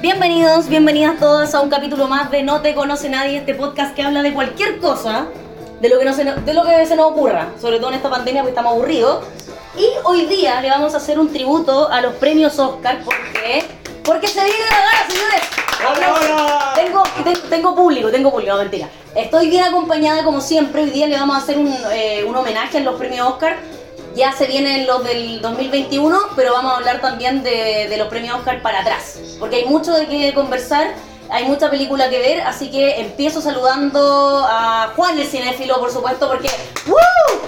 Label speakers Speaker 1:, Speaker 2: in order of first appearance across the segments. Speaker 1: Bienvenidos, bienvenidas todos a un capítulo más de No te conoce nadie, este podcast que habla de cualquier cosa, de lo que, no se, no- de lo que se nos ocurra, sobre todo en esta pandemia porque estamos aburridos. Y hoy día le vamos a hacer un tributo a los premios Oscar, ¿por qué? Porque se viene la gala, señores.
Speaker 2: ¡Hola, hola!
Speaker 1: Tengo, ten- tengo público, tengo público, no, mentira. Estoy bien acompañada como siempre, hoy día le vamos a hacer un, eh, un homenaje a los premios Oscar. Ya se vienen los del 2021, pero vamos a hablar también de, de los premios Oscar para atrás, porque hay mucho de qué conversar, hay mucha película que ver, así que empiezo saludando a Juan el cinéfilo, por supuesto, porque ¡Woo!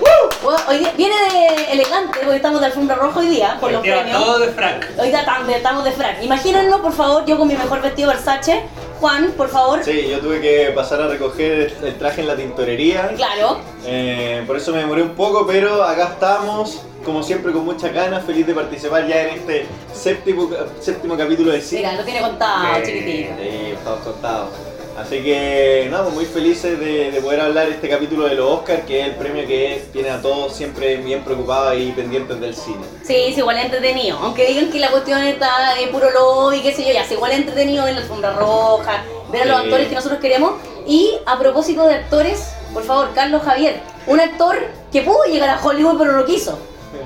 Speaker 1: ¡Woo! Bueno, hoy día- viene de elegante, porque estamos de alfombra roja hoy día por los
Speaker 2: Lleva
Speaker 1: premios.
Speaker 2: todo de Frank.
Speaker 1: Hoy ya tam- estamos de frac. Imagínenlo, por favor, yo con mi mejor vestido Versace. Juan, por favor.
Speaker 3: Sí, yo tuve que pasar a recoger el traje en la tintorería.
Speaker 1: Claro.
Speaker 3: Eh, por eso me demoré un poco, pero acá estamos, como siempre, con muchas ganas, feliz de participar ya en este séptimo, séptimo capítulo de
Speaker 1: Mira,
Speaker 3: cine.
Speaker 1: lo tiene contado,
Speaker 2: Bien.
Speaker 1: chiquitito.
Speaker 3: Sí, estamos contados. Así que, nada, pues muy felices de, de poder hablar este capítulo de los Oscars, que es el premio que es- tiene a todos siempre bien preocupados y pendientes del cine.
Speaker 1: Sí, es igual entretenido. Aunque digan que la cuestión está de puro lobby, qué sé yo, ya, es igual entretenido ver la alfombra roja, ver a los
Speaker 3: Sí.
Speaker 1: actores que nosotros queremos. Y a propósito de actores, por favor, Carlos Javier, un actor que pudo llegar a Hollywood pero no quiso.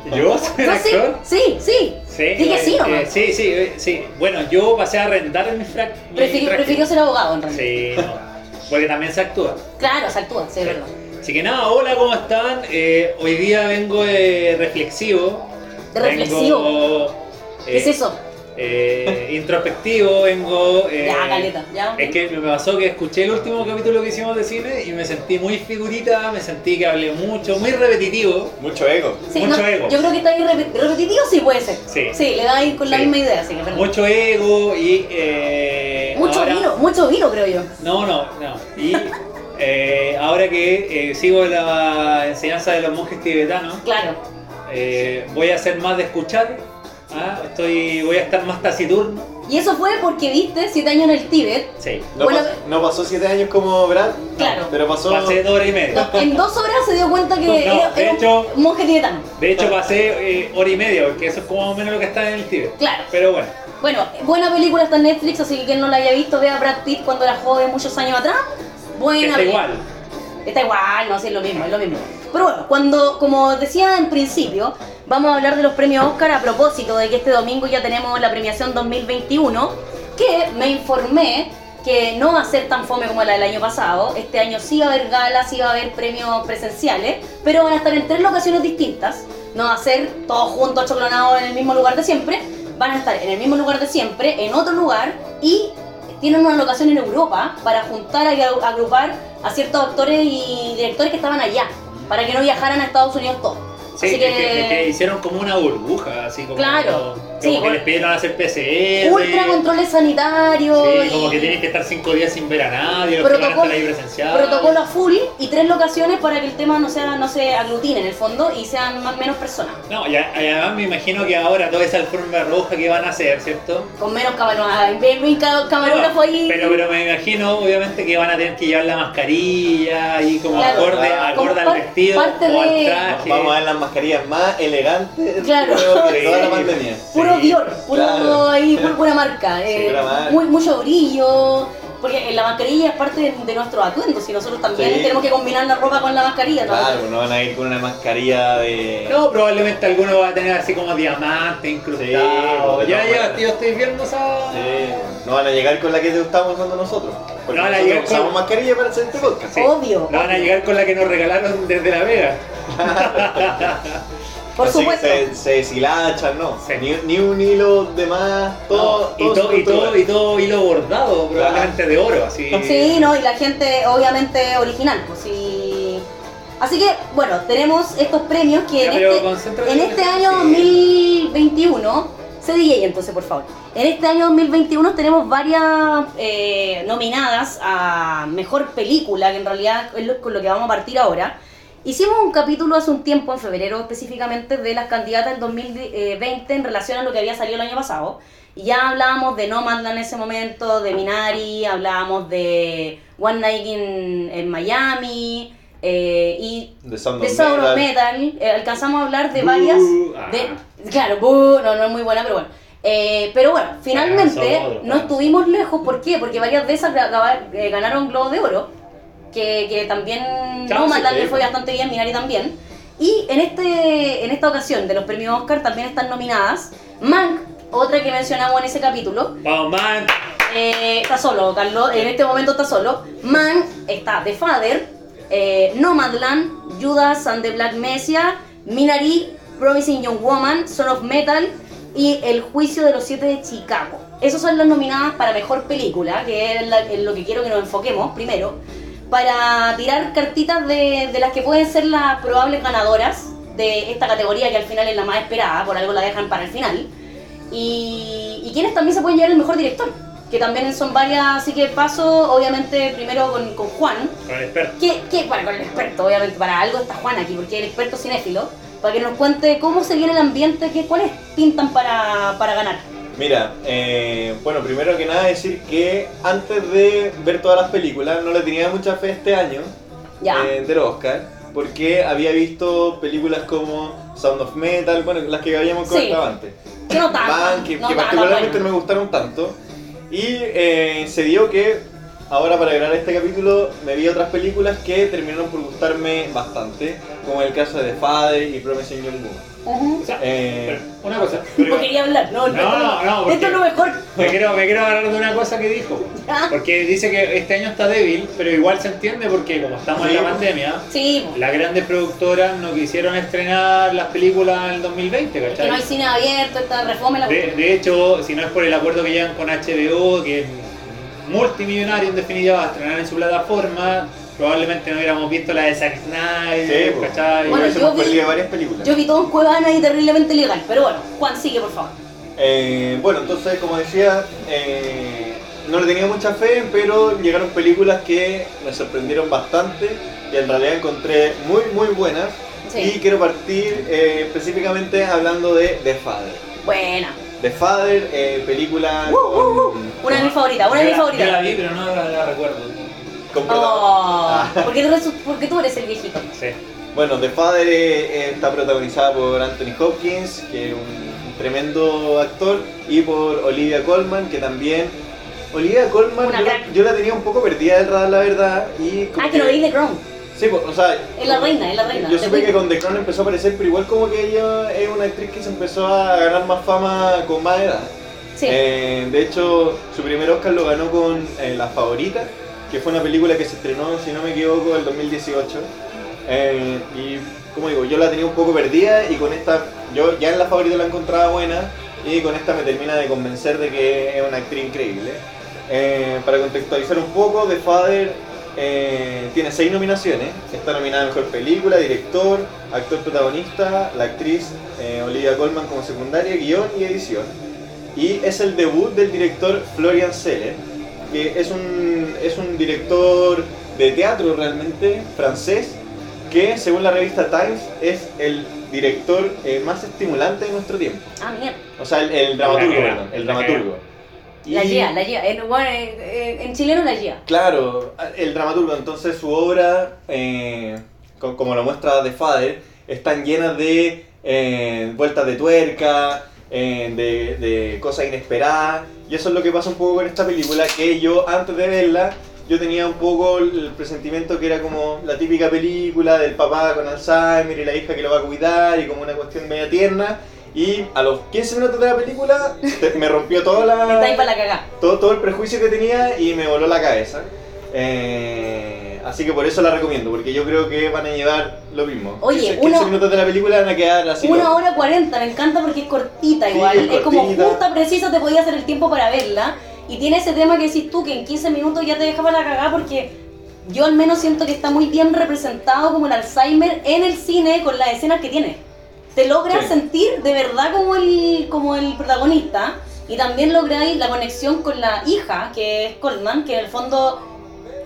Speaker 2: ¿Yo soy el
Speaker 1: No, sí,
Speaker 2: actor?
Speaker 1: sí, sí. Dije sí nomás.
Speaker 2: eh, sí, sí, eh, sí. Bueno, yo pasé a arrendar mi frac. mi
Speaker 1: Prefirió,
Speaker 2: traje.
Speaker 1: prefirió ser abogado en realidad.
Speaker 2: Sí, no. Porque también se actúa.
Speaker 1: Claro, se actúa, sí, es verdad.
Speaker 2: Así que nada, hola, ¿cómo están? Eh, hoy día vengo eh, reflexivo.
Speaker 1: De reflexivo.
Speaker 2: Vengo,
Speaker 1: ¿Qué es
Speaker 2: eh,
Speaker 1: eso?
Speaker 2: eh, introspectivo, vengo. eh,
Speaker 1: ya, caleta, ya.
Speaker 2: Es que me pasó que escuché el último capítulo que hicimos de cine y me sentí muy figurita, me sentí que hablé mucho, muy repetitivo.
Speaker 3: Mucho ego.
Speaker 1: Sí,
Speaker 2: Mucho
Speaker 1: no,
Speaker 2: ego.
Speaker 1: Yo creo que está ahí repe- repetitivo, sí puede ser.
Speaker 2: Sí.
Speaker 1: Sí, le da ahí con la
Speaker 2: Sí.
Speaker 1: misma idea, sí, es verdad.
Speaker 2: Mucho ego y. eh,
Speaker 1: mucho
Speaker 2: ahora-
Speaker 1: vino, mucho vino, creo yo.
Speaker 2: No, no, no. Y eh, ahora que eh, sigo la enseñanza de los monjes tibetanos,
Speaker 1: Claro.
Speaker 2: eh, voy a hacer más de escuchar. ¿ah? Estoy, voy a estar más taciturno.
Speaker 1: Y eso fue porque viste siete años en el Tíbet.
Speaker 2: Sí.
Speaker 3: No,
Speaker 1: Bueno,
Speaker 3: pas- no pasó siete años como Brad,
Speaker 1: Claro.
Speaker 3: pero pasó...
Speaker 2: Pasé dos horas y media.
Speaker 1: En dos horas se dio cuenta que
Speaker 2: No,
Speaker 1: era,
Speaker 2: de
Speaker 1: era
Speaker 2: hecho-
Speaker 1: un monje tibetano.
Speaker 2: De hecho, pasé eh, hora y media, porque eso es como más o menos lo que está en el Tíbet.
Speaker 1: Claro.
Speaker 2: Pero bueno,
Speaker 1: Bueno, buena película está en Netflix, así que quien no la haya visto, vea a Brad Pitt cuando era joven muchos años atrás. Buena
Speaker 2: está
Speaker 1: peli-
Speaker 2: igual.
Speaker 1: Está igual, no, sí, es lo mismo, es lo mismo. Pero bueno, cuando, como decía en principio, vamos a hablar de los premios Oscar a propósito de que este domingo ya tenemos la premiación 2021, que me informé que no va a ser tan fome como la del año pasado. Este año sí va a haber galas, sí va a haber premios presenciales, pero van a estar en tres locaciones distintas. No va a ser todos juntos, choclonados en el mismo lugar de siempre. Van a estar en el mismo lugar de siempre, en otro lugar y tienen una locación en Europa para juntar y agru- agrupar a ciertos actores y directores que estaban allá, para que no viajaran a Estados Unidos todos.
Speaker 2: Sí,
Speaker 1: Así
Speaker 2: es que, es que
Speaker 1: que,
Speaker 2: hicieron como una burbuja, así como,
Speaker 1: Claro,
Speaker 2: como
Speaker 1: sí,
Speaker 2: que
Speaker 1: bueno.
Speaker 2: les pidieron hacer PCR.
Speaker 1: ultra controles sanitarios
Speaker 2: Sí,
Speaker 1: y
Speaker 2: como que tienen que estar cinco días sin ver a nadie, los que van
Speaker 1: protocolo,
Speaker 2: a estar ahí presencial.
Speaker 1: protocolo a full y tres locaciones para que el tema no sea no se aglutine en el fondo y sean más menos personas,
Speaker 2: No, y a- y además me imagino que ahora toda esa alfombra roja que van a hacer, ¿cierto?
Speaker 1: con menos camarógrafos, bien camarógrafo ahí.
Speaker 2: Pero, pero me imagino, obviamente, que van a tener que llevar la mascarilla y como
Speaker 1: Claro.
Speaker 2: acorde,
Speaker 3: Ah,
Speaker 2: acorde
Speaker 1: como
Speaker 2: al
Speaker 1: par-
Speaker 2: vestido
Speaker 1: parte
Speaker 2: o al
Speaker 1: de-
Speaker 2: traje.
Speaker 3: Vamos a ver las mascarillas más elegantes
Speaker 1: Claro.
Speaker 3: creo, de toda
Speaker 2: Sí.
Speaker 3: la pandemia.
Speaker 1: Puro
Speaker 2: Sí,
Speaker 1: Dior, puro
Speaker 3: claro.
Speaker 1: ahí, puro- pura marca. eh,
Speaker 3: pura marca.
Speaker 1: muy, mucho brillo. Porque la mascarilla es parte de, de nuestro atuendo, si nosotros también
Speaker 3: Sí.
Speaker 1: tenemos que combinar la ropa con la mascarilla. ¿no?
Speaker 3: Claro, pues, no van a ir con una mascarilla de.
Speaker 2: No, probablemente alguno va a tener así como diamante incrustado.
Speaker 3: Sí,
Speaker 2: ya,
Speaker 3: no,
Speaker 2: ya,
Speaker 3: bueno.
Speaker 2: tío, estoy viendo esa...
Speaker 3: Sí, pues, no van a llegar con la que te gustamos cuando nosotros. Porque
Speaker 2: No van a
Speaker 3: nosotros
Speaker 2: llegar con-
Speaker 3: usamos mascarilla para hacer este podcast.
Speaker 2: Sí.
Speaker 1: Obvio.
Speaker 2: La van a
Speaker 1: obvio.
Speaker 2: llegar con la que nos regalaron desde La Vega.
Speaker 1: Por
Speaker 3: Así que
Speaker 1: supuesto.
Speaker 3: Se, se deshilachan, ¿no?
Speaker 2: Sí.
Speaker 3: Ni, ni un hilo de más, todo.
Speaker 2: No, y, todo, y, todo, y todo hilo bordado, probablemente de oro, así.
Speaker 1: Sí, no, y la gente obviamente original, pues sí. Así que, bueno, tenemos estos premios que
Speaker 2: Ya,
Speaker 1: en
Speaker 2: pero
Speaker 1: este,
Speaker 2: concéntrate
Speaker 1: en
Speaker 2: en
Speaker 1: este
Speaker 2: el-
Speaker 1: año
Speaker 2: sí.
Speaker 1: 2021, se DJ entonces, por favor. En este año 2021 tenemos varias eh, nominadas a mejor película, que en realidad es lo- con lo que vamos a partir ahora. Hicimos un capítulo hace un tiempo, en febrero específicamente, de las candidatas del 2020 en relación a lo que había salido el año pasado. Y ya hablábamos de Nomadland en ese momento, de Minari, hablábamos de One Night in, en Miami, eh, y
Speaker 3: De Sound
Speaker 1: de
Speaker 3: of
Speaker 1: Sound of
Speaker 3: Metal.
Speaker 1: Metal. Eh, alcanzamos a hablar de
Speaker 2: Boo,
Speaker 1: varias.
Speaker 2: ah.
Speaker 1: de- claro, boo, no, no es muy buena, pero bueno. Eh, pero bueno, finalmente
Speaker 2: son otros,
Speaker 1: no estuvimos lejos. ¿Por qué? Porque varias de esas acaba- eh, ganaron Globo de Oro, que, que también no
Speaker 2: Claro, sí, pues.
Speaker 1: Matal le
Speaker 3: sí.
Speaker 1: fue bastante bien, Minari también. Y en, este, en esta ocasión de los premios Oscar también están nominadas Mank, otra que mencionamos en ese capítulo.
Speaker 2: Vamos, man.
Speaker 1: Eh, está solo, Carlos, en este momento está solo. Mank, está The Father, eh, Nomadland, Judas and the Black Messiah, Minari, Promising Young Woman, Son of Metal y El Juicio de los Siete de Chicago. Esas son las nominadas para Mejor Película, que es la- en lo que quiero que nos enfoquemos primero, para tirar cartitas de, de las que pueden ser las probables ganadoras de esta categoría, que al final es la más esperada, por algo la dejan para el final. Y, y quienes también se pueden llevar el mejor director, que también son varias, así que paso obviamente primero con, con Juan,
Speaker 2: Con el experto.
Speaker 1: que, que bueno, con el experto, obviamente, para algo está Juan aquí, porque es el experto cinéfilo, para que nos cuente cómo se viene el ambiente, que, cuáles pintan para, para ganar.
Speaker 3: Mira, eh, bueno, primero que nada decir que antes de ver todas las películas no le tenía mucha fe este año
Speaker 1: Ya.
Speaker 3: eh, del Oscar, porque había visto películas como Sound of Metal, bueno, las que habíamos
Speaker 1: Sí.
Speaker 3: comentado antes.
Speaker 1: que no tan,
Speaker 3: Van, que,
Speaker 1: no
Speaker 3: que
Speaker 1: tan,
Speaker 3: particularmente no
Speaker 1: bueno.
Speaker 3: me gustaron tanto. Y eh, se dio que ahora para grabar este capítulo me vi otras películas que terminaron por gustarme bastante, como el caso de The Father y Promising Young Woman.
Speaker 1: Ujú.
Speaker 2: O sea,
Speaker 3: Eh,
Speaker 2: una cosa.
Speaker 1: No quería hablar, no,
Speaker 2: No, no, no,
Speaker 1: Esto es lo mejor.
Speaker 2: Me quiero, me quiero agarrar de una cosa que dijo.
Speaker 1: Ya.
Speaker 2: Porque dice que este año está débil, pero igual se entiende porque como estamos en la
Speaker 3: Sí.
Speaker 2: pandemia,
Speaker 1: Sí, po.
Speaker 2: las grandes productoras no quisieron estrenar las películas en el 2020,
Speaker 1: Es que no hay
Speaker 2: ¿cachai?
Speaker 1: cine abierto, está refome la
Speaker 2: De, de hecho, si no es por el acuerdo que llegan con HBO, que es multimillonario en definitiva va a estrenar en su plataforma, probablemente no hubiéramos visto la de Zack Snyder,
Speaker 3: Sí, pues. po.
Speaker 1: Bueno,
Speaker 2: ¿cachai?
Speaker 3: igual se nos
Speaker 1: yo
Speaker 3: fue el
Speaker 1: vi-
Speaker 3: día de varias películas.
Speaker 1: Yo vi todo en Cuevana y terriblemente legal, pero bueno, Juan, sigue por favor.
Speaker 3: Eh, bueno, entonces, como decía, eh, no le tenía mucha fe, pero llegaron películas que me sorprendieron bastante y en realidad encontré muy, muy buenas. Y
Speaker 1: Sí.
Speaker 3: quiero partir eh, específicamente hablando de The Father.
Speaker 1: Buena.
Speaker 3: The Father, eh, película con,
Speaker 1: Una de mis favoritas, una de mis
Speaker 2: Yo la- Yo la
Speaker 1: favoritas.
Speaker 2: vi, pero no la, la recuerdo.
Speaker 3: con protagon- Ah.
Speaker 1: Oh, porque, tú eres, porque tú eres el viejito.
Speaker 2: Sí.
Speaker 3: Bueno, The Father eh, eh, está protagonizada por Anthony Hopkins, que es un, un tremendo actor, y por Olivia Colman, que también... Olivia Colman,
Speaker 1: Una
Speaker 3: yo,
Speaker 1: crack.
Speaker 3: yo la tenía un poco perdida del radar, la verdad, y... como
Speaker 1: Ah, que lo
Speaker 3: que-
Speaker 1: vi de Ground.
Speaker 3: Sí, pues, o sea...
Speaker 1: Es la reina, es la reina.
Speaker 3: Yo
Speaker 1: Te
Speaker 3: supe
Speaker 1: cuento.
Speaker 3: que con The Crown empezó a aparecer, pero igual como que ella es una actriz que se empezó a ganar más fama con más edad.
Speaker 1: Sí.
Speaker 3: Eh, de hecho, su primer Oscar lo ganó con eh, La Favorita, que fue una película que se estrenó, si no me equivoco, el 2018. Eh, y, como digo, yo la tenía un poco perdida y con esta, yo ya en La Favorita la encontraba buena y con esta me termina de convencer de que es una actriz increíble. Eh, para contextualizar un poco, The Father eh, tiene seis nominaciones. Está nominada a Mejor Película, Director, Actor Protagonista, la actriz eh, Olivia Colman como secundaria, guión y edición y es el debut del director Florian Zeller, que es un, es un director de teatro realmente francés, que según la revista Times es el director eh, más estimulante de nuestro tiempo.
Speaker 1: Ah, mierda.
Speaker 3: O sea, el, el dramaturgo,
Speaker 2: cagada,
Speaker 3: perdón, el
Speaker 2: la
Speaker 3: dramaturgo.
Speaker 1: La
Speaker 3: Y-
Speaker 1: guía, la guía. En, bueno, en- en- en chileno la guía.
Speaker 3: Claro, el dramaturgo, entonces su obra, eh, co- como lo muestra The Father, están llenas de eh, vueltas de tuerca, eh, de, de cosas inesperadas, y eso es lo que pasa un poco con esta película, que yo antes de verla, yo tenía un poco el presentimiento que era como la típica película del papá con Alzheimer y la hija que lo va a cuidar y como una cuestión media tierna, y a los 15 minutos de la película te- me rompió toda la
Speaker 1: Está ahí para la cagá.
Speaker 3: todo, todo el prejuicio que tenía y me voló la cabeza. Eh, así que por eso la recomiendo, porque yo creo que van a llevar lo mismo.
Speaker 1: Oye,
Speaker 3: 15,
Speaker 1: uno-
Speaker 3: 15 minutos de la película van a quedar así.
Speaker 1: Una
Speaker 3: ¿no?
Speaker 1: hora cuarenta, me encanta porque es cortita
Speaker 3: Sí,
Speaker 1: igual.
Speaker 3: es
Speaker 1: Es como
Speaker 3: cortita.
Speaker 1: justa, precisa, te podía hacer el tiempo para verla. Y tiene ese tema que decís tú, que en 15 minutos ya te deja para la cagá porque yo al menos siento que está muy bien representado como el Alzheimer en el cine con las escenas que tiene. Te logras
Speaker 3: Sí.
Speaker 1: sentir de verdad como el, como el protagonista y también lográis la conexión con la hija, que es Coleman, que en el fondo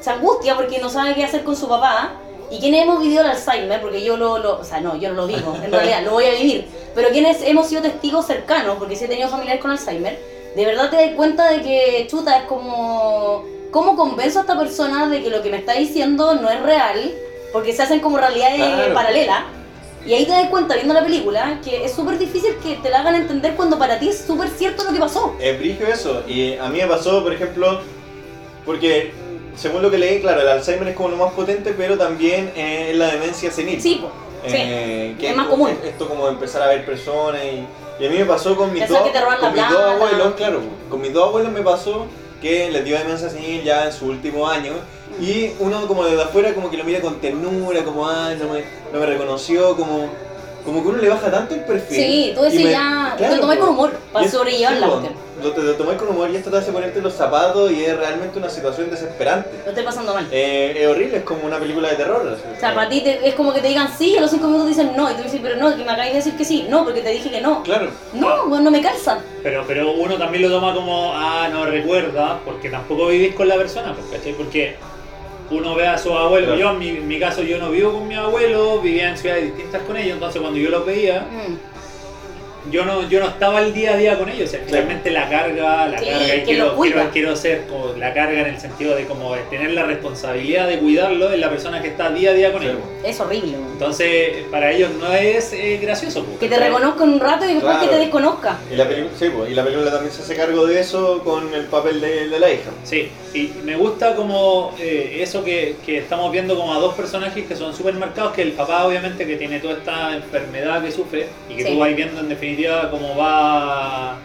Speaker 1: se angustia porque no sabe qué hacer con su papá. ¿Y quiénes hemos vivido el Alzheimer? Porque yo lo, lo- O sea, no, yo no lo vivo, en realidad, lo voy a vivir. Pero quienes hemos sido testigos cercanos, porque sí he tenido familiares con Alzheimer, de verdad te das cuenta de que, chuta, es como... ¿Cómo convenzo a esta persona de que lo que me está diciendo no es real? Porque se hacen como realidades
Speaker 3: Claro.
Speaker 1: paralelas. Y ahí te das cuenta, viendo la película, que es súper difícil que te la hagan entender cuando para ti es súper cierto lo que pasó.
Speaker 3: Es brillo eso. Y a mí me pasó, por ejemplo, porque según lo que leí, claro, el Alzheimer es como lo más potente, pero también eh, es la demencia senil.
Speaker 1: Sí, po. Sí.
Speaker 3: Eh,
Speaker 1: es más común.
Speaker 3: Esto como de empezar a ver personas y, y a mí me pasó con mis
Speaker 1: Pensar
Speaker 3: dos,
Speaker 1: que te roban la
Speaker 3: con mis dos
Speaker 1: plata.
Speaker 3: abuelos, claro, con mis dos abuelos me pasó que les dio demencia senil ya en su último año
Speaker 1: Mm.
Speaker 3: y uno como desde afuera como que lo mira con ternura, como ay, no me, no me reconoció, como, como que uno le baja tanto el perfil.
Speaker 1: Sí, tú
Speaker 3: y
Speaker 1: decís
Speaker 3: me-
Speaker 1: ya, te
Speaker 3: claro,
Speaker 1: lo tomáis con
Speaker 3: po.
Speaker 1: humor,
Speaker 3: Y
Speaker 1: para
Speaker 3: es-
Speaker 1: sobrellevar
Speaker 3: sí,
Speaker 1: la
Speaker 3: po,
Speaker 1: cuestión.
Speaker 3: Lo, te lo tomáis con humor y esto te hace ponerte los zapatos y es realmente una situación desesperante.
Speaker 1: Lo estoy pasando mal.
Speaker 3: Eh, es horrible, es como una película de terror. así.
Speaker 1: O sea, para ti te- es como que te digan sí y a los cinco minutos dicen no. Y tú dices, pero no, que me acabas de decir que sí. No, porque te dije que no.
Speaker 3: Claro.
Speaker 1: No, bueno, no me calza.
Speaker 2: Pero, pero uno también lo toma como, ah, no recuerda, porque tampoco vivís con la persona, pues, ¿cachai? Porque uno ve a sus abuelos,
Speaker 3: Claro.
Speaker 2: yo en mi, en mi caso yo no vivo con mis abuelos, vivía en ciudades distintas con ellos, entonces cuando yo los veía,
Speaker 1: Mm.
Speaker 2: yo no, yo no estaba el día a día con ellos, o sea, realmente la carga, la
Speaker 1: Sí,
Speaker 2: carga, y
Speaker 1: que los
Speaker 2: quiero,
Speaker 1: cuida.
Speaker 2: quiero, quiero ser como la carga en el sentido de como de tener la responsabilidad de cuidarlo en la persona que está día a día con ellos.
Speaker 1: Es horrible. weón.
Speaker 2: Entonces, para ellos no es eh, gracioso. pues,
Speaker 1: Que te
Speaker 2: ¿cachai?
Speaker 1: reconozcan un rato y después
Speaker 3: Claro.
Speaker 1: que te desconozca.
Speaker 3: Y la, peli- sí, pues, y la película también se hace cargo de eso con el papel de, de la hija.
Speaker 2: Sí, y me gusta como eh, eso que, que estamos viendo como a dos personajes que son súper marcados, que el papá obviamente que tiene toda esta enfermedad que sufre y que
Speaker 1: Sí.
Speaker 2: tú vas viendo en definitiva cómo va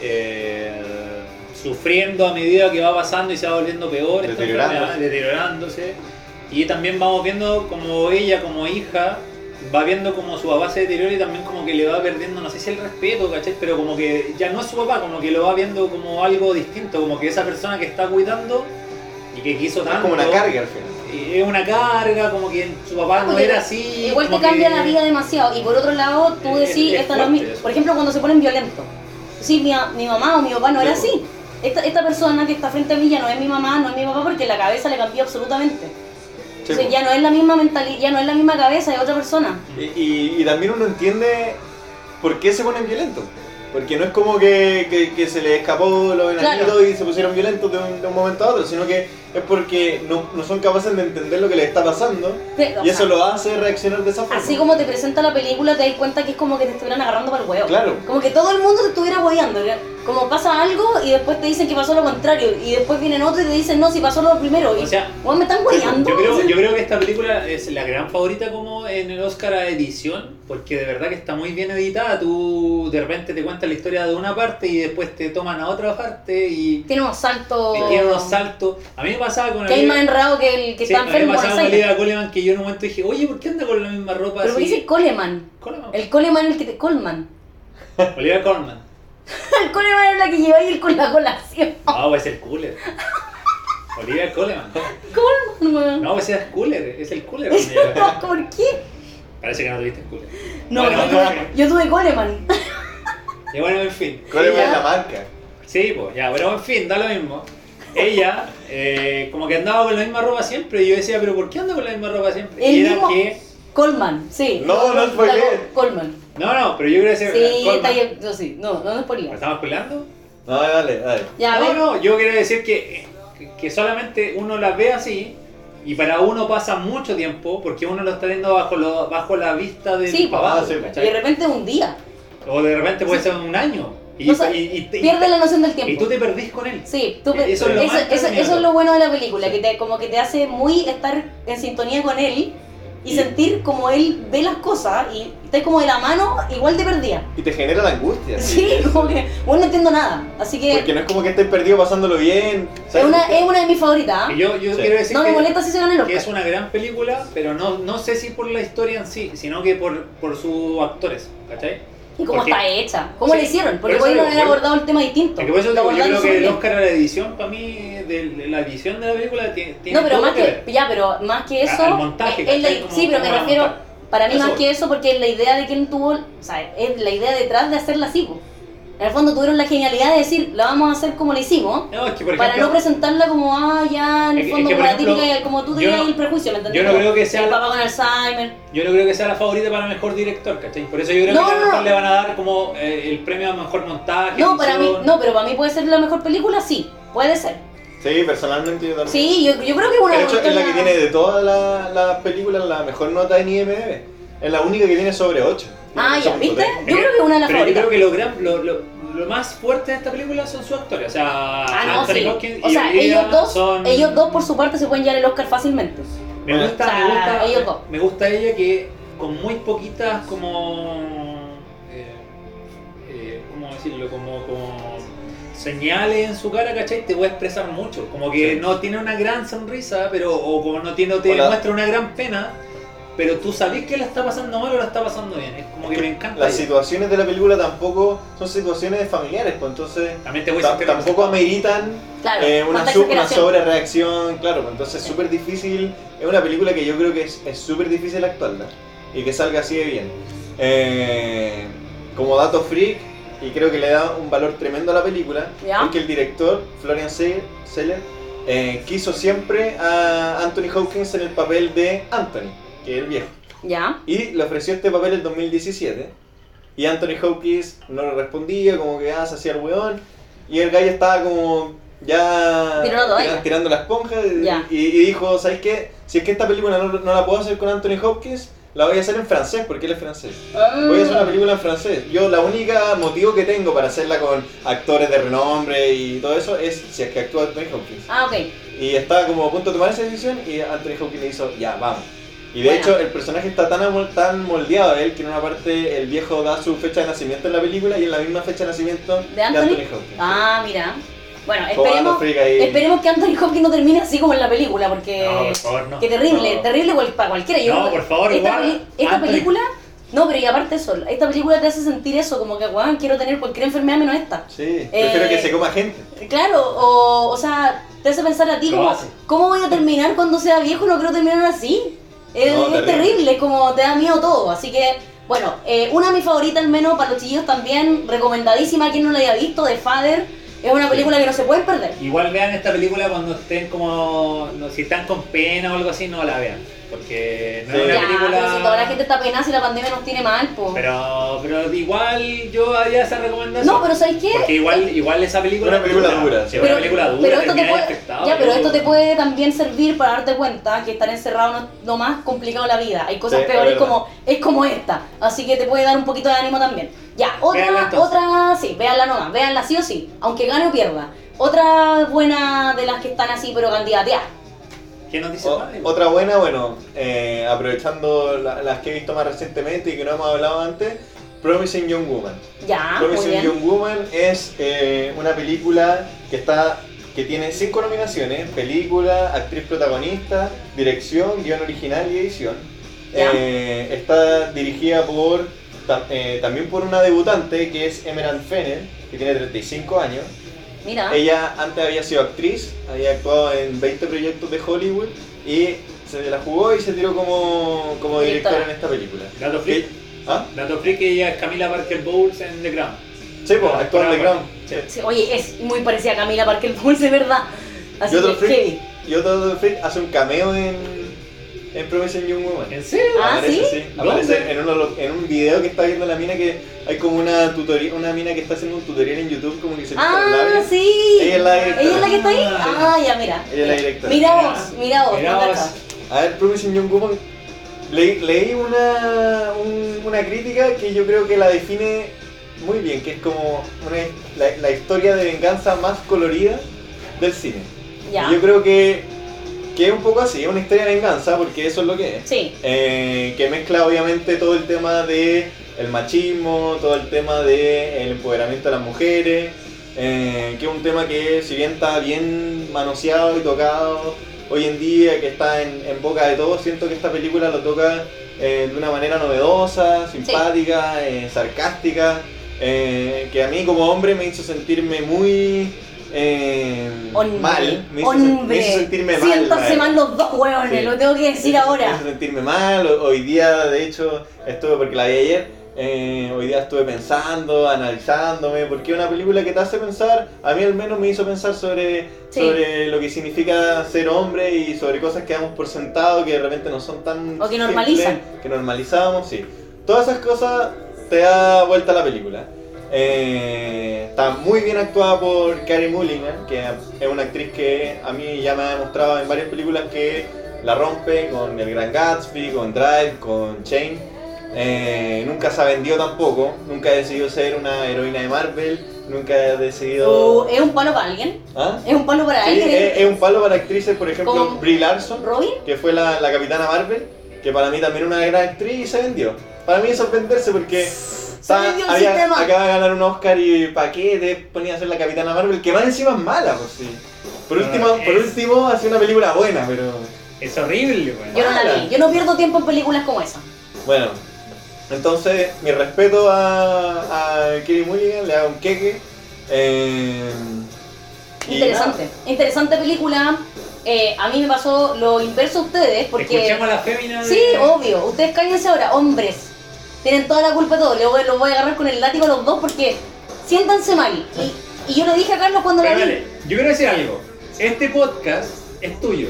Speaker 2: eh, sufriendo a medida que va pasando y se va volviendo peor, esta
Speaker 3: Deteriorándose.
Speaker 2: enfermedad, deteriorándose. Y también vamos viendo como ella como hija va viendo como su papá se deteriora y también como que le va perdiendo, no sé si el respeto, ¿cachai? Pero como que ya no es su papá, como que lo va viendo como algo distinto, como que esa persona que está cuidando y que quiso
Speaker 3: Es
Speaker 2: tanto.
Speaker 3: como una carga al final.
Speaker 2: y Es una carga, como que su papá Ah, no
Speaker 1: Porque
Speaker 2: era así.
Speaker 1: Igual te
Speaker 2: como
Speaker 1: cambia
Speaker 2: que-
Speaker 1: la vida demasiado. Y por otro lado, tú
Speaker 2: Es-
Speaker 1: decís,
Speaker 2: es
Speaker 1: esta no es
Speaker 2: fuerte
Speaker 1: mi-
Speaker 2: eso.
Speaker 1: Por ejemplo, cuando se ponen violentos. Sí, mi, mi mamá o mi papá no era
Speaker 3: Sí.
Speaker 1: así. Esta, esta persona que está frente a mí ya no es mi mamá, no es mi papá, porque la cabeza le cambió absolutamente.
Speaker 3: Sí,
Speaker 1: Entonces
Speaker 3: pues.
Speaker 1: ya no es la misma mentalidad, ya no es la misma cabeza de otra persona.
Speaker 3: Y, y- y también uno entiende por qué se ponen violentos. Porque no es como que, que- que se les escapó los enanitos
Speaker 1: Claro.
Speaker 3: y se pusieron violentos de un, de un momento a otro, sino que es porque no, no son capaces de entender lo que les está pasando
Speaker 1: Pero, o
Speaker 3: y
Speaker 1: sea,
Speaker 3: eso lo hace reaccionar de esa forma.
Speaker 1: Así como te presenta la película, te das cuenta que es como que te estuvieran agarrando para el huevo.
Speaker 3: Claro.
Speaker 1: Como que todo el mundo te estuviera hueveando. ¿ya? Como pasa algo y después te dicen que pasó lo contrario. Y después vienen otros y te dicen, no, si pasó lo primero. Y,
Speaker 2: O sea,
Speaker 1: "Weón, me están hueveando.
Speaker 2: Yo creo, yo creo que esta película es la gran favorita como en el Oscar a edición, porque de verdad que está muy bien editada. Tú de repente te cuentas la historia de una parte y después te toman a otra parte y
Speaker 1: Tiene unos saltos.
Speaker 2: te tiran unos saltos. A mí me pasaba con
Speaker 1: Oh. Que hay más
Speaker 2: Olivia-
Speaker 1: enredado que el que
Speaker 2: sí,
Speaker 1: está
Speaker 2: a mí me
Speaker 1: enfermo en
Speaker 2: pasaba
Speaker 1: Buenos
Speaker 2: con
Speaker 1: Aires.
Speaker 2: Olivia Coleman que yo en un momento dije, oye, ¿por qué anda con la misma ropa
Speaker 1: Pero ¿por qué
Speaker 2: así?
Speaker 1: dice Coleman?
Speaker 2: Coleman.
Speaker 1: El Coleman es el que te. Coleman.
Speaker 2: Olivia Colman.
Speaker 1: El Coleman es la que lleva ahí con la colación.
Speaker 2: No, pues es el cooler. Olivia Coleman.
Speaker 1: Coleman, weón.
Speaker 2: No, pues es el cooler. Es el cooler. Olivia.
Speaker 1: ¿Por qué?
Speaker 2: Parece que no tuviste el cooler.
Speaker 1: No,
Speaker 2: Bueno,
Speaker 1: yo, tuve, yo tuve Coleman.
Speaker 2: Y bueno, en fin.
Speaker 3: ¿Cuál es
Speaker 1: Ya.
Speaker 3: la marca?
Speaker 2: Sí, pues ya, pero en fin, da lo mismo. Ella, eh, como que andaba con la misma ropa siempre, y yo decía, pero ¿por qué anda con la misma ropa siempre?
Speaker 1: El
Speaker 2: y era
Speaker 1: mismo-
Speaker 2: que.
Speaker 1: Coleman, sí.
Speaker 3: No, no spoileé.
Speaker 1: Col- Coleman.
Speaker 2: No, no, pero yo quería decir.
Speaker 1: Sí,
Speaker 2: Colman,
Speaker 1: está bien. Yo sí. No, no nos
Speaker 2: ¿me
Speaker 1: ponía.
Speaker 2: estamos peleando?
Speaker 3: No, dale, dale.
Speaker 1: Ya, a
Speaker 2: no,
Speaker 1: ver.
Speaker 2: no, yo quería decir que, que solamente uno las ve así, y para uno pasa mucho tiempo, porque uno lo está viendo bajo, lo- bajo la vista del
Speaker 1: Sí,
Speaker 2: papá,
Speaker 3: pues. Ah, sí,
Speaker 1: Y de
Speaker 2: ¿cachai?
Speaker 1: repente un día.
Speaker 2: O de repente puede ser un año. Y,
Speaker 1: O sea,
Speaker 2: y- y- y-
Speaker 1: Pierde la noción del tiempo.
Speaker 2: y tú te perdís con él.
Speaker 1: Sí, tú-
Speaker 2: E-, Eso
Speaker 1: eso,
Speaker 2: es lo más
Speaker 1: eso- eso
Speaker 2: tremendo.
Speaker 1: es lo bueno de la película, que te, como que te hace muy estar en sintonía con él y
Speaker 3: Y-
Speaker 1: sentir como él ve las cosas y estás como de la mano igual de perdida.
Speaker 3: Y te genera la angustia.
Speaker 1: Sí, como que bueno, no entiendo nada. Así que
Speaker 3: Porque no es como que estés perdido pasándolo bien.
Speaker 1: es una, es una de mis favoritas. ¿ah?
Speaker 2: Y yo, yo
Speaker 3: Sí.
Speaker 2: quiero decir
Speaker 1: No me
Speaker 2: que-
Speaker 1: molesta si se gana el
Speaker 2: que es
Speaker 1: Oscar.
Speaker 2: una gran película, pero no, no sé si por la historia en sí, sino que por, por sus actores, ¿cachai?
Speaker 1: Y cómo
Speaker 2: porque-
Speaker 1: está hecha, cómo
Speaker 2: Sí,
Speaker 1: le hicieron, porque
Speaker 2: por eso
Speaker 1: podrían
Speaker 2: digo,
Speaker 1: haber
Speaker 2: por-
Speaker 1: abordado el tema distinto.
Speaker 2: Porque por eso
Speaker 1: Lo
Speaker 2: digo, yo
Speaker 1: abordaron
Speaker 2: creo que
Speaker 1: súper
Speaker 2: el
Speaker 1: bien.
Speaker 2: Oscar a la edición, para mí, de, de la edición de la película, ti- tiene
Speaker 1: No, pero
Speaker 2: todo
Speaker 1: más que,
Speaker 2: ver.
Speaker 1: ya, pero más que
Speaker 2: A-
Speaker 1: eso,
Speaker 2: al montaje,
Speaker 1: es- es la-
Speaker 2: ¿cachai? Como-
Speaker 1: sí, pero me
Speaker 2: como la
Speaker 1: refiero,
Speaker 2: montaje.
Speaker 1: para mí
Speaker 2: Eso
Speaker 1: más
Speaker 2: voy.
Speaker 1: que eso, porque es la idea de quién tuvo, o sea, es la idea detrás de hacerla así, po. en el fondo tuvieron la genialidad de decir, la vamos a hacer como la hicimos,
Speaker 2: No, es que por
Speaker 1: para no
Speaker 2: ejemplo,
Speaker 1: presentarla como, ah, ya, en
Speaker 2: Es
Speaker 1: el
Speaker 2: que-
Speaker 1: fondo,
Speaker 2: es que, por
Speaker 1: como, la
Speaker 2: ejemplo,
Speaker 1: típica, como tú
Speaker 2: yo
Speaker 1: tenías
Speaker 2: no-
Speaker 1: el prejuicio, ¿me entendés?
Speaker 2: yo no creo que sea
Speaker 1: El
Speaker 2: la-
Speaker 1: papá con Alzheimer,
Speaker 2: yo no creo que sea la favorita para mejor director, ¿cachai? Por eso yo creo
Speaker 1: No,
Speaker 2: que a lo
Speaker 1: no.
Speaker 2: mejor le van a dar como eh, el premio a mejor montaje.
Speaker 1: no, para mí,
Speaker 2: edición.
Speaker 1: no, pero para mí puede ser la mejor película, sí, puede ser,
Speaker 3: Sí, personalmente yo también.
Speaker 1: sí, yo, yo creo que es una
Speaker 3: De hecho, es la que
Speaker 1: buena-
Speaker 3: tiene de todas las las películas la mejor nota en IMDb. Es la única que tiene sobre 8.
Speaker 1: Ah, ya, ¿viste? Yo creo que es una de las
Speaker 2: ¿eh? Pero yo
Speaker 1: favoritas.
Speaker 2: creo que lo, gran- lo, lo- lo más fuerte de esta película son sus actores. O sea,
Speaker 1: Ah, no,
Speaker 2: Anthony
Speaker 1: sí.
Speaker 2: Hopkins
Speaker 1: O
Speaker 2: y
Speaker 1: sea,
Speaker 2: Olivia
Speaker 1: ellos dos,
Speaker 2: son-
Speaker 1: ellos dos por su parte se pueden llevar el Oscar fácilmente.
Speaker 2: Me gusta,
Speaker 1: O sea,
Speaker 2: me gusta,
Speaker 1: ellos dos.
Speaker 2: me gusta ella que con muy poquitas como, eh, eh, ¿cómo decirlo? Como, como señales en su cara, ¿cachai? Te voy a expresar mucho. Como que
Speaker 3: Sí.
Speaker 2: no tiene una gran sonrisa, pero o como no, tiene, no te
Speaker 3: Hola.
Speaker 2: demuestra una gran pena, pero tú sabés que la está pasando mal o la está pasando bien. Es como que me encanta.
Speaker 3: Las
Speaker 2: ella.
Speaker 3: situaciones de la película tampoco son situaciones familiares, pues entonces
Speaker 2: También te voy a
Speaker 3: ta-
Speaker 2: decir que
Speaker 3: tampoco ameritan
Speaker 1: Claro,
Speaker 3: eh, una,
Speaker 1: falta
Speaker 3: su- una
Speaker 1: exageración.
Speaker 3: sobre reacción, claro, pues entonces es súper difícil, es una película que yo creo que es es súper difícil actuarla y que salga así de bien. Eh, como dato freak, y creo que le da un valor tremendo a la película,
Speaker 1: Ya.
Speaker 3: es que el director, Florian Se- Seller, eh, quiso siempre a Anthony Hopkins en el papel de Anthony, que es el viejo.
Speaker 1: Ya,
Speaker 3: Y le ofreció este papel en 2017. Y Anthony Hopkins no le respondía, como que ah, se hacía el weón. Y el gallo estaba como ya
Speaker 1: Tiró la toalla.
Speaker 3: tira- tirando la esponja. y-
Speaker 1: Ya.
Speaker 3: Y, y dijo, ¿sabes qué? Si es que esta película no, no la puedo hacer con Anthony Hopkins, la voy a hacer en francés, porque él es francés. Voy a hacer una película en francés. Yo la única motivo que tengo para hacerla con actores de renombre y todo eso es si es que actúa Anthony Hopkins.
Speaker 1: ah, ok.
Speaker 3: Y estaba como a punto de tomar esa decisión y Anthony Hopkins le hizo, ya, vamos. Y de
Speaker 1: Bueno.
Speaker 3: hecho, el personaje está tan, amol- tan moldeado a él que en una parte el viejo da su fecha de nacimiento en la película y en la misma fecha de nacimiento
Speaker 1: ¿De Anthony?
Speaker 3: Hopkins.
Speaker 1: Ah, mira. Bueno,
Speaker 3: Como dato
Speaker 1: esperemos,
Speaker 3: freak ahí.
Speaker 1: esperemos que Anthony Hopkins no termine así como en la película, porque...
Speaker 2: No, por favor, no.
Speaker 1: Qué terrible,
Speaker 3: No.
Speaker 1: terrible cual- para cualquiera. Yo
Speaker 2: No,
Speaker 1: creo que
Speaker 2: por favor,
Speaker 1: esta,
Speaker 2: guarda.
Speaker 1: peli- esta
Speaker 2: Anthony.
Speaker 1: película, no, pero y aparte eso, esta película te hace sentir eso, como que, weón, quiero tener cualquier enfermedad menos esta.
Speaker 3: Sí, prefiero
Speaker 1: Eh,
Speaker 3: que se coma gente.
Speaker 1: Claro, o, o sea, te hace pensar a ti
Speaker 2: Lo
Speaker 1: como,
Speaker 2: hace.
Speaker 1: ¿cómo voy a terminar cuando sea viejo? No quiero terminar así. Es,
Speaker 3: No,
Speaker 1: es
Speaker 3: terrible.
Speaker 1: terrible, es como te da miedo todo. Así que, bueno, eh, una de mis favoritas al menos para los chillos también, recomendadísima, quien no la haya visto, de Father. Es una película que no se pueden perder.
Speaker 2: Igual vean esta película cuando estén como. no, si están con pena o algo así, no la vean. Porque no
Speaker 3: Sí.
Speaker 2: es una
Speaker 1: Ya,
Speaker 2: película.
Speaker 1: pero si toda la gente está penada si la pandemia nos tiene mal, pues.
Speaker 2: pero, pero igual yo haría esa recomendación.
Speaker 1: no, pero ¿sabes qué? Eh,
Speaker 2: Porque igual, igual esa película.
Speaker 3: Una película
Speaker 2: es
Speaker 3: dura,
Speaker 2: sí,
Speaker 3: pero-
Speaker 2: una película dura.
Speaker 1: pero esto te
Speaker 2: termináis
Speaker 1: puede,
Speaker 2: afectado,
Speaker 1: ya, pero
Speaker 2: yo-
Speaker 1: esto te puede también servir para darte cuenta que estar encerrado no es lo más complicado de la vida. Hay cosas
Speaker 3: Sí, es
Speaker 1: peores
Speaker 3: verdad.
Speaker 1: como es como esta, así que te puede dar un poquito de ánimo también. Ya,
Speaker 2: Véanla
Speaker 1: otra,
Speaker 2: entonces.
Speaker 1: otra, sí, véanla nomás, véanla sí o sí, aunque gane o pierda. Otra buena de las que están así pero candidateadas.
Speaker 2: ¿Qué nos dice
Speaker 3: O-
Speaker 2: Mario?
Speaker 3: otra buena, bueno, eh, aprovechando la- las que he visto más recientemente y que no hemos hablado antes, Promising Young Woman.
Speaker 1: Ya, Ah, muy
Speaker 3: Promising
Speaker 1: bien.
Speaker 3: Young Woman es eh, una película que está que tiene cinco nominaciones: película, actriz protagonista, dirección, guión original y edición.
Speaker 1: Ya.
Speaker 3: Eh, está dirigida por ta- eh, también por una debutante que es Emerald Fennel, que tiene 35 años.
Speaker 1: Mira,
Speaker 3: Ella antes había sido actriz, había actuado en 20 proyectos de Hollywood y se la jugó y se tiró como, como directora en esta película.
Speaker 2: Dato freak.
Speaker 3: ¿Ah?
Speaker 2: Dato freak, ella es Camila Parker Bowles en The Crown.
Speaker 3: Sí, pues, actuó en The Crown.
Speaker 2: Sí.
Speaker 1: sí, oye, es muy parecida a Camila Parker Bowles, de verdad. Así
Speaker 3: Y otro
Speaker 1: que
Speaker 3: freak.
Speaker 1: heavy.
Speaker 3: Y otro Doctor Freak hace un cameo en, en Promising Young Woman.
Speaker 2: ¿En serio?
Speaker 1: Ah,
Speaker 3: aparece,
Speaker 1: ¿sí?
Speaker 2: ¿Dónde?
Speaker 3: Aparece en, uno de los- en un video que está viendo la mina que hay como una tutoría, una mina que está haciendo un tutorial en YouTube como que se pinta los
Speaker 1: Ah,
Speaker 3: labios.
Speaker 1: sí.
Speaker 3: Ella es la directora.
Speaker 1: Ella es la que está ahí. Ah, ya, mira.
Speaker 3: Ella es la directora.
Speaker 1: Mira vos, mira vos,
Speaker 2: Mira
Speaker 1: no
Speaker 2: vos.
Speaker 1: cachaba.
Speaker 3: A ver, Promising Young Woman. le- leí una, un- una crítica que yo creo que la define muy bien, que es como una, la, la historia de venganza más colorida del cine.
Speaker 1: Ya.
Speaker 3: Y yo creo que, que es un poco así, es una historia de venganza, porque eso es lo que es.
Speaker 1: Sí,
Speaker 3: Eh, que mezcla obviamente todo el tema de el machismo, todo el tema de el empoderamiento de las mujeres, eh, que es un tema que si bien está bien manoseado y tocado hoy en día, que está en, en boca de todos, siento que esta película lo toca eh, de una manera novedosa, simpática, eh, sarcástica, eh, que a mí como hombre me hizo sentirme muy... eh,
Speaker 1: hombre.
Speaker 3: mal, me hizo, sen-
Speaker 1: hombre.
Speaker 3: me hizo sentirme mal.
Speaker 1: Siéntanse
Speaker 3: ¿verdad?
Speaker 1: mal los dos hueones,
Speaker 3: Sí.
Speaker 1: lo tengo que decir
Speaker 3: Me hizo- Me
Speaker 1: ahora.
Speaker 3: hizo sentirme mal, ho- hoy día de hecho estuve, porque la vi ayer, eh, hoy día estuve pensando, analizándome, porque es una película que te hace pensar, a mí al menos me hizo pensar sobre,
Speaker 1: Sí.
Speaker 3: sobre lo que significa ser hombre y sobre cosas que damos por sentado que de repente no son tan...
Speaker 1: O que normalizan.
Speaker 3: simples, Que normalizamos, sí. Todas esas cosas te da vuelta la película. Eh, está muy bien actuada por Carey Mulligan, que es una actriz que a mí ya me ha demostrado en varias películas que la rompe con El Gran Gatsby, con Drive, con Chain. Eh, nunca se ha vendido tampoco, nunca ha decidido ser una heroína de Marvel, nunca ha
Speaker 1: O
Speaker 3: decidido...
Speaker 1: Uh, ¿Es un palo para alguien?
Speaker 3: ¿Ah?
Speaker 1: ¿Es un palo para
Speaker 3: Sí, eh,
Speaker 1: alguien?
Speaker 3: es, es un palo para actrices, por ejemplo,
Speaker 1: Como-
Speaker 3: Brie Larson,
Speaker 1: ¿Robin?
Speaker 3: que fue la, la capitana Marvel, que para mí también era una gran actriz y se vendió. Para mí es sorprenderse porque
Speaker 1: Se vendió el
Speaker 3: había-
Speaker 1: sistema.
Speaker 3: acaba de ganar un Oscar y ¿para qué te ponía a ser la capitana Marvel? Que más encima es mala, pues sí. Por
Speaker 2: Pero
Speaker 3: último, por
Speaker 2: es-
Speaker 3: último hace una película buena, pero
Speaker 2: Es horrible, weón.
Speaker 1: Yo no la vi. Yo no pierdo tiempo en películas como esa.
Speaker 3: bueno. Entonces, mi respeto a, a Kelly Mulligan, le hago un queque. eh, y
Speaker 1: Interesante. Interesante película. Eh, a mí me pasó lo inverso a ustedes porque...
Speaker 2: Escuchemos a la fémina de-
Speaker 1: Sí, oh, obvio. Ustedes cállense ahora, hombres. Tienen toda la culpa de todo. Los voy, los voy a agarrar con el látigo a los dos porque siéntanse mal. Y, y yo lo dije a Carlos cuando la
Speaker 2: Pero
Speaker 1: vi.
Speaker 2: dale, yo quiero decir algo. Este podcast es tuyo.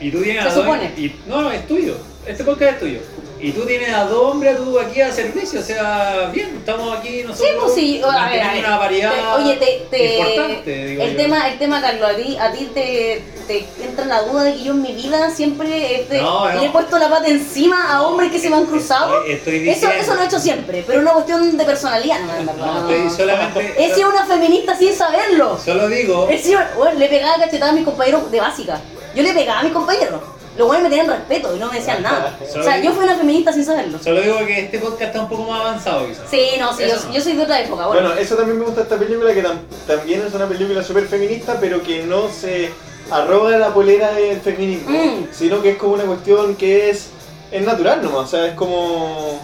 Speaker 2: Y tú tienes
Speaker 1: Se
Speaker 2: a dos-
Speaker 1: supone.
Speaker 2: y- no, no, es tuyo. Este podcast es tuyo. Y tú tienes a dos hombres tú aquí a servicio. O sea, bien, estamos aquí nosotros.
Speaker 1: Sí, pues sí. o- A ver, a
Speaker 2: manteniendo
Speaker 1: ver.
Speaker 2: una variedad
Speaker 1: Te- Oye, te... te-
Speaker 2: importante, digo
Speaker 1: el
Speaker 2: yo.
Speaker 1: tema, el tema, Carlos, a ti, a ti te, te entra la duda de que yo en mi vida siempre este,
Speaker 2: No, no.
Speaker 1: le he puesto la pata encima a hombres que se me han cruzado.
Speaker 2: Estoy, estoy
Speaker 1: Eso,
Speaker 2: diciendo.
Speaker 1: eso lo he hecho siempre, Ah. pero es una cuestión de personalidad, no, en verdad,
Speaker 2: No,
Speaker 1: no.
Speaker 2: estoy solamente.
Speaker 1: He sido una feminista sin saberlo.
Speaker 2: Solo digo.
Speaker 1: He sido- bueno, le pegaba cachetadas a mis compañeros de básica. Yo le pegaba a mis compañeros. Los buenos me tenían respeto y no me
Speaker 2: Ah,
Speaker 1: decían nada. O sea, yo fui una feminista sin saberlo.
Speaker 2: Solo digo que este podcast está un poco más avanzado, quizás.
Speaker 1: Sí, no, sí,
Speaker 2: Eso
Speaker 1: yo,
Speaker 2: no.
Speaker 1: yo soy de otra época. Bueno,
Speaker 3: Bueno, eso también me gusta de esta película, que tam- también es una película súper feminista, pero que no se arroga la polera del feminismo,
Speaker 1: Mm.
Speaker 3: sino que es como una cuestión que es, es natural nomás, o sea, es como...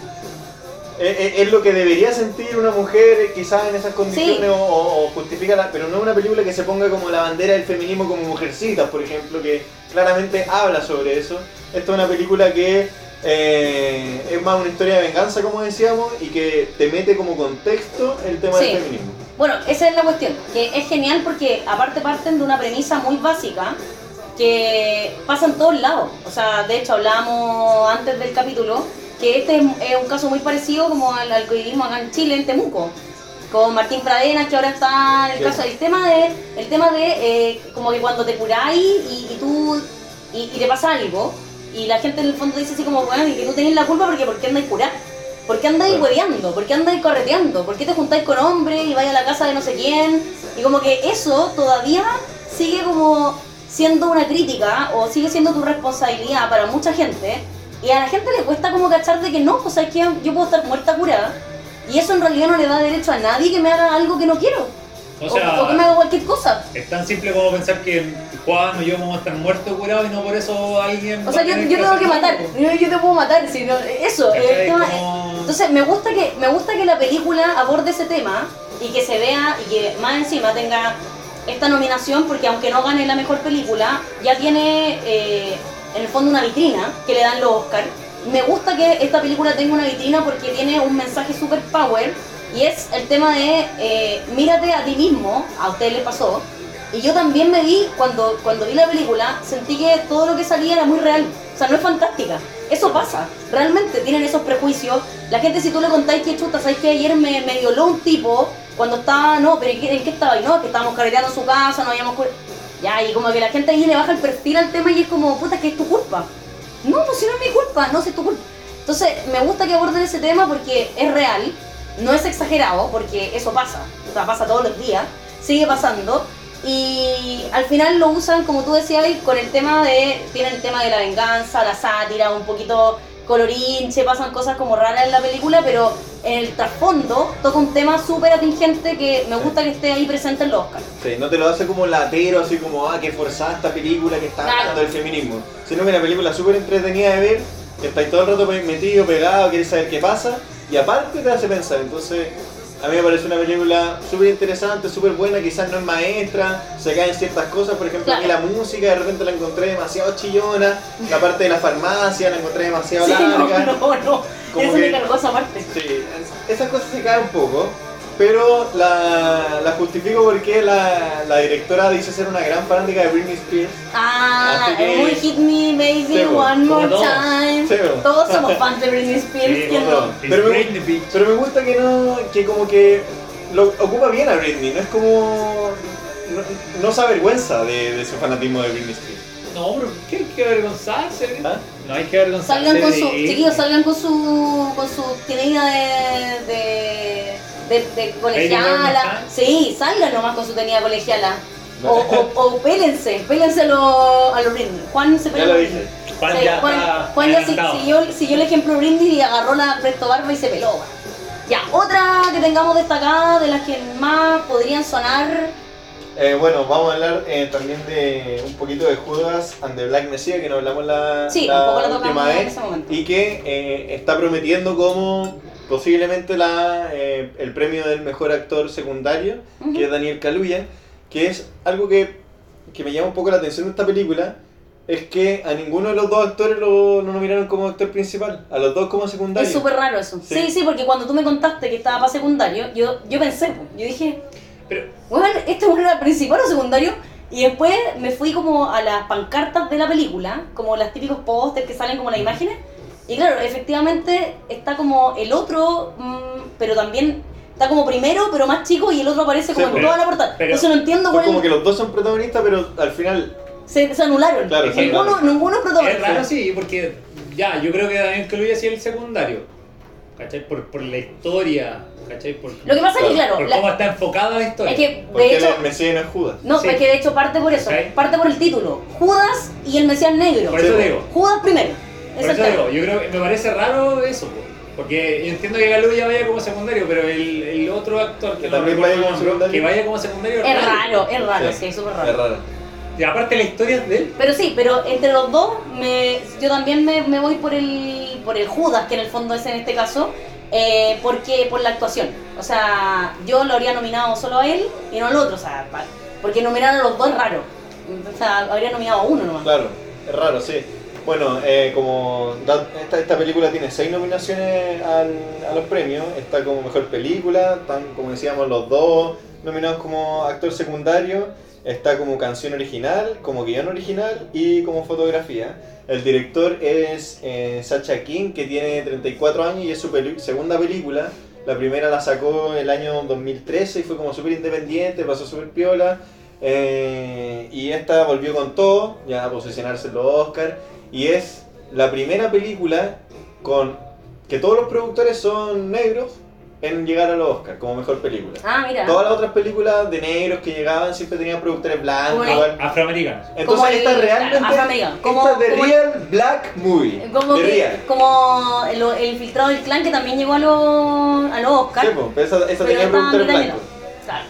Speaker 3: Es, es- es lo que debería sentir una mujer eh, quizás en esas condiciones
Speaker 1: Sí.
Speaker 3: o, o- o justifica, la- pero no es una película que se ponga como la bandera del feminismo como Mujercitas, por ejemplo, que claramente habla sobre eso. Esta es una película que eh, es más una historia de venganza, como decíamos, y que te mete como contexto el tema
Speaker 1: Sí.
Speaker 3: del feminismo.
Speaker 1: bueno, esa es la cuestión. Que es genial porque aparte parten de una premisa muy básica que pasa en todos lados. O sea, de hecho hablábamos antes del capítulo que este es, es un caso muy parecido como al al que vivimos acá en Chile, en Temuco. Con Martín Pradena, que ahora está en el
Speaker 3: Sí.
Speaker 1: caso. El tema de, el tema de eh, como que cuando te curáis y, y tú y, y te pasa algo, y la gente en el fondo dice así como, bueno, y que tú tenés la culpa porque ¿por qué andáis curar? ¿Por qué andáis
Speaker 3: Claro.
Speaker 1: hueveando? ¿Por qué andáis correteando? ¿Por qué te juntáis con hombres y vais a la casa de no sé quién? Y como que eso todavía sigue como siendo una crítica o sigue siendo tu responsabilidad para mucha gente. Y a la gente le cuesta como cachar de que no, o sea, es que yo puedo estar muerta curada. Y eso en realidad no le da derecho a nadie que me haga algo que no quiero.
Speaker 2: O sea,
Speaker 1: o que me haga cualquier cosa.
Speaker 2: es tan simple como pensar que Juan o yo vamos a estar muertos curados y no por eso alguien.
Speaker 1: O sea,
Speaker 2: va a
Speaker 1: yo,
Speaker 2: tener
Speaker 1: yo tengo
Speaker 2: hacer
Speaker 1: que matar,
Speaker 2: algo.
Speaker 1: yo, yo te puedo matar, si no- eso, el
Speaker 2: ¿Cachai?
Speaker 1: tema es-
Speaker 2: Como-
Speaker 1: Entonces me gusta que me gusta que la película aborde ese tema y que se vea y que más encima tenga esta nominación porque aunque no gane la mejor película, ya tiene eh, en el fondo una vitrina que le dan los Oscar. Me gusta que esta película tenga una vitrina porque tiene un mensaje super power y es el tema de eh, mírate a ti mismo, a ustedes les pasó, y yo también me vi, cuando, cuando vi la película, sentí que todo lo que salía era muy real. O sea, no es fantástica. Eso pasa. Realmente tienen esos prejuicios. La gente, si tú le contáis que chuta, sabes que ayer me, me violó un tipo cuando estaba, no, pero ¿en qué, en qué estaba? Y no, que estábamos carreteando en su casa, no habíamos. cu- Ya, y como que la gente ahí le baja el perfil al tema y es como, puta, que es tu culpa. No, pues si no es mi culpa, no, si es tu culpa. Entonces, me gusta que aborden ese tema porque es real, no es exagerado, porque eso pasa. O sea, pasa todos los días, sigue pasando. Y al final lo usan, como tú decías, ahí, con el tema de. Tienen el tema de la venganza, la sátira, un poquito colorinche, pasan cosas como raras en la película, pero en el trasfondo toca un tema súper atingente que me gusta que esté ahí presente en los Oscars.
Speaker 3: Sí, no te lo hace como latero, así como, ah, que forzada esta película que está
Speaker 1: Claro.
Speaker 3: hablando del feminismo. Sino que una película súper entretenida de ver, que estáis todo el rato metido, pegado, quieres saber qué pasa, y aparte te hace pensar. Entonces, a mí me parece una película súper interesante, súper buena, quizás no es maestra, se caen ciertas cosas, por ejemplo, a mí la música de repente la encontré demasiado chillona, la parte de la farmacia la encontré demasiado larga.
Speaker 1: no, no, no.
Speaker 3: Como
Speaker 1: Eso
Speaker 3: que-
Speaker 1: me cargó esa parte.
Speaker 3: Sí, esas cosas se caen un poco, pero la, la justifico porque la, la directora dice ser una gran fanática de Britney Spears.
Speaker 1: Ah,
Speaker 3: Así que-
Speaker 1: muy hit me, baby,
Speaker 3: Sí, bueno,
Speaker 1: one more
Speaker 2: como todos.
Speaker 1: time.
Speaker 3: Sí, bueno.
Speaker 1: Todos somos fans de Britney Spears,
Speaker 2: Sí,
Speaker 1: ¿quién
Speaker 3: como
Speaker 1: no?
Speaker 3: todos.
Speaker 2: It's
Speaker 3: Pero me-
Speaker 2: Britney, bitch.
Speaker 3: Pero me gusta que no, que como que lo ocupa bien a Britney, no es como... No, no se avergüenza de, de su fanatismo de Britney Spears.
Speaker 2: No, pero ¿qué hay que avergonzarse?
Speaker 3: ¿Ah?
Speaker 2: No hay que avergonzarse.
Speaker 1: Salgan con
Speaker 2: de
Speaker 1: su,
Speaker 2: esto.
Speaker 1: chiquillos, salgan con su, con su tenida de, de, de, de colegiala.
Speaker 2: ¿Tenida?
Speaker 1: Sí, salgan nomás con su tenida colegiala. O, o, o pélense, pélense a los a los Britney. Juan se peló.
Speaker 3: Ya lo
Speaker 1: a los
Speaker 3: dije.
Speaker 1: Britney.
Speaker 2: Juan
Speaker 1: Sí,
Speaker 2: ya
Speaker 1: Juan-
Speaker 2: está
Speaker 1: Juan ya si-
Speaker 2: adelantado.
Speaker 1: siguió, siguió el ejemplo Britney y agarró la Presto Barba y se peló. weón. Ya, otra que tengamos destacada de las que más podrían sonar.
Speaker 3: Eh, bueno, vamos a hablar eh, también de un poquito de Judas and the Black Messiah, que nos hablamos la,
Speaker 1: Sí,
Speaker 3: la
Speaker 1: tampoco la tocamos
Speaker 3: última
Speaker 1: en
Speaker 3: vez,
Speaker 1: ese momento.
Speaker 3: y que eh, está prometiendo como posiblemente la, eh, el premio del mejor actor secundario,
Speaker 1: Ujú.
Speaker 3: que es Daniel Kaluuya, que es algo que, que me llama un poco la atención de esta película, es que a ninguno de los dos actores lo, no nominaron como actor principal, a los dos como secundario.
Speaker 1: Es súper raro eso. Sí.
Speaker 3: Sí.
Speaker 1: sí, porque cuando tú me contaste que estaba para secundario, yo, yo pensé, po, yo dije,
Speaker 2: Pero-
Speaker 1: bueno, este bueno era principal o secundario. Y después me fui como a las pancartas de la película, como los típicos pósters que salen como las imágenes. Y claro, efectivamente está como el otro, mm, pero también está como primero, pero más chico, y el otro aparece como
Speaker 3: Sí,
Speaker 1: en
Speaker 2: pero-
Speaker 1: toda la portada.
Speaker 2: pero-
Speaker 1: Entonces no entiendo
Speaker 3: Fue
Speaker 1: cuál
Speaker 3: como que los dos son protagonistas, pero al final,
Speaker 1: se, se anularon.
Speaker 3: claro,
Speaker 2: Es que-
Speaker 1: Ninguno, ninguno es
Speaker 2: Es
Speaker 1: protagonista.
Speaker 2: raro, sí, porque ya, yo creo que Daniel Kaluuya sí es el secundario. ¿Cachai? Por, por la historia, ¿cachai? Por,
Speaker 1: Lo que pasa es que,
Speaker 3: Claro,
Speaker 1: claro,
Speaker 2: por
Speaker 1: la-
Speaker 2: cómo está enfocada la historia.
Speaker 1: es que de
Speaker 3: porque
Speaker 1: hecho,
Speaker 3: el Mesías no es Judas.
Speaker 1: No,
Speaker 2: Sí.
Speaker 1: es que de hecho parte por eso,
Speaker 2: Ok.
Speaker 1: parte por el título, Judas y el Mesías Negro.
Speaker 2: por eso
Speaker 3: Sí,
Speaker 2: digo.
Speaker 1: Judas primero.
Speaker 2: Por eso
Speaker 1: Exacto.
Speaker 2: digo, yo creo que me parece raro eso, po. porque yo entiendo que Galuya vaya como secundario, pero el, el otro actor
Speaker 3: Que
Speaker 2: no
Speaker 3: también
Speaker 2: recuerdo
Speaker 3: vaya como
Speaker 2: el nombre,
Speaker 3: secundario.
Speaker 2: que vaya como secundario
Speaker 1: Es raro, es raro, sí,
Speaker 3: Sí.
Speaker 1: es súper
Speaker 3: Es
Speaker 1: raro.
Speaker 3: raro.
Speaker 2: Y aparte la historia es de él.
Speaker 1: Pero sí, pero entre los dos, me, yo también me, me voy por el, por el Judas, que en el fondo es en este caso, eh, porque por la actuación. O sea, yo lo habría nominado solo a él y no al otro, o sea, pa- porque nominar a los dos es raro. O sea, habría nominado a uno nomás.
Speaker 3: Claro, es raro, sí. Bueno, eh, como da- esta, esta película tiene seis nominaciones al- a los premios, está como mejor película, están como decíamos los dos nominados como actor secundario, está como canción original, como guión original y como fotografía. El director es eh, Sacha King, que tiene 34 años y es su peli- segunda película. La primera la sacó el año 2013 y fue como súper independiente, pasó súper piola. Eh, y esta volvió con todo, ya a posicionarse en los Oscar. Y es la primera película con que todos los productores son negros en llegar a los Oscar como mejor película.
Speaker 1: Ah, mira.
Speaker 3: Todas las otras películas de negros que llegaban siempre tenían productores blancos.
Speaker 1: Bueno,
Speaker 3: igual.
Speaker 2: Afroamericanos.
Speaker 1: como
Speaker 3: Entonces
Speaker 1: el-
Speaker 3: esta realmente
Speaker 1: claro, afroamericano. Como-
Speaker 3: esta es The
Speaker 1: como-
Speaker 3: Real Black Movie.
Speaker 1: Como,
Speaker 3: The
Speaker 1: que-
Speaker 3: Real.
Speaker 1: como el, el filtrado del clan que también llegó a los a los Oscar.
Speaker 3: Sí, po, pero esa, esa
Speaker 1: pero
Speaker 3: tenía
Speaker 1: estaba
Speaker 3: productores
Speaker 1: mitad negro.
Speaker 3: blancos.
Speaker 1: Claro.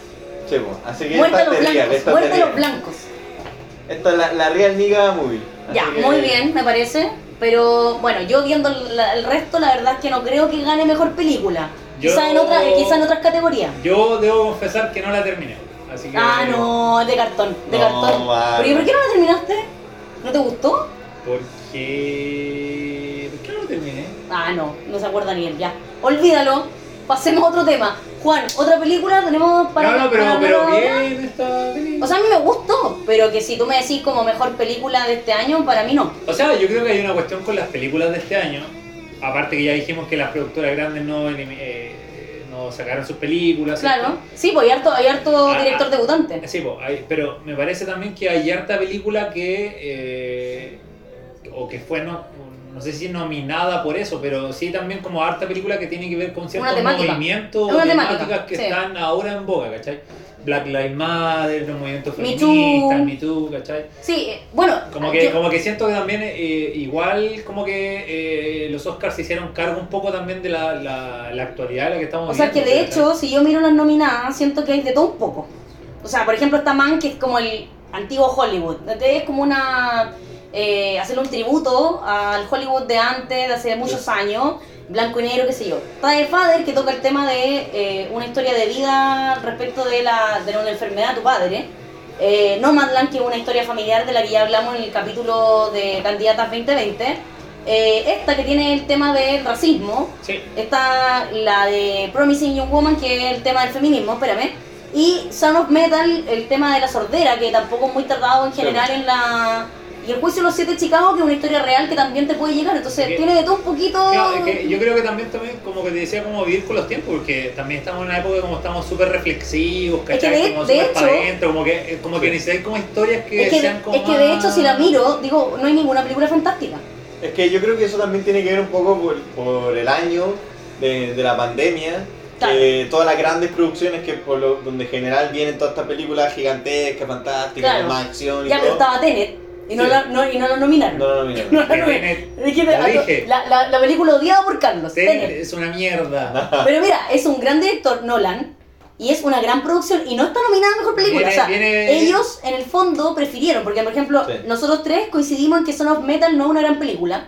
Speaker 3: Sí, po, así que
Speaker 1: Muerte
Speaker 3: esta
Speaker 1: a los
Speaker 3: es The Real,
Speaker 1: blancos.
Speaker 3: esta es
Speaker 1: Muerte
Speaker 3: The
Speaker 1: a los
Speaker 3: Real.
Speaker 1: blancos.
Speaker 3: Esta es la, la Real Niga Movie. Así
Speaker 1: Ya,
Speaker 3: que-
Speaker 1: muy bien, me parece. Pero bueno, yo viendo el, la- el resto, la verdad es que no creo que gane mejor película.
Speaker 2: Yo-
Speaker 1: Quizás en, otra, eh, quizá en otras categorías.
Speaker 2: Yo debo confesar que no la terminé. Así que,
Speaker 1: Ah, no, de cartón, de
Speaker 3: No,
Speaker 1: cartón.
Speaker 3: vale.
Speaker 1: Pero ¿y por qué no la terminaste? ¿No te gustó?
Speaker 2: Porque... ¿Por qué no la terminé?
Speaker 1: Ah, no, no se acuerda ni él, ya. Olvídalo, pasemos a otro tema. Juan, ¿otra película tenemos para
Speaker 2: no, no, pero,
Speaker 1: para
Speaker 2: pero
Speaker 1: hablar ahora?
Speaker 2: bien esta película.
Speaker 1: O sea, a mí me gustó, pero que si tú me decís como mejor película de este año, para mí no.
Speaker 2: O sea, yo creo que hay una cuestión con las películas de este año. Aparte que ya dijimos que las productoras grandes no, elim- eh, no sacaron sus películas.
Speaker 1: Claro. Sí, pues hay harto, hay harto
Speaker 2: Ah,
Speaker 1: director
Speaker 2: ah.
Speaker 1: debutante.
Speaker 2: Sí, po, hay- pero me parece también que hay harta película que. eh, o que fue, no, no sé si nominada por eso, pero sí también como harta película que tiene que ver con ciertos
Speaker 1: Una temática.
Speaker 2: movimientos
Speaker 1: Es una
Speaker 2: o
Speaker 1: temática,
Speaker 2: temáticas que
Speaker 1: sí.
Speaker 2: están ahora en boga, ¿cachai? Black Lives Matter, los movimientos
Speaker 1: Me
Speaker 2: feministas,
Speaker 1: Too.
Speaker 2: Me Too, ¿cachai?
Speaker 1: Sí, eh, bueno.
Speaker 2: Como que,
Speaker 1: yo-
Speaker 2: como que siento que también, eh, igual como que eh, los Oscars se hicieron cargo un poco también de la, la, la actualidad de la que estamos
Speaker 1: o sea, que
Speaker 2: viviendo,
Speaker 1: de
Speaker 2: ¿cachai?
Speaker 1: hecho, si yo miro las nominadas, siento que hay de todo un poco. O sea, por ejemplo, esta man que es como el antiguo Hollywood. Entonces, Es como una. Eh, hacerle un tributo al Hollywood de antes, de hace muchos años, blanco y negro, qué sé yo. Está de Father, que toca el tema de eh, una historia de vida respecto de, la, de una enfermedad de tu padre. Eh, Nomadland, que es una historia familiar de la que ya hablamos en el capítulo de Candidatas 2020. Eh, esta que tiene el tema del racismo,
Speaker 2: Sí.
Speaker 1: Está la de Promising Young Woman, que es el tema del feminismo, espérame. Y Sound of Metal, el tema de la sordera, que tampoco es muy tratado en general en la, Y el juicio de los siete de Chicago, que es una historia real que también te puede llegar. Entonces,
Speaker 2: Que-
Speaker 1: tiene de todo un poquito.
Speaker 2: Claro, es que yo creo que también, también, como que te decía, como vivir con los tiempos, porque también estamos en una época como estamos súper reflexivos,
Speaker 1: Es que
Speaker 2: ¿cachai?
Speaker 1: de-
Speaker 2: como
Speaker 1: de
Speaker 2: súper para
Speaker 1: hecho-
Speaker 2: adentro, como que, eh, como que necesitan como historias que
Speaker 1: Es que,
Speaker 2: sean como
Speaker 1: es que de
Speaker 2: más-
Speaker 1: hecho, si la miro, digo, no hay ninguna película fantástica.
Speaker 3: Es que yo creo que eso también tiene que ver un poco por, por el año de, de la pandemia.
Speaker 1: Claro.
Speaker 3: que todas las grandes producciones que por lo- donde en general vienen todas estas películas gigantescas, fantásticas,
Speaker 1: Claro.
Speaker 3: con más acción y
Speaker 1: Ya, pero
Speaker 3: todo.
Speaker 1: estaba Tenet y no,
Speaker 3: Sí.
Speaker 1: la, no, y no la nominaron.
Speaker 3: No, no, mira.
Speaker 1: No la
Speaker 2: Pero
Speaker 1: nominaron.
Speaker 2: Tenet,
Speaker 1: Es que
Speaker 2: ya
Speaker 1: la-
Speaker 2: dije.
Speaker 1: la, la- la película odiada por Carlos.
Speaker 2: Tenet
Speaker 1: Tenet.
Speaker 2: es una mierda.
Speaker 1: Pero mira, es un gran director, Nolan, y es una gran producción, y no está nominada a mejor película.
Speaker 2: Viene-
Speaker 1: o sea,
Speaker 2: viene-
Speaker 1: ellos en el fondo prefirieron, porque por ejemplo,
Speaker 3: Sí.
Speaker 1: nosotros tres coincidimos en que Son of Metal no es una gran película,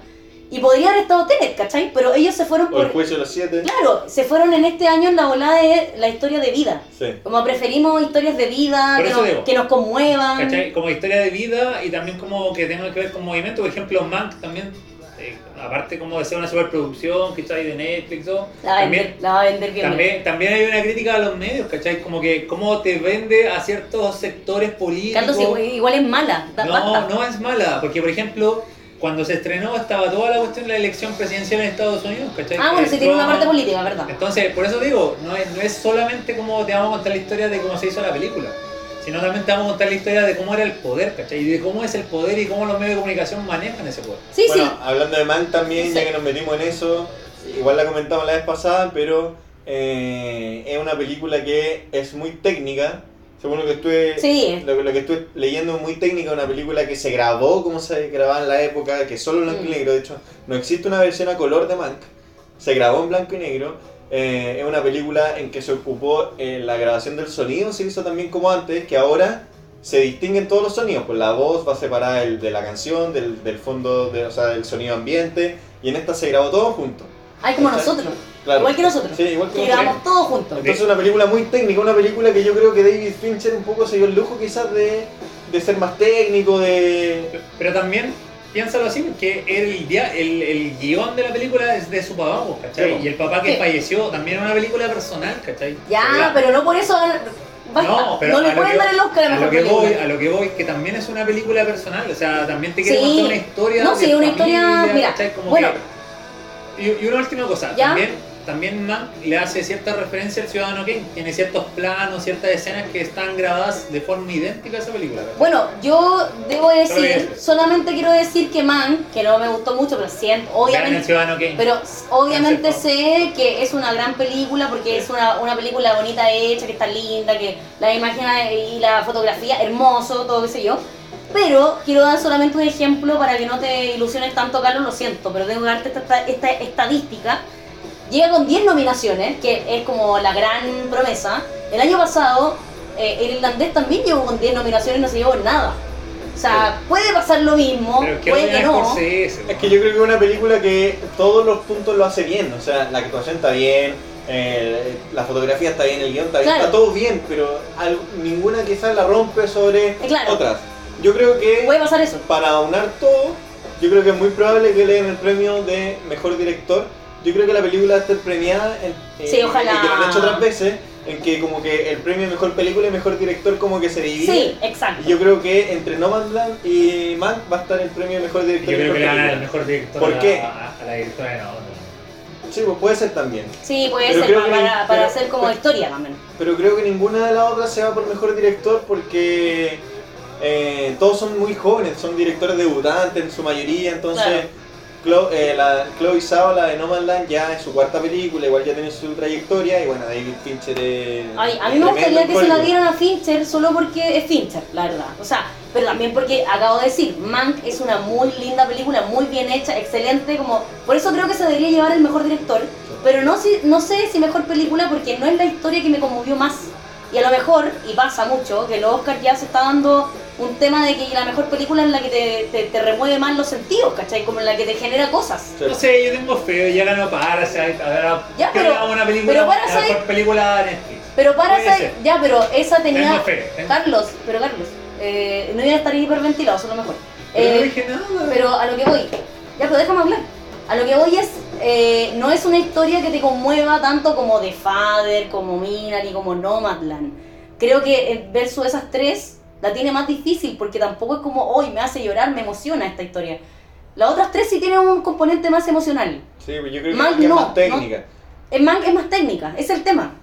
Speaker 1: y podría haber estado Tenet, ¿cachai? Pero ellos se fueron
Speaker 3: O el
Speaker 1: por.
Speaker 3: juicio de los siete.
Speaker 1: Claro, se fueron en este año en la volada de la historia de vida.
Speaker 3: Sí.
Speaker 1: Como preferimos historias de vida,
Speaker 2: Por
Speaker 1: que
Speaker 2: eso
Speaker 1: nos,
Speaker 2: digo.
Speaker 1: que nos conmuevan.
Speaker 2: ¿Cachai? Como historia de vida y también como que tenga que ver con movimiento. Por ejemplo, Mank también, eh, aparte como de ser una superproducción, ¿cachai? De Netflix, todo,
Speaker 1: La va a
Speaker 2: también
Speaker 1: vender, la va a vender bien.
Speaker 2: También, también hay una crítica a los medios, ¿cachai? Como que cómo te vende a ciertos sectores políticos.
Speaker 1: Carlos igual, igual es mala. da-
Speaker 2: no,
Speaker 1: basta.
Speaker 2: no es mala, porque por ejemplo, cuando se estrenó estaba toda la cuestión de la elección presidencial en Estados Unidos, ¿cachai?
Speaker 1: Ah, bueno, sí
Speaker 2: Trump.
Speaker 1: tiene una parte política, ¿verdad?
Speaker 2: Entonces, por eso digo, no es, no es solamente como te vamos a contar la historia de cómo se hizo la película, sino también te vamos a contar la historia de cómo era el poder, ¿cachai? Y de cómo es el poder y cómo los medios de comunicación manejan ese poder.
Speaker 1: Sí,
Speaker 3: bueno,
Speaker 1: sí.
Speaker 3: hablando de Mank también,
Speaker 1: Sí.
Speaker 3: ya que nos metimos en eso, igual la comentamos la vez pasada, pero eh, es una película que es muy técnica. Según lo que
Speaker 2: eh,
Speaker 3: estuve
Speaker 1: Sí.
Speaker 3: lo, lo que estuve leyendo es muy técnica, una película que se grabó como se grababa en la época, que solo en blanco y
Speaker 1: Mm.
Speaker 3: negro, de hecho, no existe una versión a color de Mank, se grabó en blanco y negro, eh, es una película en que se ocupó eh, la grabación del sonido, se hizo también como antes, que ahora se distinguen todos los sonidos, pues la voz va separada del- de la canción, del, del fondo, de, o sea, del sonido ambiente, y en esta se grabó todo junto.
Speaker 1: Ay, como
Speaker 3: Exacto.
Speaker 1: nosotros.
Speaker 3: Claro.
Speaker 1: Igual que nosotros.
Speaker 3: Sí, igual que
Speaker 1: Que
Speaker 3: nosotros.
Speaker 1: grabamos todos juntos.
Speaker 3: Entonces una película muy técnica, una película que yo creo que David Fincher un poco se dio el lujo quizás de, de ser más técnico, de...
Speaker 2: Pero también, piénsalo así, porque el, dia- el, el guión de la película es de su papá, ¿vos? ¿cachai?
Speaker 3: Sí.
Speaker 2: Y el papá que
Speaker 1: Sí.
Speaker 2: falleció también es una película personal, ¿cachai?
Speaker 1: Ya,
Speaker 2: ¿Verdad?
Speaker 1: pero no por eso. van- Basta. No,
Speaker 2: No, pero a
Speaker 1: le
Speaker 2: lo
Speaker 1: pueden
Speaker 2: que-
Speaker 1: dar el Oscar a la
Speaker 2: A lo
Speaker 1: mejor
Speaker 2: que voy,
Speaker 1: película.
Speaker 2: a lo que voy, que también es una película personal, o sea, también te quiere
Speaker 1: Sí.
Speaker 2: contar una historia.
Speaker 1: No,
Speaker 2: de
Speaker 1: sí, una historia-
Speaker 2: familia,
Speaker 1: mira,
Speaker 2: ¿cachai? Como
Speaker 1: bueno.
Speaker 2: que- y, y una última cosa,
Speaker 1: ¿Ya?
Speaker 2: también, también Mank le hace cierta referencia al Ciudadano Kane, tiene ciertos planos, ciertas escenas que están grabadas de forma idéntica a esa película. ¿verdad?
Speaker 1: Bueno, yo debo decir,
Speaker 2: bien.
Speaker 1: solamente quiero decir que Man, que no me gustó mucho, pero siento,
Speaker 2: Vean el
Speaker 1: obviamente.
Speaker 2: Ciudadano Kane.
Speaker 1: Pero s- obviamente
Speaker 2: Gracias,
Speaker 1: sé que es una gran película porque es una, una película bonita hecha, que está linda, que la imagen y la fotografía, hermoso, todo qué sé yo. Pero quiero dar solamente un ejemplo para que no te ilusiones tanto, Carlos, lo siento, pero tengo que darte esta, esta- esta estadística. Llega con 10 nominaciones, que es como la gran promesa. El año pasado, eh, el irlandés también llegó con 10 nominaciones y no se llevó nada. O sea, puede pasar lo mismo,
Speaker 2: Pero ¿qué
Speaker 1: puede
Speaker 2: opina
Speaker 1: que no.
Speaker 2: Scorsese,
Speaker 3: Es que yo creo que es una película que todos los puntos lo hace bien, o sea, la actuación está bien, eh, la fotografía está bien, el guión está bien,
Speaker 1: Claro.
Speaker 3: está todo bien, pero al- ninguna quizás la rompe sobre
Speaker 1: Eh, claro.
Speaker 3: otras. Yo creo que
Speaker 1: Puede pasar eso.
Speaker 3: para aunar todo, yo creo que es muy probable que le den el premio de mejor director. Yo creo que la película va a estar premiada en, en-
Speaker 1: Sí, ojalá.
Speaker 3: en que lo han hecho otras veces, en que como que el premio de mejor película y mejor director como que se divide.
Speaker 1: Sí, exacto.
Speaker 3: Y Yo creo que entre Nomadland y Mank va a estar el premio de mejor director.
Speaker 2: Yo
Speaker 3: y
Speaker 2: creo que le van a dar el
Speaker 3: película.
Speaker 2: mejor director
Speaker 3: ¿Por
Speaker 2: a,
Speaker 3: qué?
Speaker 2: a la directora de la otra.
Speaker 3: Sí, pues puede ser también.
Speaker 1: Sí, puede
Speaker 3: Pero
Speaker 1: ser,
Speaker 3: creo
Speaker 1: pa-
Speaker 3: que-
Speaker 1: para, para
Speaker 3: pero-
Speaker 1: hacer como
Speaker 3: pero-
Speaker 1: historia también.
Speaker 3: Pero creo que ninguna de las otras se va por mejor director porque eh, todos son muy jóvenes, son directores debutantes en su mayoría, entonces Clo- eh, la, Chloe Zhao, la de Nomadland, ya es su cuarta película, igual ya tiene su trayectoria y bueno, David Fincher es...
Speaker 1: Ay, a
Speaker 3: es
Speaker 1: mí me gustaría
Speaker 3: tremendo
Speaker 1: que se la
Speaker 3: Hollywood.
Speaker 1: dieran a Fincher solo porque es Fincher, la verdad. O sea, pero también porque acabo de decir, Mank es una muy linda película, muy bien hecha, excelente, como por eso creo que se debería llevar el mejor director, pero no si, no sé si mejor película porque no es la historia que me conmovió más. Y a lo mejor, y pasa mucho, que los Oscar ya se está dando un tema de que la mejor película es la que te, te, te remueve más los sentidos, ¿cachai? Como la que te genera cosas.
Speaker 3: Sí.
Speaker 2: No sé, yo tengo feo, ya ganó Parasite, ahora
Speaker 1: Ya,
Speaker 2: que
Speaker 1: pero-
Speaker 2: hagamos una película,
Speaker 1: pero Parasite-
Speaker 2: la mejor película de Netflix.
Speaker 1: Pero para
Speaker 2: Puede
Speaker 1: esa,
Speaker 2: ser.
Speaker 1: ya, pero esa tenía...
Speaker 2: Tengo fe, tengo-
Speaker 1: Carlos, pero Carlos, eh, no iba a estar hiperventilado, eso es lo mejor.
Speaker 2: Pero no
Speaker 1: Eh,
Speaker 2: dije nada.
Speaker 1: pero a lo que voy, ya, pero déjame hablar. A lo que voy es, eh, no es una historia que te conmueva tanto como The Father, como Mina, ni como Nomadland. Creo que eh, versus esas tres, la tiene más difícil porque tampoco es como, hoy me hace llorar, me emociona esta historia. Las otras tres sí tienen un componente más emocional.
Speaker 3: Sí, pues yo creo que
Speaker 1: Mal
Speaker 3: es
Speaker 1: no,
Speaker 3: más técnica.
Speaker 1: El manga es más técnica, ese es el tema.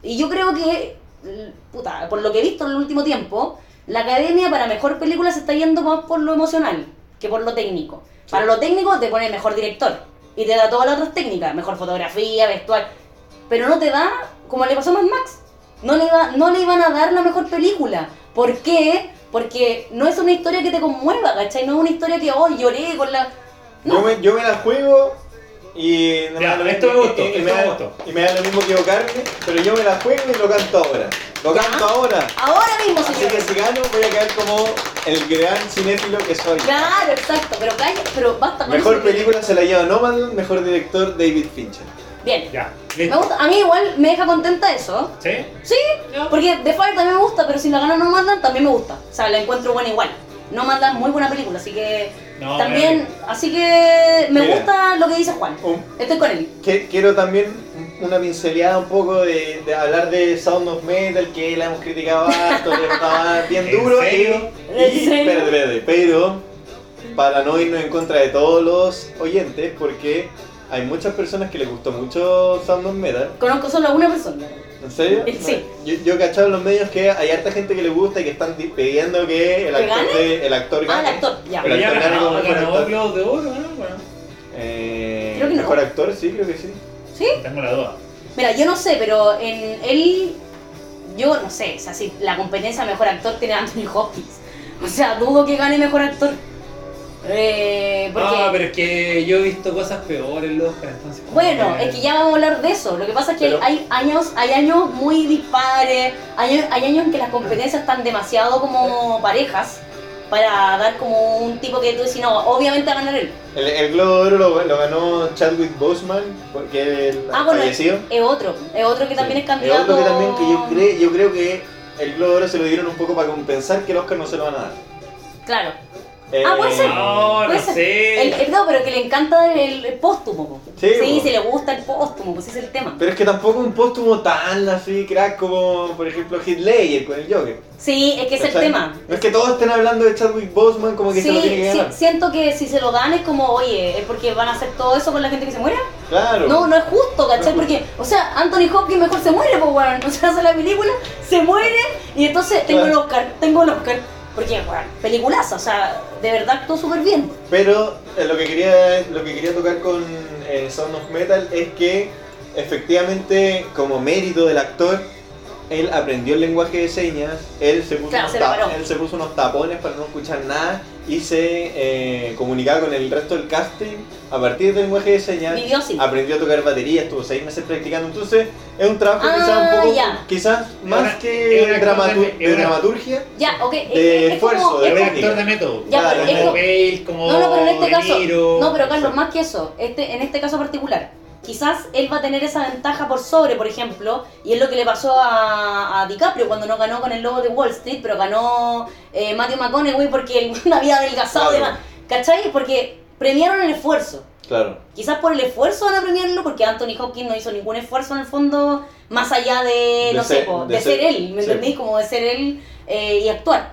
Speaker 1: Y yo creo que, l- puta, por lo que he visto en el último tiempo, la academia para mejor película se está yendo más por lo emocional que por lo técnico. Para lo técnico te pone mejor director y te da todas las otras técnicas, mejor fotografía, vestuario, pero no te da como le pasó a Mad Max. No le, iba- no le iban a dar la mejor película. ¿Por qué? Porque no es una historia que te conmueva, ¿cachai? No es una historia que, oh, lloré con la... No.
Speaker 3: Yo, me, yo me la juego y. no
Speaker 2: Ya,
Speaker 3: da lo
Speaker 2: esto
Speaker 3: mismo-
Speaker 2: me gustó,
Speaker 3: y- y
Speaker 2: esto
Speaker 3: me
Speaker 2: me
Speaker 3: da-
Speaker 2: gustó.
Speaker 3: Y me da lo mismo equivocarme, pero yo me la juego y lo canto ahora. Lo
Speaker 1: Ya.
Speaker 3: canto ahora.
Speaker 1: Ahora mismo,
Speaker 3: Así
Speaker 1: señor.
Speaker 3: que si gano, voy a quedar como el gran cinéfilo que soy.
Speaker 1: Claro, exacto, pero calla, pero basta con
Speaker 3: Mejor
Speaker 1: eso.
Speaker 3: película se la lleva Nomadland, mejor director David Fincher.
Speaker 1: Bien.
Speaker 2: Ya,
Speaker 1: Me
Speaker 2: listo.
Speaker 1: gusta, a mí igual me deja contenta eso.
Speaker 2: ¿Sí?
Speaker 1: Sí,
Speaker 2: Ya.
Speaker 1: porque The Fire también me gusta, pero si la gana No Mandan también me gusta. O sea, la encuentro buena igual. No Mandan muy buena película, así que
Speaker 2: No,
Speaker 1: también, así que me
Speaker 3: Mira.
Speaker 1: gusta lo que dice Juan.
Speaker 3: Un-
Speaker 1: Estoy con él.
Speaker 3: que- quiero también una pincelada un poco de, de hablar de Sound of Metal, que la hemos criticado harto, que estaba bien
Speaker 2: ¿En
Speaker 3: duro. y-
Speaker 2: serio?
Speaker 3: Y,
Speaker 1: ¿En serio?
Speaker 3: espérate, espérate, pero para no irnos en contra de todos los oyentes, porque hay muchas personas que les gustó mucho Sound of Metal.
Speaker 1: Conozco solo a una persona.
Speaker 3: ¿En serio?
Speaker 1: Eh, Sí.
Speaker 3: Yo, yo he cachado en los medios que hay harta gente que le gusta y que están di- pidiendo que el
Speaker 1: ¿Que
Speaker 3: actor,
Speaker 1: gane?
Speaker 3: de- el actor
Speaker 1: Ah, el
Speaker 3: gane.
Speaker 1: actor, ya.
Speaker 2: Pero ya
Speaker 3: Pero
Speaker 2: ganó,
Speaker 3: ganó,
Speaker 2: ganó
Speaker 3: ganó.
Speaker 2: Globos de Oro, ¿no? Bueno,
Speaker 3: Eh,
Speaker 1: Creo que no.
Speaker 3: mejor actor, sí, creo que sí.
Speaker 1: ¿Sí?
Speaker 2: tengo la duda.
Speaker 1: Mira, yo no sé, pero en él, yo no sé, o sea, si la competencia a mejor actor tiene a Anthony Hopkins. O sea, dudo que gane mejor actor. Eh, porque...
Speaker 2: Ah, pero es que yo he visto cosas peores, loca, entonces... como
Speaker 1: Bueno, es que ya vamos a hablar de eso. Lo que pasa es que
Speaker 3: Eh, Pero-
Speaker 1: hay años, hay años muy dispares, hay, hay años en que las competencias están demasiado como parejas para dar como un tipo que tú decís, no, obviamente va a ganar él.
Speaker 3: El, el Globo de Oro lo, lo ganó Chadwick Boseman, porque él
Speaker 1: Ah, bueno,
Speaker 3: falleció.
Speaker 1: Es otro, es otro que también
Speaker 3: Sí.
Speaker 1: es candidato.
Speaker 3: Es otro que también que yo, cre- yo creo que el Globo de Oro se lo dieron un poco para compensar que el Oscar no se lo van a dar.
Speaker 1: Claro.
Speaker 3: Eh,
Speaker 1: Ah, puede ser.
Speaker 2: No, no
Speaker 1: Puede ser.
Speaker 2: sé.
Speaker 1: El, el- no, pero que le encanta el, el póstumo. po.
Speaker 3: Sí, po.
Speaker 1: si le gusta el póstumo, pues ese es el tema.
Speaker 3: Pero es que tampoco un póstumo tan así crack como, por ejemplo, Heath Ledger con el Joker.
Speaker 1: Sí, es que ese es el
Speaker 3: ¿Cachai?
Speaker 1: tema.
Speaker 3: No es que todos estén hablando de Chadwick Boseman como que
Speaker 1: Sí,
Speaker 3: se lo tiene que
Speaker 1: sí,
Speaker 3: ganar.
Speaker 1: siento que si se lo dan es como, oye, es porque van a hacer todo eso con la gente que se muera.
Speaker 3: Claro.
Speaker 1: No, no es justo, ¿cachai?
Speaker 3: No es
Speaker 1: Porque, o sea, Anthony Hopkins mejor se muere, pues, weón. O sea, hace la película, se muere y entonces tengo el
Speaker 3: Claro.
Speaker 1: Oscar, tengo el Oscar. Porque, weón, peliculaza, o sea, de verdad actuó súper bien.
Speaker 3: Pero eh, lo que quería lo que quería tocar con eh, Sound of Metal es que efectivamente como mérito del actor él aprendió el lenguaje de señas, él se puso,
Speaker 1: Claro,
Speaker 3: unos,
Speaker 1: se lo
Speaker 3: tap-
Speaker 1: paró.
Speaker 3: él se puso unos tapones para no escuchar nada y se eh, comunicaba con el resto del casting a partir del lenguaje de señas.
Speaker 1: Vivió así.
Speaker 3: Aprendió a tocar batería, estuvo seis meses practicando, entonces es un trabajo
Speaker 1: Ah,
Speaker 3: quizás un poco,
Speaker 1: ya.
Speaker 3: quizás más
Speaker 2: una-
Speaker 3: que
Speaker 2: es una
Speaker 3: dramatu-
Speaker 2: cosa de-
Speaker 3: de
Speaker 2: es una-
Speaker 3: dramaturgia,
Speaker 1: Ya, ok. es-
Speaker 3: De
Speaker 1: es, es como-
Speaker 3: esfuerzo,
Speaker 1: es
Speaker 3: de
Speaker 2: Es un
Speaker 1: como-
Speaker 3: técnica.
Speaker 2: actor de método.
Speaker 1: Ya,
Speaker 3: pero
Speaker 2: como
Speaker 3: es como-
Speaker 2: Bale, como
Speaker 1: No, no, pero en este
Speaker 2: De
Speaker 1: caso.
Speaker 2: Niro.
Speaker 1: No, pero Carlos, más que eso, este, en este caso particular, quizás él va a tener esa ventaja por sobre, por ejemplo, y es lo que le pasó a, a DiCaprio cuando no ganó con el lobo de Wall Street, pero ganó eh, Matthew McConaughey porque él no había adelgazado y
Speaker 3: Claro.
Speaker 1: demás. ¿Cachai? Porque premiaron el esfuerzo.
Speaker 3: claro.
Speaker 1: Quizás por el esfuerzo van a premiarlo, porque Anthony Hopkins no hizo ningún esfuerzo en el fondo, más allá de,
Speaker 3: De
Speaker 1: no sé,
Speaker 3: ser-
Speaker 1: po, de,
Speaker 3: de
Speaker 1: ser,
Speaker 3: ser-
Speaker 1: él, ¿me
Speaker 3: sí,
Speaker 1: entendí?
Speaker 3: po.
Speaker 1: Como de ser él eh, y actuar.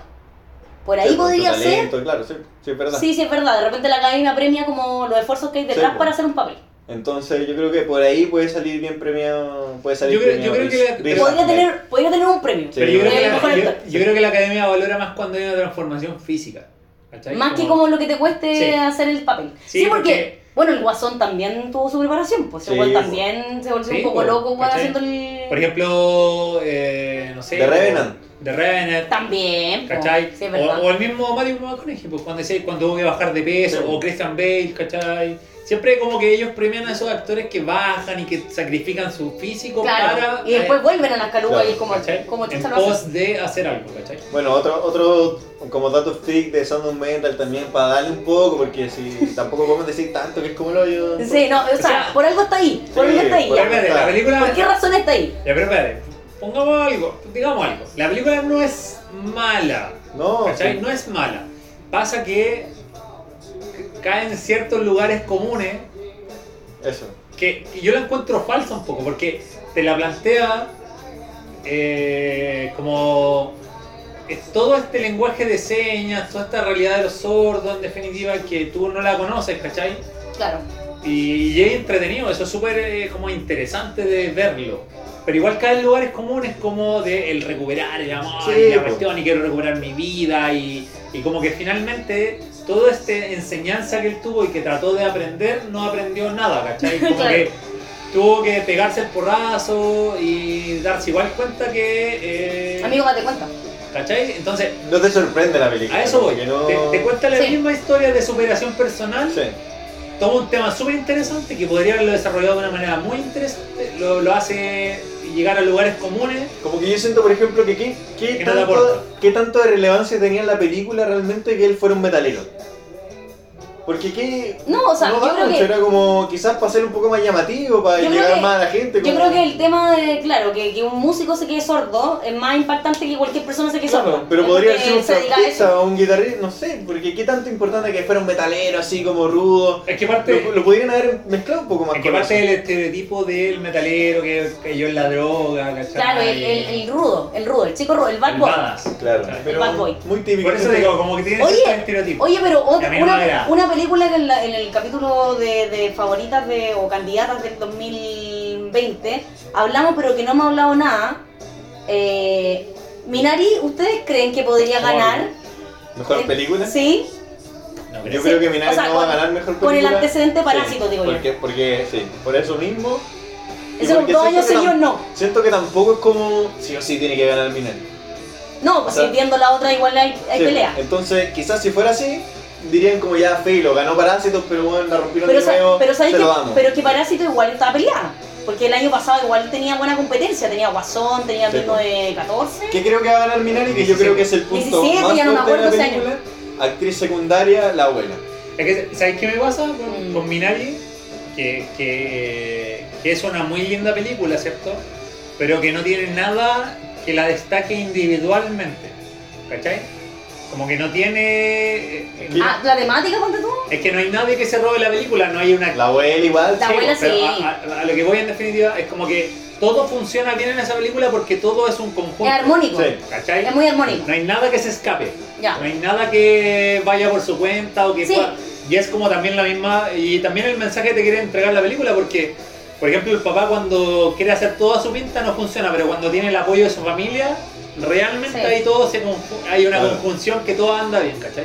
Speaker 1: Por ahí
Speaker 3: Sí, con su
Speaker 1: podría ser.
Speaker 3: talento, Claro, sí, sí, es verdad.
Speaker 1: Sí, sí, es verdad. De repente la academia premia como los esfuerzos que hay detrás
Speaker 3: Sí, po.
Speaker 1: para hacer un papel.
Speaker 3: Entonces yo creo que por ahí puede salir bien premiado. Puede salir
Speaker 2: Yo creo-
Speaker 3: premiado
Speaker 2: yo creo que
Speaker 3: Reese-
Speaker 2: la-
Speaker 3: Reese
Speaker 1: Podría
Speaker 3: Ahmed.
Speaker 1: tener, podría tener un premio.
Speaker 3: Sí.
Speaker 2: Pero yo creo, que
Speaker 1: Eh, mejor
Speaker 2: la, yo-
Speaker 1: actor.
Speaker 2: yo creo que la academia valora más cuando hay una transformación física. ¿cachai?
Speaker 1: Más que como lo que te cueste
Speaker 2: Sí.
Speaker 1: hacer el papel. Sí,
Speaker 2: Sí,
Speaker 1: porque,
Speaker 2: porque-
Speaker 1: bueno, el Guasón también tuvo su preparación, pues
Speaker 3: Sí,
Speaker 1: el Guasón
Speaker 3: po.
Speaker 1: también se volvió
Speaker 2: Sí,
Speaker 1: un poco
Speaker 2: po,
Speaker 1: loco, weón,
Speaker 2: ¿cachai?
Speaker 1: haciendo el...
Speaker 2: Por ejemplo, eh, no sé.
Speaker 3: The Revenant.
Speaker 2: The Revenant.
Speaker 1: También, po.
Speaker 2: ¿Cachai?
Speaker 1: Sí, es
Speaker 2: o,
Speaker 1: verdad.
Speaker 2: o el mismo Matthew McConaughey, pues, cuando decía cuando voy a bajar de peso,
Speaker 3: Sí.
Speaker 2: o Christian Bale, ¿cachai? Siempre como que ellos premian a esos actores que bajan y que sacrifican su físico
Speaker 1: Claro,
Speaker 2: para... eh,
Speaker 1: y después vuelven a las calugas
Speaker 3: eh, Claro,
Speaker 1: y es como,
Speaker 2: ¿cachai?
Speaker 1: como
Speaker 2: en
Speaker 1: chucha lo hacen.
Speaker 2: pos de hacer algo, ¿cachai?
Speaker 3: Bueno, otro, otro como dato freak de Sound of Metal también para darle un poco, porque si tampoco podemos decir tanto que es como lo yo.
Speaker 1: Sí, no, o sea,
Speaker 2: sea,
Speaker 1: por algo está ahí, por
Speaker 3: sí,
Speaker 1: algo está ahí.
Speaker 3: por
Speaker 1: ya.
Speaker 2: Pero espérate, la
Speaker 3: claro.
Speaker 2: película...
Speaker 1: ¿Por qué razón está ahí?
Speaker 2: Ya, pero espérate, pongamos algo, digamos algo. La película no es mala,
Speaker 3: No,
Speaker 2: ¿cachai?
Speaker 3: sí.
Speaker 2: No es mala. Pasa que caen en ciertos lugares comunes
Speaker 3: Eso.
Speaker 2: que que yo la encuentro falsa un poco, porque te la plantea eh, como es todo este lenguaje de señas, toda esta realidad de los sordos, en definitiva, que tú no la conoces, ¿cachai?
Speaker 1: Claro.
Speaker 2: Y, y es entretenido, eso es súper eh, como interesante de verlo. Pero igual cada lugar es común, es como de el recuperar el amor
Speaker 3: Sí,
Speaker 2: y la
Speaker 3: po.
Speaker 2: cuestión, y quiero recuperar mi vida, y, y como que finalmente toda esta enseñanza que él tuvo y que trató de aprender, no aprendió nada, ¿cachai? Como
Speaker 1: Claro.
Speaker 2: que tuvo que pegarse el porrazo y darse igual cuenta que... eh,
Speaker 1: Amigo, date cuenta.
Speaker 2: ¿Cachai? Entonces,
Speaker 3: No te sorprende la película.
Speaker 2: a eso voy.
Speaker 3: porque no-
Speaker 2: Te, te cuenta la
Speaker 1: Sí.
Speaker 2: misma historia de superación personal.
Speaker 3: Sí.
Speaker 2: Toma un tema súper interesante que podría haberlo desarrollado de una manera muy interesante. Lo, lo hace llegar a lugares comunes.
Speaker 3: Como que yo siento, por ejemplo, que qué, qué
Speaker 2: Que no te
Speaker 3: tanto,
Speaker 2: aporta.
Speaker 3: qué tanto de relevancia tenía en la película realmente que él fuera un metalero. Porque qué...
Speaker 1: No, o sea, yo
Speaker 3: no va
Speaker 1: creo
Speaker 3: mucho,
Speaker 1: que.
Speaker 3: era como quizás para ser un poco más llamativo, para
Speaker 1: Yo creo
Speaker 3: llegar
Speaker 1: que-
Speaker 3: más a la gente.
Speaker 1: Yo
Speaker 3: como-
Speaker 1: creo que el tema de, claro, que, que un músico se quede sordo es más impactante que cualquier persona se quede
Speaker 3: Claro,
Speaker 1: sordo.
Speaker 3: pero podría
Speaker 1: Porque
Speaker 3: ser un
Speaker 1: se dedica a eso.
Speaker 3: flautista o un guitarrista, no sé, porque qué tanto importante que fuera un metalero así como rudo.
Speaker 2: Es que parte,
Speaker 3: Lo, lo podrían haber mezclado un poco más
Speaker 2: es que
Speaker 3: con
Speaker 2: parte
Speaker 3: eso.
Speaker 2: del estereotipo del metalero que cayó en la droga, ¿cachai?
Speaker 1: Claro, el, el, el rudo, el rudo, el chico rudo, el bad
Speaker 2: El
Speaker 1: boy.
Speaker 2: badass.
Speaker 3: Claro,
Speaker 2: Claro.
Speaker 3: pero
Speaker 1: Bad Boy.
Speaker 3: muy típico.
Speaker 2: Por eso
Speaker 3: Gente-
Speaker 2: digo, como que tiene
Speaker 1: Oye,
Speaker 2: ciertos estereotipos.
Speaker 1: Oye, pero otra-
Speaker 2: A mí no me
Speaker 1: una,
Speaker 2: agrada.
Speaker 1: una película que en, la- en el capítulo de, de favoritas de, o candidatas del 2020 hablamos, pero que no hemos hablado nada. Eh, Minari, ¿ustedes creen que podría
Speaker 2: Obvio.
Speaker 1: ganar? Eh,
Speaker 3: ¿Mejor película?
Speaker 1: Sí,
Speaker 2: No, pero
Speaker 3: Yo
Speaker 1: Sí,
Speaker 3: creo que
Speaker 1: o
Speaker 3: Minari
Speaker 1: sea,
Speaker 3: no va a
Speaker 1: con-
Speaker 3: ganar mejor película.
Speaker 1: con el antecedente parásito, digo yo.
Speaker 3: porque, Porque, sí, por eso mismo. y
Speaker 1: Eso
Speaker 3: porque
Speaker 1: dos años
Speaker 3: siento que
Speaker 1: seguidos
Speaker 3: tam-
Speaker 1: no.
Speaker 3: Siento que tampoco es como sí o sí tiene que ganar Minari.
Speaker 1: No, pues
Speaker 3: O sea,
Speaker 1: si viendo la otra igual hay, hay
Speaker 3: Sí,
Speaker 1: pelea.
Speaker 3: Entonces, quizás si fuera así, dirían como ya Felo ganó Parásitos, pero bueno, la rompieron
Speaker 1: Pero,
Speaker 3: de
Speaker 1: sa-
Speaker 3: nuevo,
Speaker 1: pero
Speaker 3: se
Speaker 1: sabéis que,
Speaker 3: lo damos.
Speaker 1: pero es que Parásito igual estaba peleada. Porque el año pasado igual tenía buena competencia. Tenía Guasón, tenía
Speaker 3: Sí,
Speaker 1: mismo
Speaker 3: pues.
Speaker 1: de 14.
Speaker 3: ¿Qué creo que va a ganar Minari? Que yo creo que es el punto
Speaker 1: 17,
Speaker 3: más
Speaker 1: ya no me
Speaker 3: fuerte de
Speaker 1: acuerdo
Speaker 3: la
Speaker 1: ese
Speaker 3: película. Actriz secundaria, la abuela.
Speaker 2: Es que, ¿Sabes qué me pasa con,
Speaker 1: Mm.
Speaker 2: con Minari? Que, que- eh, que es una muy linda película, ¿cierto? Pero que no tiene nada que la destaque individualmente. ¿Cachai? Como que no tiene. eh,
Speaker 3: Sí.
Speaker 1: Ah, la temática, ponte tú.
Speaker 2: Es que no hay nadie que se robe la película, no hay una.
Speaker 3: La abuela igual.
Speaker 1: La
Speaker 3: sí,
Speaker 1: abuela
Speaker 2: pero
Speaker 1: sí.
Speaker 2: A, a- a lo que voy en definitiva es como que todo funciona bien en esa película porque todo es un conjunto.
Speaker 1: Es armónico.
Speaker 3: Sí.
Speaker 2: ¿Cachai?
Speaker 1: Es muy armónico.
Speaker 2: No hay nada que se escape.
Speaker 1: Ya.
Speaker 2: No hay nada que vaya por su cuenta o que
Speaker 1: Sí.
Speaker 2: pueda- Y es como también la misma. Y también el mensaje que te quiere entregar la película, porque, por ejemplo, el papá cuando quiere hacer toda su pinta no funciona, pero cuando tiene el apoyo de su familia, realmente
Speaker 1: Sí.
Speaker 2: ahí todo se confu- hay una
Speaker 3: Claro.
Speaker 2: conjunción que todo anda bien, ¿cachai?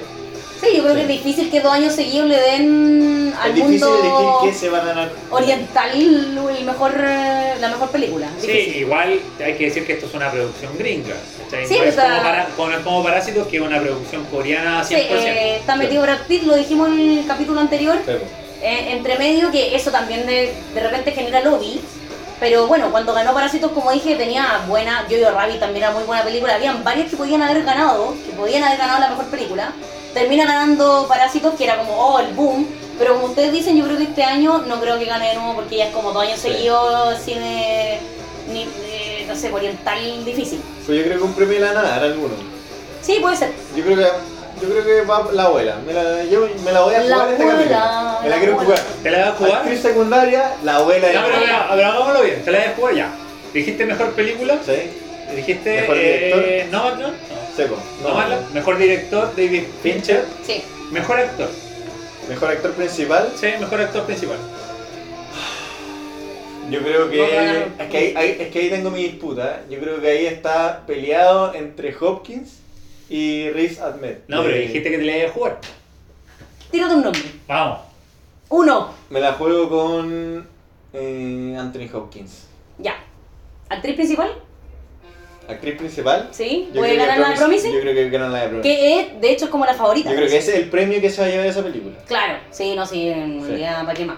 Speaker 1: Sí, yo creo
Speaker 3: Sí.
Speaker 1: que es difícil que dos años seguidos le den al
Speaker 3: Es difícil
Speaker 1: mundo
Speaker 3: elegir qué se va a ganar.
Speaker 1: oriental el mejor, eh, la mejor película.
Speaker 2: Sí,
Speaker 1: Difícil.
Speaker 2: igual hay que decir que esto es una producción gringa. ¿cachai?
Speaker 1: Sí,
Speaker 2: No
Speaker 1: o
Speaker 2: es
Speaker 1: sea-
Speaker 2: como, para, como- como Parásitos, que es una producción coreana 100%.
Speaker 1: Sí, eh, está
Speaker 3: Sí.
Speaker 1: metido Brad Pitt, lo dijimos en el capítulo anterior.
Speaker 3: Pero-
Speaker 1: Eh, entre medio que eso también de, de repente genera lobby. Pero bueno, cuando ganó Parásitos, como dije, tenía buena. Yo yo Rabbit también era muy buena película. Habían varias que podían haber ganado, que podían haber ganado la mejor película. Termina ganando Parásitos, que era como, oh, el boom. Pero como ustedes dicen, yo creo que este año no creo que gane de nuevo porque ya es como dos años
Speaker 3: Sí.
Speaker 1: seguidos cine, ni, eh, no sé, oriental difícil.
Speaker 3: Pues yo creo que un premio de la nada, era alguno.
Speaker 1: Sí, puede ser.
Speaker 3: Yo creo que, yo creo que va la abuela. Me la, yo me la voy a
Speaker 1: La
Speaker 3: jugar esta
Speaker 1: abuela,
Speaker 3: capítulo. Me la
Speaker 1: la
Speaker 3: quiero
Speaker 1: abuela.
Speaker 3: jugar.
Speaker 2: ¿Te la vas a jugar?
Speaker 3: Actriz secundaria, la abuela de
Speaker 2: No, pero,
Speaker 1: abuela.
Speaker 2: mira, a ver, hagámoslo bien. ¿Te la vas a jugar ya? ¿Dijiste mejor película?
Speaker 3: ¿Sí?
Speaker 2: ¿Dijiste
Speaker 3: Mejor
Speaker 2: eh, Nomadland?
Speaker 3: Seco.
Speaker 2: No, Nomadland. Mejor director, David Fincher.
Speaker 1: Sí.
Speaker 2: Mejor actor.
Speaker 3: Mejor actor principal.
Speaker 2: Sí, mejor actor principal.
Speaker 3: Yo creo que.
Speaker 1: No, no, no.
Speaker 3: es, que ahí, ahí- es que ahí tengo mi disputa. ¿eh? Yo creo que ahí está peleado entre Hopkins y Riz Ahmed.
Speaker 2: No, pero
Speaker 3: Eh,
Speaker 2: dijiste que te la ibas a jugar.
Speaker 1: Tírate un nombre.
Speaker 2: Vamos.
Speaker 1: Uno.
Speaker 3: Me la juego con. eh, Anthony Hopkins.
Speaker 1: Ya. ¿Actriz principal?
Speaker 3: Actriz principal.
Speaker 1: Sí.
Speaker 3: yo
Speaker 1: ¿Puede
Speaker 3: creo que
Speaker 1: ganar la de
Speaker 3: Promis-
Speaker 1: Promising?
Speaker 3: Yo creo que ganan la de Promising.
Speaker 1: Que es, de hecho, es como la favorita.
Speaker 3: Yo creo que ese es el premio que se va a llevar esa película.
Speaker 1: Claro, sí, no, sí, en
Speaker 3: Sí.
Speaker 1: realidad, ¿para qué más?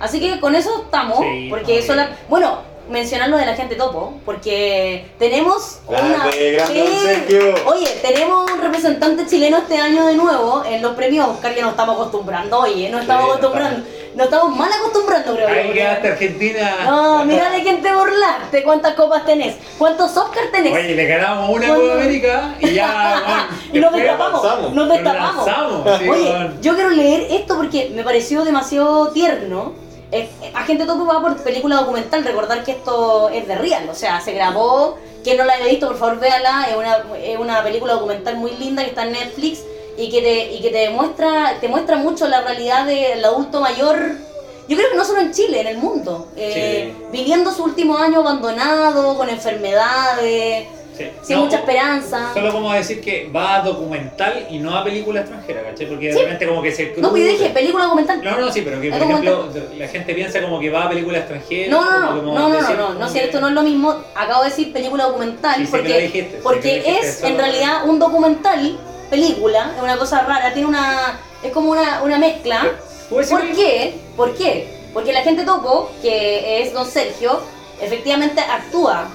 Speaker 1: Así que con eso estamos,
Speaker 2: Sí,
Speaker 1: porque
Speaker 2: está
Speaker 1: eso
Speaker 2: bien.
Speaker 1: la... Bueno, mencionar lo de la gente topo, porque tenemos una...
Speaker 3: Grande, grande,
Speaker 1: Sí.
Speaker 3: don Sergio.
Speaker 1: Oye, tenemos un representante chileno este año de nuevo en los premios Oscar, ya nos estamos acostumbrando, oye, nos estamos
Speaker 3: Sí,
Speaker 1: acostumbrando, nos estamos mal acostumbrando, creo yo,
Speaker 2: Ahí
Speaker 1: porque-
Speaker 2: quedaste Argentina.
Speaker 1: No, mira de quién te burlaste, cuántas copas tenés, cuántos Oscar tenés.
Speaker 2: Oye, le ganamos una a
Speaker 1: Bueno.
Speaker 2: Copa América y ya.
Speaker 1: y nos
Speaker 2: después
Speaker 1: destapamos,
Speaker 3: avanzamos.
Speaker 1: nos
Speaker 2: nos
Speaker 1: destapamos.
Speaker 2: lanzamos, sí,
Speaker 1: Oye,
Speaker 2: weón.
Speaker 1: yo quiero leer esto porque me pareció demasiado tierno. Eh, eh, Agente Topo va por película documental, recordar que esto es de real, o sea, se grabó Quien no la haya visto, por favor, véala. Es una, es una película documental muy linda que está en Netflix y que te, y que te muestra, te muestra mucho la realidad del adulto mayor. Yo creo que no solo en Chile, en el mundo. Eh,
Speaker 2: Sí.
Speaker 1: Viviendo su último año abandonado, con enfermedades,
Speaker 2: Sí.
Speaker 1: sin
Speaker 2: No,
Speaker 1: mucha esperanza.
Speaker 2: Solo como decir que va a documental y no a película extranjera, ¿cachai? Porque
Speaker 1: Sí.
Speaker 2: de repente como que se
Speaker 1: No, pero yo dije
Speaker 2: cruzan.
Speaker 1: película documental.
Speaker 2: eh. No, no, sí, pero que
Speaker 1: Es
Speaker 2: por ejemplo la gente piensa como que va a película extranjera.
Speaker 1: No, no, no,
Speaker 2: como
Speaker 1: no, no, no,
Speaker 2: decir
Speaker 1: no,
Speaker 2: como
Speaker 1: no, si
Speaker 2: que-
Speaker 1: esto no es lo mismo, acabo de decir película documental,
Speaker 2: Sí, sé que
Speaker 1: porque,
Speaker 2: lo dijiste, sé que
Speaker 1: porque
Speaker 2: lo dijiste,
Speaker 1: es
Speaker 2: solo-
Speaker 1: en realidad un documental, película, es una cosa rara, tiene una, es como una, una mezcla.
Speaker 2: ¿Puedo decir
Speaker 1: ¿Por
Speaker 2: que-
Speaker 1: qué? ¿Por qué? Porque la gente topo, que es don Sergio, efectivamente actúa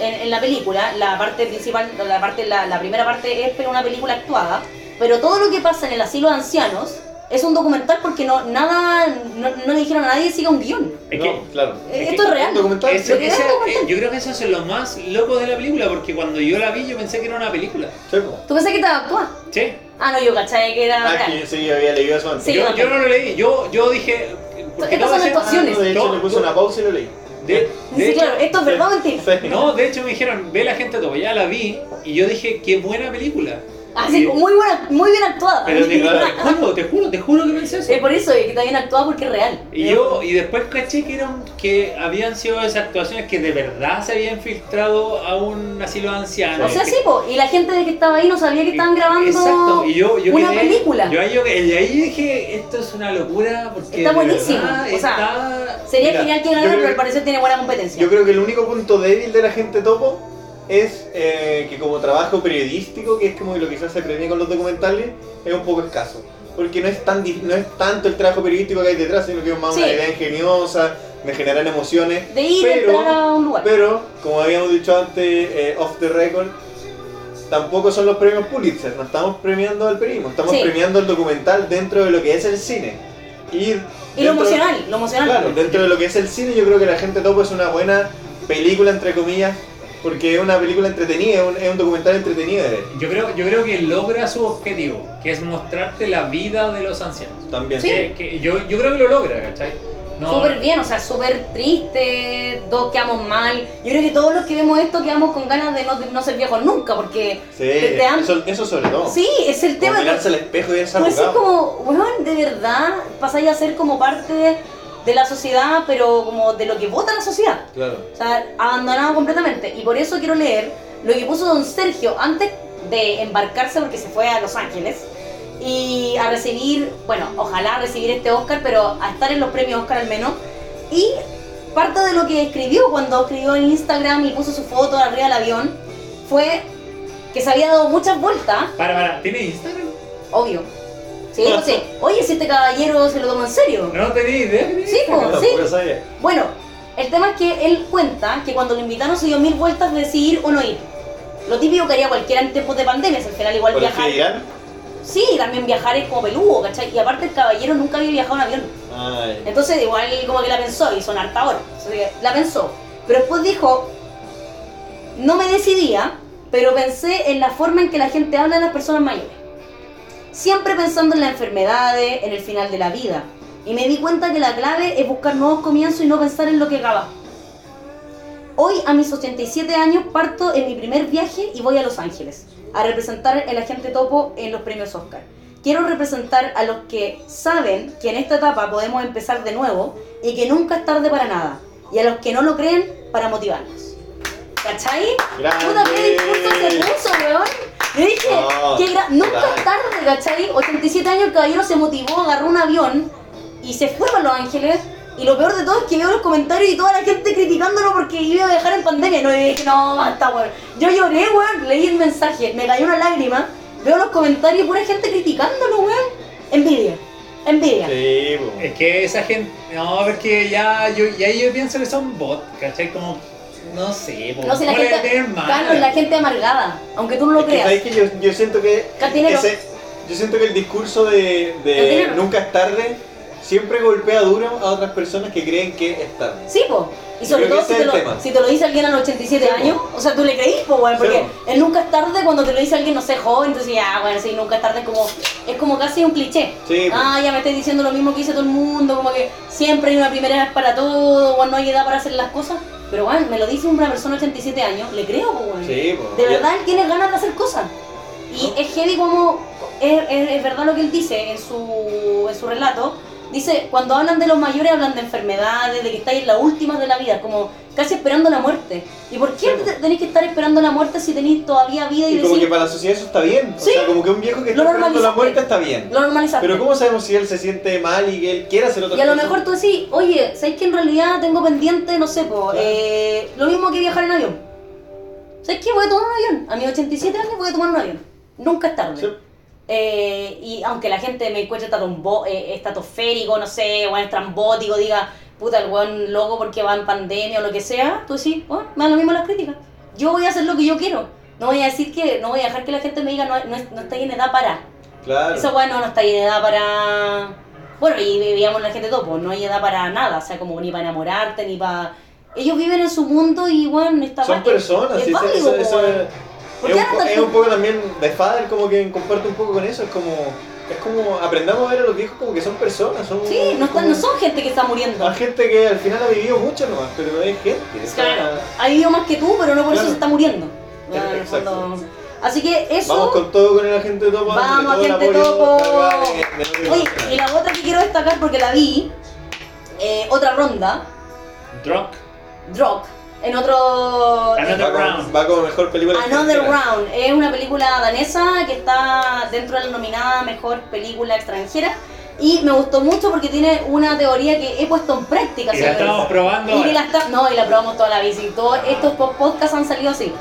Speaker 1: en, en la película. La parte principal, la, parte, la, la primera parte es una película actuada. Pero todo lo que pasa en el asilo de ancianos es un documental porque no, nada, no, no le dijeron a nadie siga un guión.
Speaker 2: Es
Speaker 3: No,
Speaker 2: que-
Speaker 3: claro.
Speaker 1: Eh,
Speaker 2: Es
Speaker 1: Esto
Speaker 2: que-
Speaker 1: es real.
Speaker 3: Un documental.
Speaker 2: Eso-
Speaker 1: Lo que
Speaker 2: eso-
Speaker 1: era documental.
Speaker 2: eh, yo creo que eso es lo más loco de la película, porque cuando yo la vi yo pensé que era una película.
Speaker 3: Sí, po.
Speaker 1: ¿Tú pensás que estaba actuada?
Speaker 2: Sí.
Speaker 1: Ah, no, yo caché que era
Speaker 3: Ah, es que
Speaker 1: real.
Speaker 3: yo sí había leído eso antes.
Speaker 1: Sí,
Speaker 2: yo,
Speaker 1: bueno.
Speaker 2: yo no lo leí, yo, yo dije... Porque
Speaker 1: Estas
Speaker 2: todo
Speaker 1: son
Speaker 2: hacen-
Speaker 1: actuaciones.
Speaker 3: Ah, De hecho, le puse una pausa y lo leí.
Speaker 2: De, de
Speaker 1: Sí,
Speaker 2: hecho,
Speaker 1: claro, esto es verdad o mentira.
Speaker 3: Sí.
Speaker 2: No, de hecho me dijeron, ve la gente topo, ya la vi, y yo dije, qué buena película.
Speaker 1: Así,
Speaker 2: Y-
Speaker 1: muy, buena, muy bien actuada.
Speaker 2: Pero te, te juro, te juro, te juro que pensé eso.
Speaker 1: Es por eso, es que está bien actuada porque es real.
Speaker 2: Y yo, y después caché que eran, que habían sido esas actuaciones que de verdad se habían filtrado a un asilo de ancianos.
Speaker 1: O sea,
Speaker 2: Que-
Speaker 1: sí, po, y la gente de que estaba ahí no sabía que estaban grabando.
Speaker 2: Exacto, y yo, yo
Speaker 1: una
Speaker 2: quedé-
Speaker 1: película.
Speaker 2: Yo ahí, yo, y ahí dije, esto es una locura porque
Speaker 1: Está
Speaker 2: de
Speaker 1: buenísimo,
Speaker 2: verdad
Speaker 1: o
Speaker 2: está...
Speaker 1: sea, Sería
Speaker 3: Mira,
Speaker 1: genial que
Speaker 3: yo
Speaker 1: ganara,
Speaker 3: creo
Speaker 1: pero al
Speaker 3: que-
Speaker 1: parecer tiene buena competencia.
Speaker 3: Yo creo que el único punto débil de la gente topo es eh, que como trabajo periodístico, que es como lo que quizás se premia con los documentales, es un poco escaso. Porque no es, tan, dif- no es tanto el trabajo periodístico que hay detrás, sino que es más una
Speaker 1: Sí.
Speaker 3: idea ingeniosa, de generar emociones.
Speaker 1: de ir
Speaker 3: pero-
Speaker 1: entrar a un lugar.
Speaker 3: Pero, como habíamos dicho antes, eh, off the record, tampoco son los premios Pulitzer, no estamos premiando al periodismo, estamos
Speaker 1: Sí.
Speaker 3: premiando el documental dentro de lo que es el cine. Y,
Speaker 1: y lo
Speaker 3: dentro-
Speaker 1: emocional, lo emocional.
Speaker 3: Claro, dentro de lo que es el cine, yo creo que La Gente Topo es una buena película, entre comillas, porque es una película entretenida, es un, es un documental entretenido de ver,
Speaker 2: Yo creo, yo creo que logra su objetivo, que es mostrarte la vida de los ancianos.
Speaker 3: también.
Speaker 1: Sí.
Speaker 2: Que- que yo, yo creo que lo logra, ¿cachai? No,
Speaker 1: Súper bien, o sea, súper triste, dos quedamos mal. Yo creo que todos los que vemos esto quedamos con ganas de no, de no ser viejos nunca, porque
Speaker 3: Sí,
Speaker 1: Te- te dan-
Speaker 3: eso, eso sobre todo.
Speaker 1: sí, es el
Speaker 3: Como
Speaker 1: tema.
Speaker 3: mirarse al espejo y es
Speaker 1: Pues es como, weón, de verdad, pasáis a ser como parte de, de la sociedad, pero como de lo que vota la sociedad.
Speaker 3: Claro.
Speaker 1: O sea, abandonado completamente. Y por eso quiero leer lo que puso don Sergio antes de embarcarse porque se fue a Los Ángeles y a recibir, bueno, ojalá recibir este Oscar, pero a estar en los premios Oscar al menos. Y parte de lo que escribió cuando escribió en Instagram y puso su foto arriba del avión fue que se había dado muchas vueltas,
Speaker 2: Para, para, ¿tiene Instagram?
Speaker 1: obvio. Sí, no sé. Oye, si este caballero se lo tomó en serio.
Speaker 2: No tenía idea. que tenía
Speaker 1: Sí,
Speaker 2: Instagram.
Speaker 1: po.
Speaker 3: No,
Speaker 1: sí.
Speaker 3: tampoco sabía.
Speaker 1: Bueno, el tema es que él cuenta que cuando lo invitaron se dio mil vueltas de decidir o no ir. Lo típico que haría cualquiera en tiempos de pandemias, al final igual
Speaker 3: Por el que
Speaker 1: viajar.
Speaker 3: dirán.
Speaker 1: Sí, también viajar es como peludo, ¿cachai? Y aparte el caballero nunca había viajado en avión.
Speaker 3: Ay.
Speaker 1: Entonces igual como que la pensó y son harta hora. Así que La pensó. Pero después dijo, no me decidía, pero pensé en la forma en que la gente habla de las personas mayores. Siempre pensando en las enfermedades, en el final de la vida. Y me di cuenta que la clave es buscar nuevos comienzos y no pensar en lo que acaba. Hoy, a mis 87 años, parto en mi primer viaje y voy a Los Ángeles a representar el agente topo en los premios Oscar. Quiero representar a los que saben que en esta etapa podemos empezar de nuevo y que nunca es tarde para nada. Y a los que no lo creen, para motivarnos. ¿Cachai?
Speaker 3: Grande.
Speaker 1: Puta, qué discurso se puso, weón. Yo dije,
Speaker 3: No,
Speaker 1: qué gra- nunca es
Speaker 3: total.
Speaker 1: tarde, ¿cachai? 87 años el caballero se motivó, agarró un avión y se fue para Los Ángeles. Y lo peor de todo es que veo los comentarios y toda la gente criticándolo porque iba a viajar en pandemia. No, y dije, no, basta, weón. Yo lloré, weón, leí el mensaje, me cayó una lágrima. Veo los comentarios y pura gente criticándolo, weón. Envidia, envidia.
Speaker 3: Sí, po.
Speaker 2: Es que esa gente. No, porque ya yo, ya yo pienso que son bots, ¿cachai? Como. No sé, po,
Speaker 1: No sé, la
Speaker 2: ¿cómo le
Speaker 1: gente-
Speaker 2: tienen mal?
Speaker 1: Carlos, la gente amargada, aunque tú no lo
Speaker 3: Es que,
Speaker 1: creas.
Speaker 3: ¿sabes qué? yo, yo siento que
Speaker 1: Cantinero.
Speaker 3: ese- yo siento que el discurso de, de
Speaker 1: Cantinero.
Speaker 3: nunca es tarde siempre golpea duro a otras personas que creen que es tarde.
Speaker 1: Sí, po. Y
Speaker 3: Yo
Speaker 1: sobre
Speaker 3: creo
Speaker 1: todo si te,
Speaker 3: que ese es el
Speaker 1: lo,
Speaker 3: tema.
Speaker 1: si te lo dice alguien a los 87
Speaker 3: Sí, po.
Speaker 1: años, o sea, tú le creís, po, weón,
Speaker 3: Sí,
Speaker 1: porque
Speaker 3: po.
Speaker 1: él nunca es tarde cuando te lo dice alguien, no sé, joven, entonces ya, bueno, sí, nunca es tarde, es como, es como casi un cliché.
Speaker 3: Sí, po.
Speaker 1: Ah, ya me estás diciendo lo mismo que dice todo el mundo, como que siempre hay una primera vez para todo, o no hay edad para hacer las cosas. Pero bueno, me lo dice una persona de 87 años, le creo, pues bueno.
Speaker 3: Sí, pues.
Speaker 1: De
Speaker 3: ya-
Speaker 1: verdad él tiene ganas de hacer cosas. Y es heavy como. Es, es- es verdad lo que él dice en su, en su relato. Dice, cuando hablan de los mayores hablan de enfermedades, de que estáis en las últimas de la vida, como casi esperando la muerte. ¿Y por qué
Speaker 2: Sí, pues.
Speaker 1: te- tenéis que estar esperando la muerte si tenéis todavía vida y,
Speaker 3: Y como que
Speaker 1: decir,
Speaker 3: para la sociedad eso está bien. O
Speaker 1: Sí.
Speaker 3: sea, como que un viejo que
Speaker 1: Lo
Speaker 3: está esperando la
Speaker 1: normalizaste.
Speaker 3: muerte está bien.
Speaker 1: lo normalizaste?
Speaker 3: Pero ¿cómo sabemos si él se siente mal y que él quiere hacer otra
Speaker 1: Y a lo
Speaker 3: cosa?
Speaker 1: mejor tú decís, oye, ¿sabes que en realidad tengo pendiente, no sé, po,
Speaker 3: Claro.
Speaker 1: eh, lo mismo que viajar en avión? ¿Sabes qué? Voy a tomar un avión. A mis 87 años voy a tomar un avión. Nunca es tarde.
Speaker 3: Sí.
Speaker 1: Eh, y aunque la gente me encuentre estatombo- eh, estatosférico, no sé, o estrambótico, diga, puta, el weón loco porque va en pandemia o lo que sea, tú decís, bueno, me dan lo mismo las críticas. Yo voy a hacer lo que yo quiero. No voy a decir que, no voy a dejar que la gente me diga, no, no, no estáis en edad para.
Speaker 3: Claro.
Speaker 1: Esa weá no, no está ahí de edad para. Bueno, y digamos la gente topo, no hay edad para nada, o sea, como ni para enamorarte, ni para. Ellos viven en su mundo y weón, esta
Speaker 3: Son
Speaker 1: weá es-
Speaker 3: personas,
Speaker 1: es
Speaker 3: sí,
Speaker 1: válido,
Speaker 3: eso-
Speaker 1: po,
Speaker 3: eso-
Speaker 1: weón. ¿Por
Speaker 3: es,
Speaker 1: qué
Speaker 3: un, po-
Speaker 1: andan
Speaker 3: es
Speaker 1: con-
Speaker 3: un poco también de Fader, como que comparte un poco con eso, es como, es como aprendamos a ver a los viejos como que son personas, son
Speaker 1: Sí, no, están,
Speaker 3: como-
Speaker 1: no son gente que está muriendo.
Speaker 3: Hay gente que al final ha vivido mucho nomás, pero no es gente. o sea,
Speaker 1: Claro, ha vivido más que tú, pero no por eso
Speaker 3: Claro.
Speaker 1: se está muriendo. Weón, en el
Speaker 3: Exacto.
Speaker 1: fondo. Así que eso.
Speaker 3: Vamos con todo con el agente topo.
Speaker 1: Vamos,
Speaker 3: dándole todo el
Speaker 1: agente
Speaker 3: apoyo,
Speaker 1: topo.
Speaker 3: cargada de- de no tener
Speaker 1: Oye,
Speaker 3: nada.
Speaker 1: y la otra que quiero destacar porque la vi, eh, otra ronda,
Speaker 2: Drunk.
Speaker 1: Drop, en otro. eh,
Speaker 2: Another
Speaker 3: va,
Speaker 2: Round.
Speaker 3: con, va como mejor película.
Speaker 1: Another
Speaker 3: extranjera.
Speaker 1: Round es una película danesa que está dentro de la nominada mejor película extranjera y me gustó mucho porque tiene una teoría que he puesto en práctica.
Speaker 2: Y la
Speaker 1: señores.
Speaker 2: estamos probando.
Speaker 1: Y que
Speaker 2: ahora.
Speaker 1: la está- no, y la probamos toda la bici. Todos estos po- podcasts han salido así.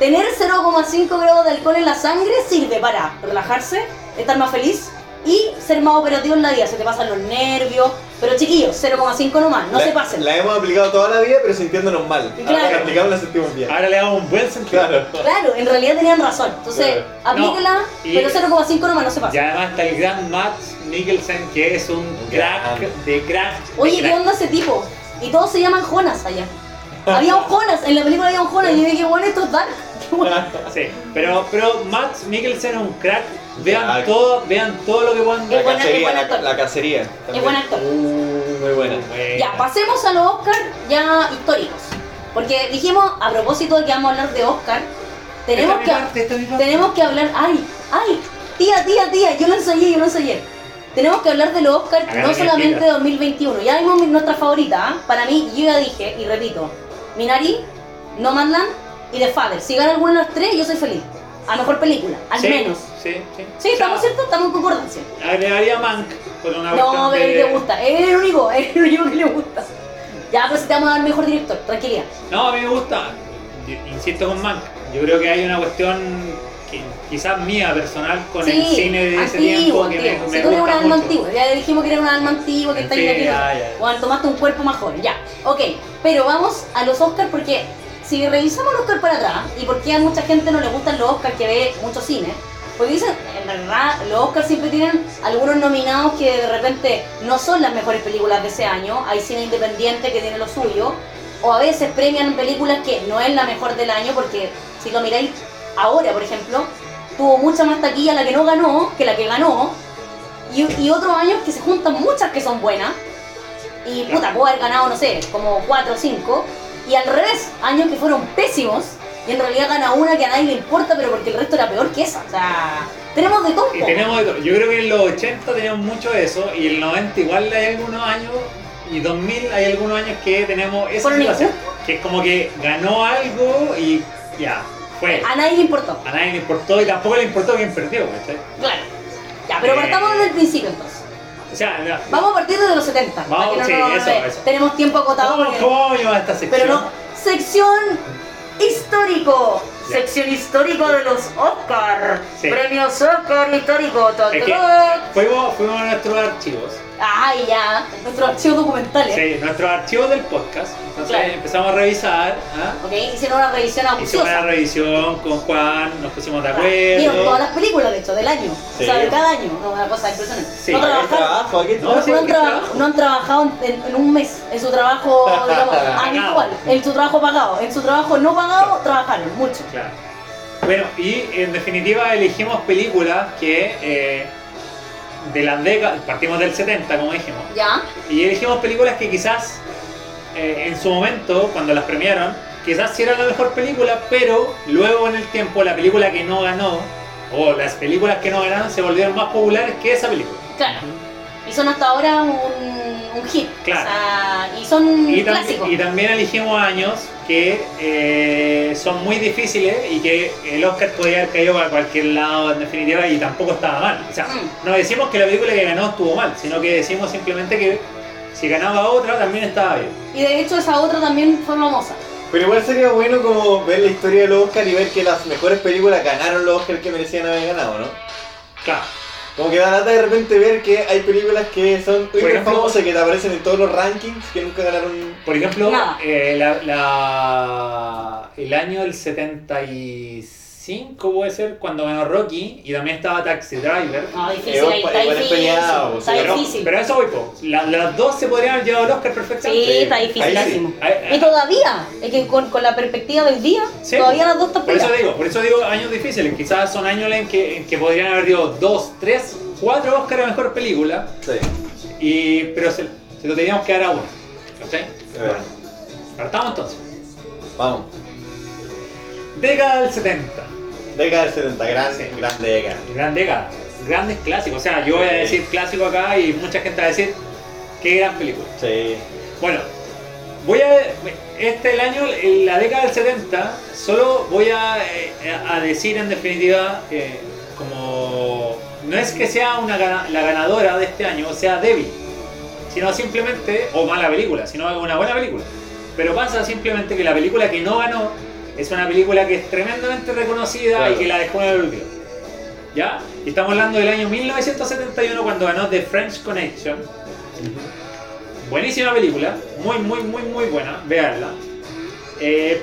Speaker 1: Tener 0,5 grados de alcohol en la sangre sirve para relajarse, estar más feliz y ser más operativo en la vida. Se te pasan los nervios. Pero chiquillos, 0,5 nomás, no
Speaker 3: La-
Speaker 1: se pasen.
Speaker 3: La hemos aplicado toda la vida, pero sintiéndonos mal.
Speaker 1: Claro.
Speaker 3: Ahora que la aplicamos la sentimos bien.
Speaker 2: Ahora le damos un buen sentido.
Speaker 3: Claro.
Speaker 1: Claro, en realidad tenían razón. Entonces,
Speaker 2: Claro. No,
Speaker 1: aplíquela,
Speaker 2: y-
Speaker 1: pero 0,5 nomás no se
Speaker 2: Y
Speaker 1: pasa.
Speaker 2: además está el gran Max Mikkelsen, que es un crack de crack. de
Speaker 1: Oye, ¿qué
Speaker 2: crack.
Speaker 1: onda ese tipo? Y todos se llaman Jonas allá. Había un Jonas, en la película había un Jonas. Y yo dije, bueno, esto es dark.
Speaker 2: Sí, pero, pero Max Mikkelsen es un crack. Vean
Speaker 3: Crack.
Speaker 2: todo, vean todo lo que puedan
Speaker 1: Es
Speaker 2: ver.
Speaker 1: buena- es
Speaker 3: cacería,
Speaker 1: buen
Speaker 3: la-
Speaker 1: actor.
Speaker 3: la cacería.
Speaker 1: Es
Speaker 3: también. Uh,
Speaker 1: buen actor.
Speaker 3: Muy buena.
Speaker 2: Buena.
Speaker 1: Ya, pasemos a los Oscar ya históricos. Porque dijimos, a propósito de que vamos a hablar de Oscar, tenemos
Speaker 2: Esta es mi
Speaker 1: que,
Speaker 2: parte, esta es mi parte.
Speaker 1: tenemos que hablar. ¡Ay! ¡Ay! Tía, tía, tía, yo lo ensayé, yo lo ensayé. Tenemos que hablar de los Oscar
Speaker 2: Agarra
Speaker 1: no
Speaker 2: la
Speaker 1: solamente
Speaker 2: cartita.
Speaker 1: 2021. Ya vimos mi- nuestra favorita, ¿ah? Para mí, yo ya dije y repito: Minari, No Manland y The Father. Si gana alguna de las tres, yo soy feliz. A mejor película, al
Speaker 2: Sí,
Speaker 1: menos.
Speaker 2: Sí, sí.
Speaker 1: Sí, estamos ciertos, estamos en concordancia.
Speaker 2: Agregaría Mank por una
Speaker 1: No,
Speaker 2: cuestión
Speaker 1: pero
Speaker 2: de-
Speaker 1: él le gusta, es el único, es el único que le gusta. Ya, pues te vamos a dar mejor director, tranquilidad.
Speaker 2: No, a mí me gusta. Yo- Insisto con Mank. Yo creo que hay una cuestión que- quizás mía personal con el cine de ese tiempo que me,
Speaker 1: antiguo.
Speaker 2: me
Speaker 1: Si tú eres un
Speaker 2: gusta
Speaker 1: alma
Speaker 2: mucho.
Speaker 1: antigua, ya dijimos que era un alma antigua, que está
Speaker 2: Sí,
Speaker 1: ahí en la
Speaker 2: ah, ya.
Speaker 1: Cuando tomaste un cuerpo más joven, ya. Ok, pero vamos a los Oscars porque si revisamos los Oscar para atrás, y porque a mucha gente no le gustan los Oscars que ve mucho cine, porque dicen, en verdad, los Oscars siempre tienen algunos nominados que de repente no son las mejores películas de ese año, hay cine independiente que tiene lo suyo, o a veces premian películas que no es la mejor del año, porque si lo miráis ahora, por ejemplo, tuvo mucha más taquilla la que no ganó que la que ganó, y, y otros años que se juntan muchas que son buenas, y
Speaker 2: Claro.
Speaker 1: puta, pudo haber ganado, no sé, como 4 o 5, y al revés, años que fueron pésimos, y en realidad gana una que a nadie le importa, pero porque el resto era peor que esa, o sea, tenemos de todo.
Speaker 2: Y
Speaker 1: po.
Speaker 2: tenemos de todo. Yo creo que en los 80 teníamos mucho de eso y en el 90 igual hay algunos años y 2000 hay algunos años que tenemos esa
Speaker 1: Fueron
Speaker 2: situación que es como que ganó algo y ya, fue.
Speaker 1: A nadie le importó,
Speaker 2: A nadie le importó y tampoco le importó quién perdió, ¿cachai?
Speaker 1: claro. Ya, pero
Speaker 2: Eh.
Speaker 1: partamos desde el principio entonces.
Speaker 2: O sea, la-
Speaker 1: Vamos a partir de los 70. para
Speaker 2: Vamos,
Speaker 1: que no
Speaker 2: sí,
Speaker 1: nos-
Speaker 2: eso, eso.
Speaker 1: Tenemos tiempo acotado.
Speaker 2: ¿cómo,
Speaker 1: porque-
Speaker 2: cómo vamos a llevar esta sección?
Speaker 1: Pero no. Sección histórico.
Speaker 2: Ya.
Speaker 1: Sección histórico de los Oscar.
Speaker 2: Sí.
Speaker 1: Premios Oscar histórico. Ton,
Speaker 2: Es que
Speaker 1: ton.
Speaker 2: fuimos, fuimos a nuestros archivos,
Speaker 1: Ay, Ah, ya. Nuestros archivos documentales.
Speaker 2: sí, nuestros archivos del podcast. Entonces
Speaker 1: Claro. Ah,
Speaker 2: empezamos a revisar. ¿ah?
Speaker 1: Ok, hicieron una revisión
Speaker 2: Hicimos una
Speaker 1: abusiosa.
Speaker 2: revisión con Juan, nos pusimos de
Speaker 1: Vieron todas
Speaker 2: acuerdo.
Speaker 1: las películas, de hecho, del año. O sea,
Speaker 3: Sí.
Speaker 1: de cada año. No, una cosa impresionante.
Speaker 2: Sí,
Speaker 1: no,
Speaker 2: hay
Speaker 3: Aquí hay
Speaker 1: trabajaron,
Speaker 3: trabajo, aquí hay
Speaker 2: No,
Speaker 3: trabajo.
Speaker 2: sí.
Speaker 1: no han
Speaker 2: ¿qué
Speaker 1: traba-
Speaker 2: trabajo?
Speaker 1: no han trabajado en, en un mes. En su trabajo, digamos, habitual. En su trabajo pagado. En su trabajo no pagado, trabajaron mucho.
Speaker 2: Claro. Bueno, y en definitiva elegimos películas que eh, de las décadas, partimos del 70 como dijimos,
Speaker 1: ¿Ya?
Speaker 2: y elegimos películas que quizás eh, en su momento, cuando las premiaron, quizás sí era la mejor película, pero luego en el tiempo la película que no ganó, o las películas que no ganaron, se volvieron más populares que esa película.
Speaker 1: Claro. Y son hasta ahora un, un hit.
Speaker 2: Claro.
Speaker 1: O sea, y son
Speaker 2: Y, tam-
Speaker 1: clásicos.
Speaker 2: y también elegimos años que eh, son muy difíciles y que el Oscar podía haber caído para cualquier lado en definitiva y tampoco estaba mal. O sea,
Speaker 1: Mm.
Speaker 2: no decimos que la película que ganó estuvo mal, sino que decimos simplemente que si ganaba otra también estaba bien.
Speaker 1: Y de hecho esa otra también fue famosa.
Speaker 3: Pero igual sería bueno como ver la historia de los Oscar y ver que las mejores películas ganaron los Oscar que merecían haber ganado, ¿no?
Speaker 2: Claro.
Speaker 3: Como que da lata de repente ver que hay películas que son
Speaker 2: Por
Speaker 3: hiper
Speaker 2: ejemplo-
Speaker 3: famosas que te aparecen en todos los rankings que nunca ganaron.
Speaker 2: Por ejemplo,
Speaker 1: Nada.
Speaker 2: eh, la- la- el año del 75 puede ser cuando ganó Rocky y también estaba Taxi Driver.
Speaker 1: No,
Speaker 3: Eh,
Speaker 1: difícil,
Speaker 3: opa,
Speaker 1: ahí está
Speaker 3: igual es
Speaker 1: difícil.
Speaker 3: peleado,
Speaker 1: Está
Speaker 3: sí,
Speaker 2: pero,
Speaker 1: difícil.
Speaker 2: pero eso voy, po. La- las dos se podrían haber llevado el Oscar perfectamente.
Speaker 1: Sí, está
Speaker 3: Ahí sí.
Speaker 1: dificilísimo.
Speaker 2: Ay, ay.
Speaker 1: Y todavía, es que con, con la perspectiva del día,
Speaker 2: Sí.
Speaker 1: todavía las dos están
Speaker 2: Por eso
Speaker 1: peleadas.
Speaker 2: digo, por eso digo años difíciles. Quizás son años en que, en que podrían haber ido dos, tres, cuatro Oscar a mejor película,
Speaker 3: Sí.
Speaker 2: y, pero se, se lo teníamos que dar a uno. ¿Cachai?
Speaker 3: Es
Speaker 2: Bueno,
Speaker 3: verdad.
Speaker 2: partamos entonces.
Speaker 3: Vamos.
Speaker 2: Década del 70.
Speaker 3: Década del 70, gran, gran década.
Speaker 2: Gran década. Grandes clásicos. O sea, yo voy a decir clásico acá y mucha gente va a decir qué gran película.
Speaker 3: Sí.
Speaker 2: Bueno, voy a. Este el año, en la década del 70, solo voy a, eh, a decir en definitiva, eh, como. No es que sea una, gana- la ganadora de este año, o sea, débil, sino simplemente. O mala película, sino una buena película. Pero pasa simplemente que la película que no ganó es una película que es tremendamente reconocida
Speaker 3: Claro.
Speaker 2: y que la dejó en el olvido. ¿Ya? Y estamos hablando del año 1971 cuando ganó The French Connection. Buenísima película, muy, muy, muy, muy buena, veanla.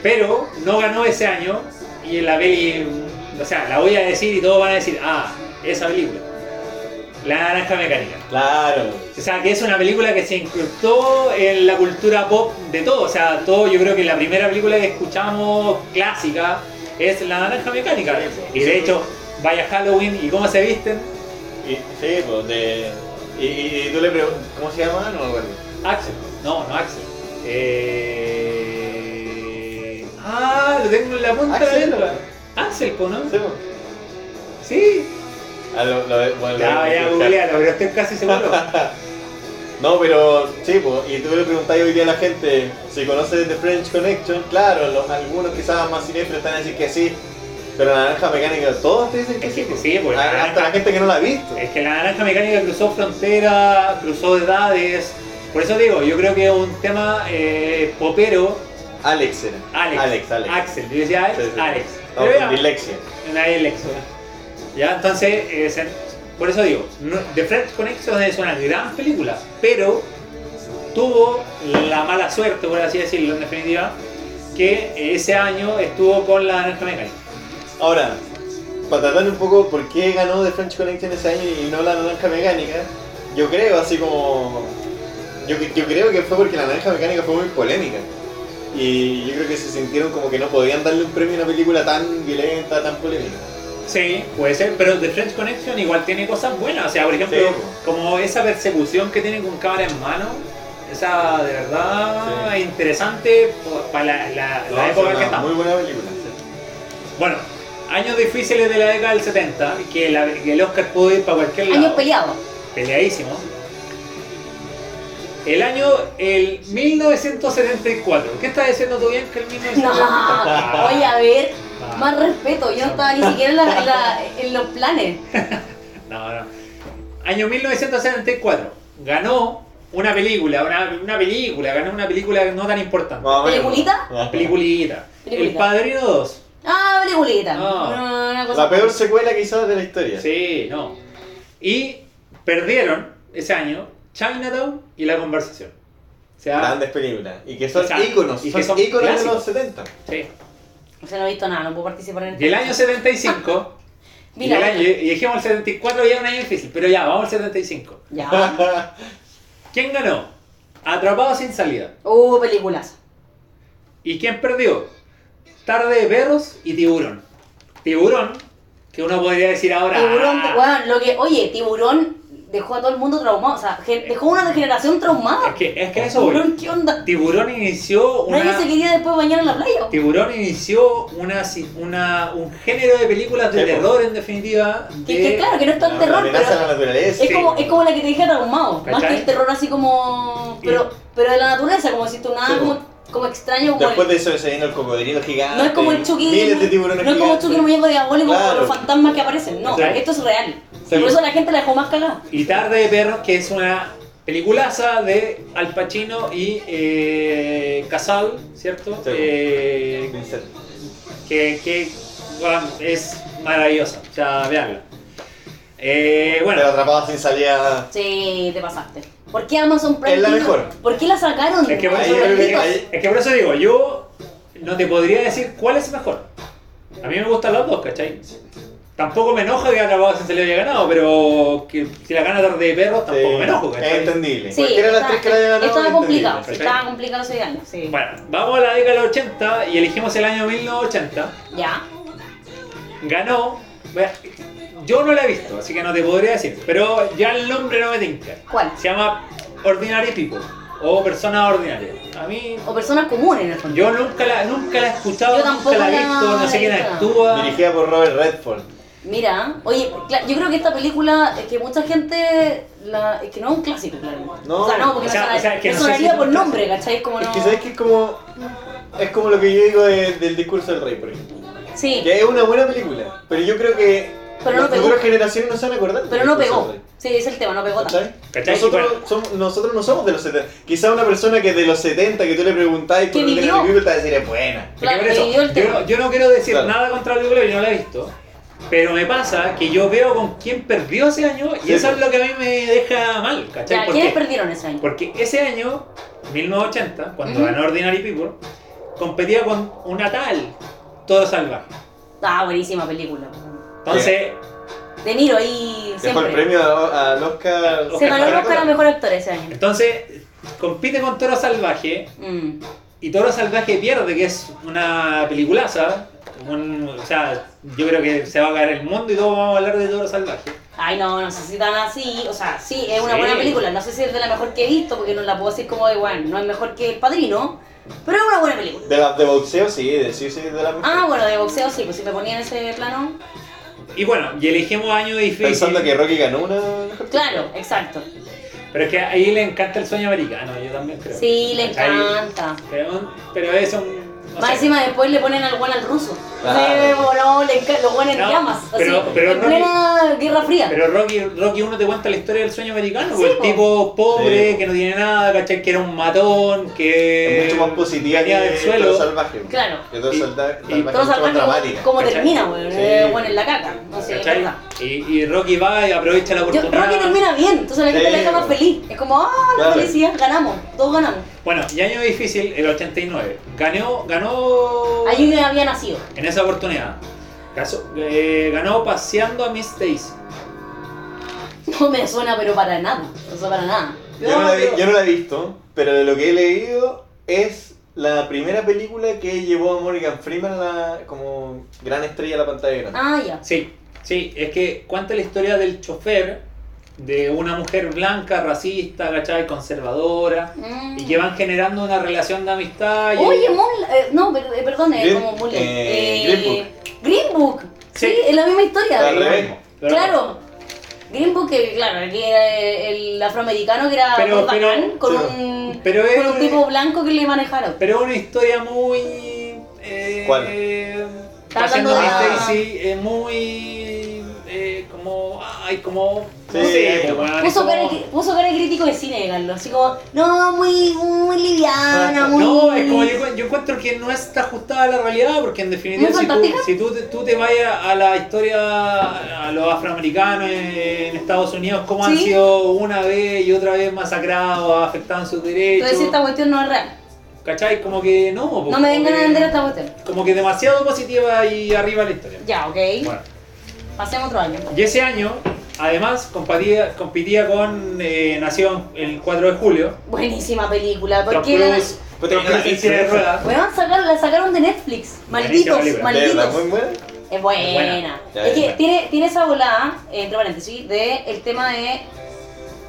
Speaker 2: pero no ganó ese año y la peli, o sea, la voy a decir y todos van a decir, ah, esa película. La naranja mecánica.
Speaker 3: Claro.
Speaker 2: O sea, que es una película que se incrustó en la cultura pop de todo. O sea, todo, yo creo que la primera película que escuchamos clásica es La Naranja Mecánica. Y de hecho, vaya Halloween y cómo se visten.
Speaker 3: Y, sí, pues de. Y, y- y tú le preguntas. ¿Cómo se llama? No me acuerdo.
Speaker 2: Axel. No, no Axel. Eh... Ah, lo tengo en la punta de la
Speaker 3: Axel,
Speaker 2: lengua.
Speaker 3: ¿no?
Speaker 2: Axel, po, ¿no?
Speaker 3: Sí, pues.
Speaker 2: Sí.
Speaker 3: Ah, lo- lo- bueno, lo-
Speaker 2: Ya, ya,
Speaker 3: lo-
Speaker 2: googlealo, pero estoy casi seguro.
Speaker 3: No, pero sí, pues, y tú le preguntás hoy día a la gente si conoces The French Connection, claro, los, algunos quizás más cinéfilos están a decir que sí, pero la naranja mecánica, todos te dicen que
Speaker 2: Es
Speaker 3: sí,
Speaker 2: que
Speaker 3: pues.
Speaker 2: sí, pues,
Speaker 3: A-
Speaker 2: la
Speaker 3: hasta la
Speaker 2: naranja- Eh,
Speaker 3: gente que no la ha visto.
Speaker 2: Es que la naranja mecánica cruzó fronteras, cruzó edades. Por eso digo, yo creo que es un tema eh, popero.
Speaker 3: Alex era.
Speaker 2: Alex.
Speaker 3: Alex, Alex.
Speaker 2: Axel. Yo decía Alex.
Speaker 3: Sí, sí.
Speaker 2: Alex.
Speaker 3: No,
Speaker 2: Pero
Speaker 3: con
Speaker 2: era-
Speaker 3: dislexia.
Speaker 2: Una elección. Ya, entonces, eh, se- por eso digo, no- The French Connection es una gran película, pero tuvo la mala suerte, por así decirlo, en definitiva, que ese año estuvo con la Naranja Mecánica.
Speaker 3: Ahora, para tratar un poco por qué ganó The French Connection ese año y no la naranja mecánica, yo creo, así como. Yo, yo creo que fue porque la naranja mecánica fue muy polémica. Y yo creo que se sintieron como que no podían darle un premio a una película tan violenta, tan polémica.
Speaker 2: Sí, puede ser, pero The French Connection igual tiene cosas buenas. O sea, por ejemplo,
Speaker 3: Sí.
Speaker 2: como esa persecución que tienen con cámara en mano, esa de verdad
Speaker 3: Sí.
Speaker 2: interesante por- para la, la- la
Speaker 3: No,
Speaker 2: época
Speaker 3: fue
Speaker 2: que
Speaker 3: una
Speaker 2: estamos.
Speaker 3: Muy buena película.
Speaker 2: Bueno, años difíciles de la década del 70, que, la- que el Oscar pudo ir para cualquier lado.
Speaker 1: Años peleados.
Speaker 2: Peleadísimo. El año el 1974. ¿Qué estás diciendo tú bien que el 1974?
Speaker 1: No, oye, a ver,
Speaker 2: Ah.
Speaker 1: más respeto. Yo no estaba ni siquiera en, la- en la- en los planes.
Speaker 2: No, no. Año 1974. Ganó una película, una, una película, ganó una película no tan importante.
Speaker 3: Más o menos.
Speaker 1: ¿Peliculita?
Speaker 3: La
Speaker 2: Peliculita. El
Speaker 1: Peliculita.
Speaker 2: Padrino 2.
Speaker 1: Ah, peliculita.
Speaker 2: No.
Speaker 1: No, una cosa-
Speaker 3: la peor secuela quizás de la historia.
Speaker 2: Sí, no. Y perdieron ese año Chinatown y La Conversación. O sea,
Speaker 3: Grandes películas. Y que son
Speaker 2: O sea,
Speaker 3: íconos.
Speaker 2: y que
Speaker 3: son
Speaker 2: son
Speaker 3: íconos de
Speaker 2: clásicos.
Speaker 3: los 70.
Speaker 2: sí.
Speaker 1: O sea, no he visto nada, no puedo participar en el
Speaker 2: Y el año 75. y,
Speaker 1: Ah, Mira,
Speaker 2: el año, y dijimos el 74 ya es un año difícil, pero ya, vamos al 75.
Speaker 1: Ya.
Speaker 2: ¿Quién ganó? Atrapado sin salida.
Speaker 1: Uh, películas.
Speaker 2: ¿Y quién perdió? Tarde de perros y tiburón. Tiburón, que uno podría decir ahora.
Speaker 1: Tiburón,
Speaker 2: "Ah,
Speaker 1: weón, lo que, oye, tiburón, dejó a todo el mundo traumado. O sea, gen- dejó una generación traumada.
Speaker 2: Es que, es que a eso voy.
Speaker 1: Tiburón, ¿qué onda?
Speaker 2: Tiburón inició una...
Speaker 1: Nadie se quería después bañar en la playa.
Speaker 2: Tiburón inició una, si- una, un género de películas de
Speaker 3: Sí, pues. po.
Speaker 2: terror, en definitiva.
Speaker 1: Que,
Speaker 2: de-
Speaker 1: que claro, que no es tan
Speaker 3: La
Speaker 1: terror,
Speaker 3: amenaza a
Speaker 1: pero
Speaker 3: la naturaleza.
Speaker 1: es, como, es como la que te dije traumado. Más
Speaker 2: ¿Cachai?
Speaker 1: que el terror así como... Pero, pero de la naturaleza, como si tú nada
Speaker 3: Sí, po.
Speaker 1: como, como extraño. Como
Speaker 3: Después
Speaker 1: el-
Speaker 3: de eso se viene el cocodrilo gigante.
Speaker 1: no es como el Chucky,
Speaker 3: Miles de tiburones
Speaker 1: no es como el
Speaker 3: gigantes.
Speaker 1: Chucky el muñeco diabólico
Speaker 3: Claro.
Speaker 1: con los fantasmas que aparecen, no,
Speaker 2: ¿Cachai?
Speaker 1: esto es real.
Speaker 2: Sí.
Speaker 1: Por eso la gente la dejó más cagada.
Speaker 2: Y Tarde de Perros, que es una peliculaza de Al Pacino y eh, Casal, ¿cierto?
Speaker 3: Sí.
Speaker 2: Eh,
Speaker 3: Vincent.
Speaker 2: que que, bueno, es maravillosa, o sea, veanla. Eh,
Speaker 3: Pero
Speaker 2: bueno,
Speaker 3: atrapado sin salida.
Speaker 1: Sí, te pasaste. ¿Por qué Amazon Prime?
Speaker 3: Es la
Speaker 1: Video-
Speaker 3: mejor.
Speaker 1: ¿Por qué la sacaron?
Speaker 2: es que, por
Speaker 3: Ahí
Speaker 2: eso,
Speaker 3: yo creo que-
Speaker 2: es que-
Speaker 3: ahí-
Speaker 2: es que por eso digo, yo no te podría decir cuál es mejor. A mí me gustan las dos, ¿cachai? Tampoco me enoja que Atrapados sin salida haya ganado, pero que si la gana Tarde de Perros tampoco
Speaker 3: Sí,
Speaker 2: me enojo,
Speaker 3: Es
Speaker 2: ¿cachai?
Speaker 3: entendible.
Speaker 1: Sí,
Speaker 3: Cualquiera de las
Speaker 1: está-
Speaker 3: tres que la haya ganado.
Speaker 1: Estaba
Speaker 3: es
Speaker 1: complicado,
Speaker 3: entendible.
Speaker 1: estaba complicado ese año, sí.
Speaker 2: Bueno, vamos a la década de los 80 y elegimos el año 1980.
Speaker 1: Ya,
Speaker 2: Ganó. vea, Yo no la he visto, así que no te podría decir. Pero ya el nombre no me tinca.
Speaker 1: ¿cuál?
Speaker 2: Se llama Ordinary People o Personas Ordinarias. A mí.
Speaker 1: O personas comunes en el fondo.
Speaker 2: Yo nunca la, nunca la he escuchado,
Speaker 1: Yo
Speaker 2: nunca la he
Speaker 1: tampoco la
Speaker 2: visto, no sé
Speaker 1: he
Speaker 2: quién
Speaker 1: visto.
Speaker 2: actúa.
Speaker 3: Dirigida por Robert Redford.
Speaker 1: Mira, oye, cla- yo creo que esta película es que mucha gente la, es que no es un clásico, claro.
Speaker 3: No.
Speaker 1: o sea, no, porque
Speaker 2: O sea,
Speaker 1: no,
Speaker 2: o sea, que
Speaker 1: no
Speaker 2: no sé
Speaker 1: sonaría
Speaker 2: si-
Speaker 1: por nombre, ¿cachai? Es Como
Speaker 3: Es
Speaker 1: no.
Speaker 3: que sabes que es como. Es como lo que yo digo de- del discurso del rey, por ejemplo.
Speaker 1: Sí,
Speaker 3: Que es una buena película, pero yo creo que
Speaker 1: Pero no
Speaker 3: las
Speaker 1: pegó.
Speaker 3: futuras generaciones no se van a acordar.
Speaker 1: pero no pegó. Sí, es el tema, no pegó tanto.
Speaker 3: ¿Cachai?
Speaker 2: ¿Cachai?
Speaker 3: Nosotros,
Speaker 2: Bueno.
Speaker 3: somos- nosotros no somos de los 70. Quizá una persona que de los 70 que tú le preguntás
Speaker 1: Que
Speaker 3: por lo que
Speaker 1: vivió.
Speaker 3: era película te va a decir es buena.
Speaker 2: Porque
Speaker 1: Claro,
Speaker 2: por eso,
Speaker 1: que yo el
Speaker 2: yo,
Speaker 1: tema.
Speaker 2: no- yo no quiero decir
Speaker 3: Claro.
Speaker 2: nada contra la película, yo no la he visto. Pero me pasa que yo veo con quién perdió ese año y
Speaker 3: Sí,
Speaker 2: eso
Speaker 3: pues.
Speaker 2: es lo que a mí me deja mal, ¿cachai?
Speaker 1: Ya,
Speaker 2: ¿Por
Speaker 1: ¿quiénes
Speaker 2: qué?
Speaker 1: perdieron ese año?
Speaker 2: Porque ese año, 1980, cuando
Speaker 1: Ujú.
Speaker 2: ganó Ordinary People, competía con una tal Todo Salvaje.
Speaker 1: Ah, buenísima película.
Speaker 2: Entonces,
Speaker 1: De Niro ahí
Speaker 3: Dejó el
Speaker 1: siempre.
Speaker 3: premio a- al Oscar.
Speaker 1: Se ganó el
Speaker 2: Oscar
Speaker 1: Oscar a mejor actor ese año.
Speaker 2: entonces compite con Toro Salvaje
Speaker 1: Mm.
Speaker 2: y Toro Salvaje pierde, que es una peliculaza. un- o sea, yo creo que se va a caer el mundo y todos vamos a hablar de Toro Salvaje.
Speaker 1: Ay, no, no sé si tan así. O sea, sí, es una
Speaker 2: Sí.
Speaker 1: buena película. No sé si es de la mejor que he visto, porque no la puedo decir como de, bueno, no es mejor que El Padrino, pero es una buena película.
Speaker 3: De, la- de boxeo, sí, de sí, sí, de la mujer.
Speaker 1: Ah, bueno, de boxeo sí, pues si me ponía en ese plano.
Speaker 2: Y bueno, y elegimos año difícil.
Speaker 3: Pensando que Rocky ganó una.
Speaker 1: Claro, exacto.
Speaker 2: Pero es que ahí le encanta el sueño americano, yo también creo.
Speaker 1: Sí, le
Speaker 2: ¿Cachai?
Speaker 1: encanta.
Speaker 2: Pero, pero es un. no
Speaker 1: Más
Speaker 2: sé.
Speaker 1: encima después le ponen al guan al ruso.
Speaker 3: Claro.
Speaker 1: Sí, no, le encanta, lo guan en
Speaker 2: Ah. No,
Speaker 1: llamas. Así,
Speaker 2: pero- pero
Speaker 1: en
Speaker 2: no-
Speaker 1: plena guerra fría.
Speaker 2: Pero Rocky, Rocky 1 te cuenta la historia del sueño americano,
Speaker 1: Sí,
Speaker 2: pues, el
Speaker 1: po.
Speaker 2: tipo pobre,
Speaker 3: Sí.
Speaker 2: que no tiene nada, ¿cachai? Que era un matón, que...
Speaker 3: Es mucho más positiva
Speaker 2: Eh, venía
Speaker 3: que
Speaker 2: del suelo.
Speaker 3: Toro Salvaje.
Speaker 1: Claro.
Speaker 3: Que Toro
Speaker 2: Y-
Speaker 3: Salda-
Speaker 2: y-
Speaker 3: Salvaje es
Speaker 1: Todos
Speaker 3: mucho más
Speaker 1: salvajes,
Speaker 3: dramática.
Speaker 1: ¿cómo
Speaker 2: ¿cachai?
Speaker 1: termina, weón?
Speaker 3: Sí.
Speaker 1: Eh, Bueno, en la caca. No sé, es
Speaker 2: ¿cachai?
Speaker 1: verdad.
Speaker 2: Y, y Rocky va y aprovecha la
Speaker 1: Yo
Speaker 2: oportunidad.
Speaker 1: creo que termina bien, entonces la gente
Speaker 3: Sí. pues.
Speaker 1: la deja más feliz. Es como, ah, la
Speaker 3: Claro.
Speaker 1: felicidad, ganamos, todos ganamos.
Speaker 2: Bueno, y año difícil, el 89. Ganó... ganó
Speaker 1: Allí yo había nacido.
Speaker 2: En esa oportunidad. Caso- eh, ganó paseando a Miss Daisy.
Speaker 1: No me suena, pero para nada. No suena para nada.
Speaker 3: Yo no, la vi- yo no la he visto, pero de lo que he leído es la primera película que llevó a Morgan Freeman a la- como gran estrella a la pantalla grande.
Speaker 1: Ah, ya.
Speaker 2: Sí, sí, es que cuenta la historia del chofer, de una mujer blanca, racista, ¿cachai? Conservadora.
Speaker 1: Mm.
Speaker 2: Y que van generando una relación de amistad. y-
Speaker 1: Oye, Moon, eh, no, per- eh, perdón, es
Speaker 3: Green-
Speaker 1: como Moon.
Speaker 3: eh,
Speaker 1: Green Book. Sí,
Speaker 2: Sí.
Speaker 1: es la misma historia.
Speaker 3: Al
Speaker 2: lo
Speaker 3: revés.
Speaker 2: mismo, pero-
Speaker 1: Claro. Green Book, que, claro, aquí era el afroamericano que era
Speaker 2: Pero-
Speaker 1: muy
Speaker 2: pero-
Speaker 1: bacán, con,
Speaker 3: pero-
Speaker 1: un,
Speaker 2: pero
Speaker 1: con
Speaker 2: es-
Speaker 1: un tipo blanco que le manejara.
Speaker 2: Pero es una historia muy. Eh,
Speaker 3: ¿Cuál?
Speaker 1: Está hablando
Speaker 2: haciendo
Speaker 1: de
Speaker 2: Miss
Speaker 1: la-
Speaker 2: Daisy, eh, muy. eh, como. Ay, como.
Speaker 3: Sí,
Speaker 2: no sé, como-
Speaker 1: Puso
Speaker 2: Ah, como-
Speaker 1: cara, de- puso cara de crítico de cine, Carlos. Así como, no, muy, muy liviana, muy.
Speaker 2: No, es como yo, yo encuentro que no está ajustada a la realidad, porque en definitiva,
Speaker 1: ¿Muy
Speaker 2: si, tú,
Speaker 1: fantástica?
Speaker 2: si tú, te- tú te vayas a la historia, a los afroamericanos en Estados Unidos, cómo han
Speaker 1: Sí.
Speaker 2: sido una vez y otra vez masacrados, afectados sus derechos.
Speaker 1: Entonces, esta cuestión no es real.
Speaker 2: ¿Cachai? Como que no.
Speaker 1: No
Speaker 2: porque-
Speaker 1: me vengan a vender esta cuestión.
Speaker 2: Como que demasiado positiva y arriba la historia.
Speaker 1: Ya, ok.
Speaker 2: Bueno.
Speaker 1: Pasemos otro año.
Speaker 2: Y ese año, además, compatía- competía con eh, Nació el 4 de julio.
Speaker 1: Buenísima película.
Speaker 2: Tom
Speaker 1: porque la...
Speaker 2: Cruise, Tom
Speaker 3: Tom
Speaker 2: Cruise en
Speaker 3: Cruise.
Speaker 2: silla de ruedas.
Speaker 1: Weón, sacaron- la sacaron de Netflix.
Speaker 2: Buenísima
Speaker 1: Malditos,
Speaker 2: película.
Speaker 3: ¿De verdad?
Speaker 1: Ah, malditos.
Speaker 3: ¿Muy buena?
Speaker 1: Es
Speaker 2: Es buena.
Speaker 1: buena.
Speaker 3: Ya,
Speaker 1: Es
Speaker 3: es
Speaker 1: que
Speaker 3: buena.
Speaker 1: eh, tiene, tiene esa volada, entre paréntesis, de el tema de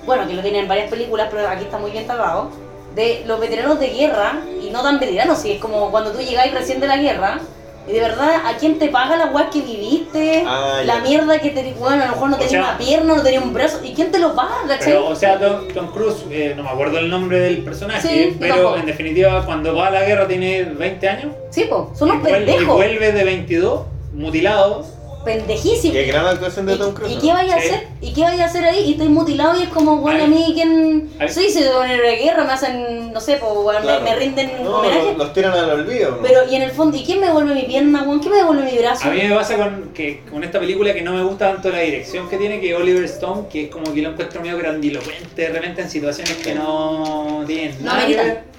Speaker 1: bueno, que lo tienen en varias películas, pero aquí está muy bien tratado, de los veteranos de guerra, y no tan veteranos, si es como cuando tú llegáis recién de la guerra, y de verdad, ¿a quién te paga la weá que viviste?
Speaker 3: Ah,
Speaker 1: la
Speaker 3: ya.
Speaker 1: mierda que te... Bueno, a lo mejor no
Speaker 2: O
Speaker 1: tenía
Speaker 2: sea-
Speaker 1: una pierna, no tenía un brazo, ¿y quién te lo paga, cachai?
Speaker 2: Pero, o sea, Tom, Tom Cruise, eh, no me acuerdo el nombre del personaje,
Speaker 1: Sí, yo
Speaker 2: pero
Speaker 1: tampoco.
Speaker 2: en definitiva, cuando va a la guerra tiene 20 años.
Speaker 1: Sí, po, son
Speaker 2: y
Speaker 1: unos
Speaker 2: vuel- Y
Speaker 1: pendejos,
Speaker 2: vuelve de 22, mutilado.
Speaker 1: pendejísimos.
Speaker 3: Qué gran actuación de Tom
Speaker 1: ¿Y,
Speaker 3: Cruise.
Speaker 1: y qué vaya a
Speaker 2: Sí.
Speaker 1: hacer? ¿Y qué vaya a hacer ahí? Y estoy mutilado y es como, bueno, a mí, ¿quién?
Speaker 2: Ay.
Speaker 1: Sí, se ponen de guerra, me hacen, no sé, pues, weón, me-
Speaker 3: Claro.
Speaker 1: me, rinden
Speaker 3: No,
Speaker 1: homenaje.
Speaker 3: los, los tiran al olvido. ¿no?
Speaker 1: Pero, y en el fondo, ¿y quién me devuelve mi pierna, weón? ¿Quién me devuelve mi brazo?
Speaker 2: A mí me pasa con, que, con esta película que no me gusta tanto la dirección que tiene que Oliver Stone, que es como que lo encuentro medio grandilocuente de repente en situaciones que no tienen
Speaker 1: No
Speaker 2: nada que
Speaker 1: ameritan.
Speaker 2: ver.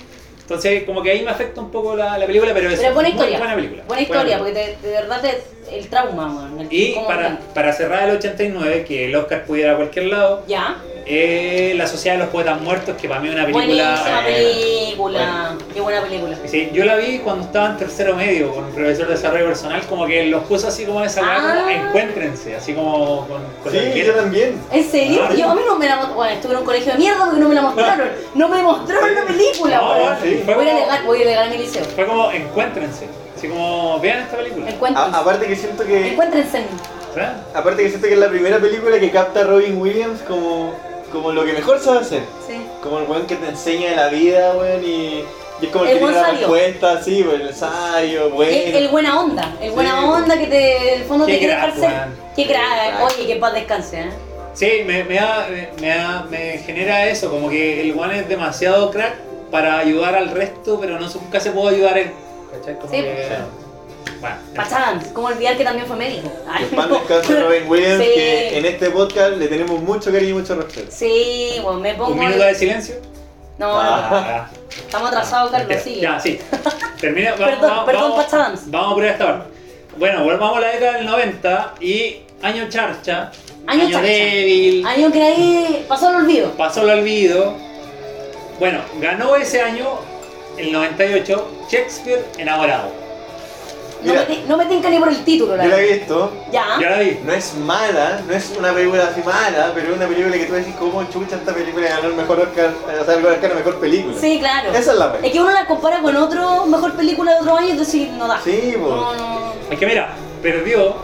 Speaker 2: Entonces, como que ahí me afecta un poco la, la película, pero es
Speaker 1: Pero buena
Speaker 2: muy
Speaker 1: historia.
Speaker 2: buena película.
Speaker 1: Buena historia,
Speaker 2: película.
Speaker 1: porque te- de verdad te- el trauma, weón. el-
Speaker 2: Y
Speaker 1: cómo-
Speaker 2: para, para cerrar el 89, que el Oscar pudiera a cualquier lado,
Speaker 1: Ya,
Speaker 2: eh, La Sociedad de los Poetas Muertos, que para mí es una película...
Speaker 1: buenísima
Speaker 2: eh,
Speaker 1: película. Qué buena película.
Speaker 2: Sí, yo la vi cuando estaba en tercero medio con un profesor de desarrollo personal, como que los puso así como en esa weá, como
Speaker 1: Ah.
Speaker 2: encuéntrense, así como con, con la
Speaker 3: Sí,
Speaker 2: izquierda.
Speaker 3: yo también.
Speaker 1: ¿En serio?
Speaker 2: Ah.
Speaker 1: Yo a mí no me la mostraron. Bueno, estuve en un colegio de mierda porque no me la mostraron. No me mostraron la película,
Speaker 2: No,
Speaker 1: weón.
Speaker 2: sí, fue
Speaker 1: Voy a
Speaker 2: como-
Speaker 1: alegar- voy a alegar a mi liceo.
Speaker 2: Fue como encuéntrense, así como vean esta película.
Speaker 1: Encuéntrense.
Speaker 3: A- aparte que siento que.
Speaker 1: Encuéntrense.
Speaker 2: ¿sabes?
Speaker 3: Aparte que siento que es la primera película que capta a Robin Williams como, como lo que mejor sabe hacer.
Speaker 1: Sí.
Speaker 3: Como el weón que te enseña de la vida, weón, y, y es como el,
Speaker 1: El
Speaker 3: que tiene la
Speaker 1: buen sabio.
Speaker 3: respuesta, sí, weón, el sabio, bueno.
Speaker 1: El, el buena onda, el buena
Speaker 3: Sí.
Speaker 1: onda que te, en el fondo
Speaker 2: Qué
Speaker 1: te quiere
Speaker 2: crack,
Speaker 1: dejar ser.
Speaker 2: weón.
Speaker 1: Qué crack,
Speaker 3: Crack.
Speaker 1: oye, que paz descanse, ¿eh?
Speaker 2: Sí, me, me, da- me, da- me genera eso, como que el one es demasiado crack para ayudar al resto, pero no nunca se puede ayudar él. ¿Cachai? Como
Speaker 1: Sí.
Speaker 2: que- Bueno,
Speaker 1: Pachadams, cómo olvidar que también fue médico. Ay,
Speaker 3: Que en paz
Speaker 1: no.
Speaker 3: descanse Robin Williams,
Speaker 1: Sí.
Speaker 3: que en este podcast le tenemos mucho cariño y mucho respeto.
Speaker 1: Sí, bueno, me
Speaker 2: un
Speaker 1: pongo.
Speaker 2: minuto de silencio.
Speaker 1: No, no, no,
Speaker 3: Ah.
Speaker 1: estamos atrasados, Carlos, sigue.
Speaker 2: Ya, sí. Termina. vamos-
Speaker 1: Perdón,
Speaker 2: vamos-
Speaker 1: perdón,
Speaker 2: vamos-
Speaker 1: Pachadams.
Speaker 2: Vamos a poner esta parte. Bueno, volvamos a la década del 90 y año charcha,
Speaker 1: Año charcha.
Speaker 2: débil,
Speaker 1: Año que ahí pasó el olvido.
Speaker 2: pasó al olvido. Bueno, ganó ese año, el 98, Shakespeare enamorado.
Speaker 1: No
Speaker 3: Mira.
Speaker 1: me, ti- no me tinca ni por el título, la
Speaker 3: Yo la he
Speaker 1: verdad.
Speaker 3: visto,
Speaker 1: Ya.
Speaker 2: Yo la vi.
Speaker 3: no es mala, no es una película así mala, pero es una película que tú decís, ¿cómo chucha esta película ganó el mejor Oscar, o sea, el Oscar a mejor película?
Speaker 1: Sí, claro.
Speaker 3: Esa es la película.
Speaker 1: Es que uno la compara con otro mejor película de otro año, entonces no da.
Speaker 3: Sí, pues. po.
Speaker 1: No, no.
Speaker 2: Es que mira, perdió,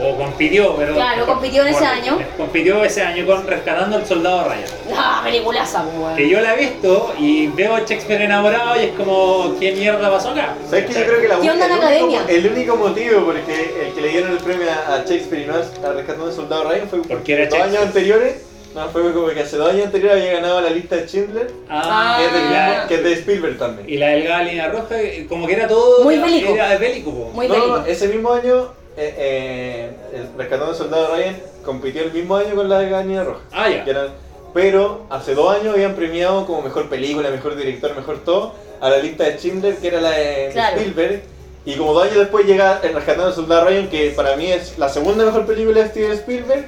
Speaker 2: o compitió, perdón.
Speaker 1: Claro, compitió en ese año.
Speaker 2: Compitió ese año con Rescatando al Soldado Ryan.
Speaker 1: Ah, peliculaza, weón.
Speaker 2: Que yo la he visto y veo Shakespeare enamorado y es como, ¿qué mierda pasó acá?
Speaker 3: ¿Sabes que yo creo que la
Speaker 1: ¿Qué onda
Speaker 3: única-
Speaker 1: la
Speaker 3: el único-
Speaker 1: academia?
Speaker 3: El único motivo por el que, el que le dieron el premio a a Shakespeare y no a a Rescatando al Soldado Ryan fue
Speaker 2: Porque era
Speaker 3: dos años
Speaker 2: Shakespeare.
Speaker 3: anteriores. No, fue como que hace dos años anteriores había ganado la lista de Schindler,
Speaker 2: Ah,
Speaker 3: que, es de,
Speaker 1: Ah.
Speaker 3: que es de Spielberg también.
Speaker 2: Y la delgada línea roja, eh, como que era todo.
Speaker 1: Muy
Speaker 2: era-
Speaker 1: bélico.
Speaker 2: Era bélico, po.
Speaker 1: Muy
Speaker 3: no, no,
Speaker 1: bélico.
Speaker 3: no, ese mismo año, eh, eh, el Rescatando al Soldado Ryan compitió el mismo año con la de Gania Roja.
Speaker 2: Ah, ya.
Speaker 3: que eran- pero hace dos años habían premiado como mejor película, mejor director, mejor todo a la lista de Schindler, que era la de
Speaker 1: Claro.
Speaker 3: Spielberg. Y como dos años después llega El Rescatando al Soldado Ryan, que para mí es la segunda mejor película de Steven Spielberg.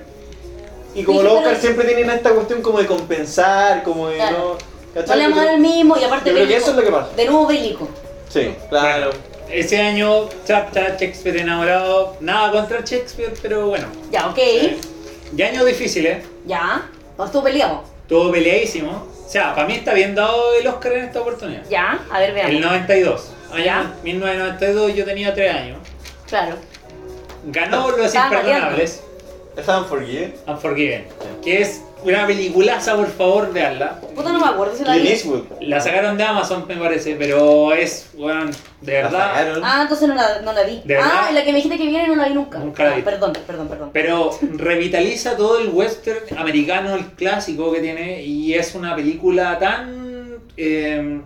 Speaker 3: Y como
Speaker 1: Dije,
Speaker 3: los Oscars
Speaker 1: pero-
Speaker 3: siempre tienen esta cuestión como de compensar, como de
Speaker 1: Claro.
Speaker 3: no.
Speaker 1: No
Speaker 3: ¿cachai?
Speaker 1: le vamos a dar el mismo y aparte
Speaker 3: Yo creo que
Speaker 1: bélico.
Speaker 3: eso es lo que pasa.
Speaker 1: De nuevo bélico.
Speaker 3: Sí, claro.
Speaker 2: Ese año, Chapta, Shakespeare enamorado. Nada contra Shakespeare, pero bueno.
Speaker 1: Ya, ok.
Speaker 2: Eh, y años difíciles,
Speaker 1: Ya. No estuvo peleado.
Speaker 2: todo ¿eh? peleadísimo. O sea, para mí está bien dado el Oscar en esta oportunidad.
Speaker 1: Ya. A ver, veamos.
Speaker 2: El 92. Allá,
Speaker 1: Ya.
Speaker 2: 1992, yo tenía 3 años.
Speaker 1: Claro.
Speaker 2: Ganó Los
Speaker 1: Estaba
Speaker 2: Imperdonables,
Speaker 3: Estaban forgiven.
Speaker 2: Unforgiven, que es una peliculaza, por favor, veanla.
Speaker 1: Puta, no me acuerdo si la
Speaker 3: Clint
Speaker 1: vi.
Speaker 3: Eastwood.
Speaker 2: La sacaron de Amazon, me parece, pero es, weón, de
Speaker 3: La
Speaker 2: verdad.
Speaker 3: sacaron.
Speaker 1: Ah, entonces no la, no la vi.
Speaker 2: ¿De
Speaker 1: ah,
Speaker 2: verdad?
Speaker 1: la que me dijiste que viene no la vi nunca.
Speaker 2: Nunca la vi.
Speaker 1: Ah, Perdón, perdón, perdón.
Speaker 2: Pero revitaliza todo el western americano, el clásico que tiene, y es una película tan... eh,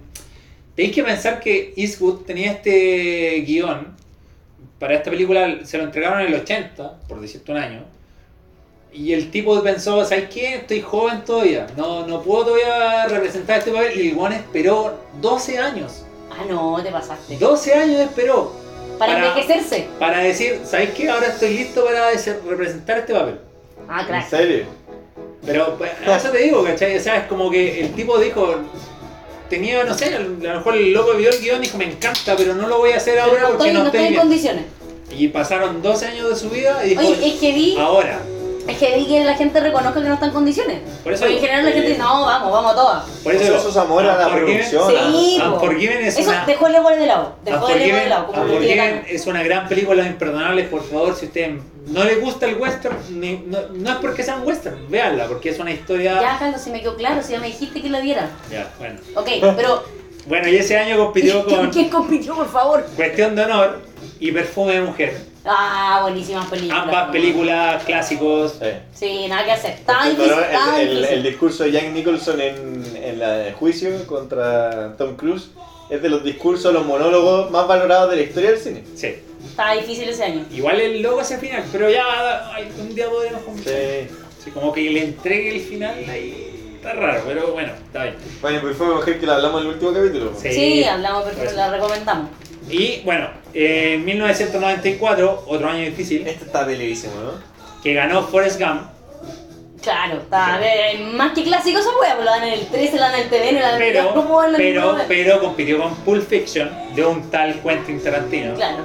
Speaker 2: tenéis que pensar que Eastwood tenía este guión, para esta película se lo entregaron en el 80, por decirte un año, y el tipo pensó, ¿sabes qué? Estoy joven todavía, no, no puedo todavía representar este papel, y el guión esperó 12 años,
Speaker 1: Ah, no, te pasaste.
Speaker 2: 12 años esperó,
Speaker 1: Para
Speaker 2: para-
Speaker 1: envejecerse.
Speaker 2: para decir, ¿sabes qué? Ahora estoy listo para des- representar este papel.
Speaker 1: Ah,
Speaker 3: ¿En
Speaker 1: crack.
Speaker 3: serio?
Speaker 2: Pero pues, a eso te digo, ¿cachai? O sea, es como que el tipo dijo, tenía, no sé, a lo mejor el loco vio el guión y dijo, me encanta, pero no lo voy a hacer ahora
Speaker 1: No
Speaker 2: porque
Speaker 1: estoy,
Speaker 2: no
Speaker 1: no estoy
Speaker 2: estoy
Speaker 1: en
Speaker 2: bien.
Speaker 1: condiciones.
Speaker 2: Y pasaron 12 años de su vida y dijo,
Speaker 1: Oye, es que vi,
Speaker 2: ahora.
Speaker 1: Es que ahí que la gente reconozca que no está en condiciones.
Speaker 2: Por eso
Speaker 1: Porque en
Speaker 2: digo,
Speaker 1: general la
Speaker 3: eh,
Speaker 1: gente dice, no, vamos, vamos a todas.
Speaker 2: Por eso
Speaker 3: Pues
Speaker 2: digo,
Speaker 3: eso es amor a la
Speaker 2: Unforgiven-
Speaker 3: producción.
Speaker 1: Sí,
Speaker 2: Un-
Speaker 1: po.
Speaker 2: Unforgiven es
Speaker 1: Eso,
Speaker 2: una-
Speaker 1: dejó el ego de lado. Dejó el ego de
Speaker 2: Unforgiven,
Speaker 1: lado. Como lo
Speaker 2: Unforgiven
Speaker 1: tiene
Speaker 2: es una gran película, Los Imperdonables, por favor, si usted no le gusta el western, ni- no, no es porque sea un western, véanla, porque es una historia...
Speaker 1: Ya, Carlos, si me quedó claro, si ya me dijiste que la diera.
Speaker 2: Ya, bueno.
Speaker 1: Ok,
Speaker 3: Ah,
Speaker 1: pero.
Speaker 2: Bueno, y ese año compitió con
Speaker 1: ¿Quién compitió, por favor?
Speaker 2: Cuestión de Honor y Perfume de Mujer.
Speaker 1: Ah, buenísimas películas.
Speaker 2: Ambas películas clásicos.
Speaker 3: Sí.
Speaker 1: Sí, nada que hacer. Tan
Speaker 3: Pero
Speaker 1: difícil, tan
Speaker 3: el, el-
Speaker 1: difícil.
Speaker 3: el discurso de Jack Nicholson en, en la- el juicio contra Tom Cruise es de los discursos, los monólogos más valorados de la historia del cine.
Speaker 2: Sí.
Speaker 1: Estaba difícil ese año.
Speaker 2: Igual el logo hacia el final, pero ya algún día podremos conversar.
Speaker 3: Sí.
Speaker 2: Sí, como que le entregue el final ahí. Está raro, pero bueno, está bien.
Speaker 3: Bueno, pues fue mujer que la hablamos en el último capítulo.
Speaker 2: Sí.
Speaker 1: Sí, hablamos, pero
Speaker 2: Pues-
Speaker 1: la recomendamos.
Speaker 2: Y bueno, en 1994, otro año
Speaker 1: Eh.
Speaker 2: difícil,
Speaker 3: Este está peleadísimo, ¿no?
Speaker 2: que ganó Forrest Gump.
Speaker 1: Claro, está eh, más que clásico esa wea, pues la dan en el 13, la dan en el TVN, la dan en el
Speaker 2: Pero,
Speaker 1: ¿Cómo van a-
Speaker 2: pero, pero compitió con Pulp Fiction de un tal Quentin Tarantino
Speaker 1: Claro.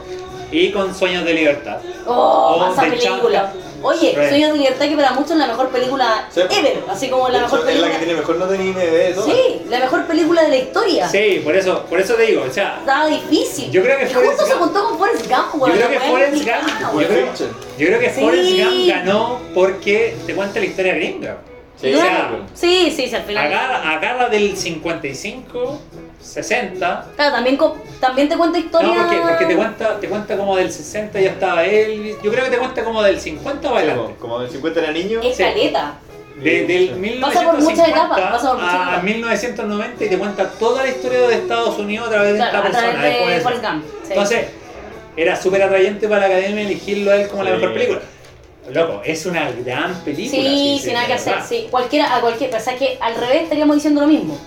Speaker 2: y con Sueños de Libertad.
Speaker 1: Oh,
Speaker 2: Oh,
Speaker 1: esa
Speaker 2: The
Speaker 1: película. Oye,
Speaker 2: Right.
Speaker 1: Sueños de Libertad que para muchos es la mejor película
Speaker 3: Sí.
Speaker 1: ever, así como la
Speaker 3: De
Speaker 1: mejor
Speaker 3: hecho, es la que
Speaker 1: película.
Speaker 3: tiene mejor nota en E IMDb. toda.
Speaker 1: Sí, la mejor película de la historia.
Speaker 2: Sí, por eso, por eso te digo, o sea,
Speaker 1: Estaba difícil.
Speaker 2: Yo creo que
Speaker 1: Y
Speaker 2: Forrest
Speaker 1: justo se
Speaker 2: Gump-
Speaker 1: juntó con Forrest Gump, weón.
Speaker 2: creo
Speaker 1: la
Speaker 2: que
Speaker 1: wea
Speaker 2: Forrest
Speaker 1: complicada,
Speaker 2: Gump-
Speaker 1: weón.
Speaker 3: Pulp Fiction.
Speaker 2: Yo creo que
Speaker 1: Sí.
Speaker 2: Forrest Gump ganó porque te cuenta la historia gringa.
Speaker 3: Sí,
Speaker 2: O
Speaker 1: Claro.
Speaker 2: sea,
Speaker 1: Sí, sí, sí, al final.
Speaker 2: agarra, agarra del 55, 60.
Speaker 1: Claro, también, co- también te cuenta historia.
Speaker 2: No, porque, porque te, cuenta, te cuenta como del 60 ya estaba Elvis. Yo creo que te cuenta como del 50 para
Speaker 3: Como,
Speaker 2: adelante.
Speaker 3: como del 50 era niño.
Speaker 1: Es
Speaker 2: sí.
Speaker 1: caleta.
Speaker 2: De- del
Speaker 1: Pasa por
Speaker 2: 1950
Speaker 1: muchas etapas, pasa por muchas
Speaker 2: a
Speaker 1: etapas.
Speaker 2: 1990 y te cuenta toda la historia de Estados Unidos a través de
Speaker 1: Claro,
Speaker 2: esta
Speaker 1: a
Speaker 2: persona.
Speaker 1: través de
Speaker 2: después
Speaker 1: Forrest Gump. sí.
Speaker 2: Entonces, era súper atrayente para la academia elegirlo a él como la
Speaker 3: Sí.
Speaker 2: mejor película. Loco, es una gran película.
Speaker 1: Sí, sin nada que hacer, sí. Cualquiera, a cualquier, pasa que al revés estaríamos diciendo lo mismo.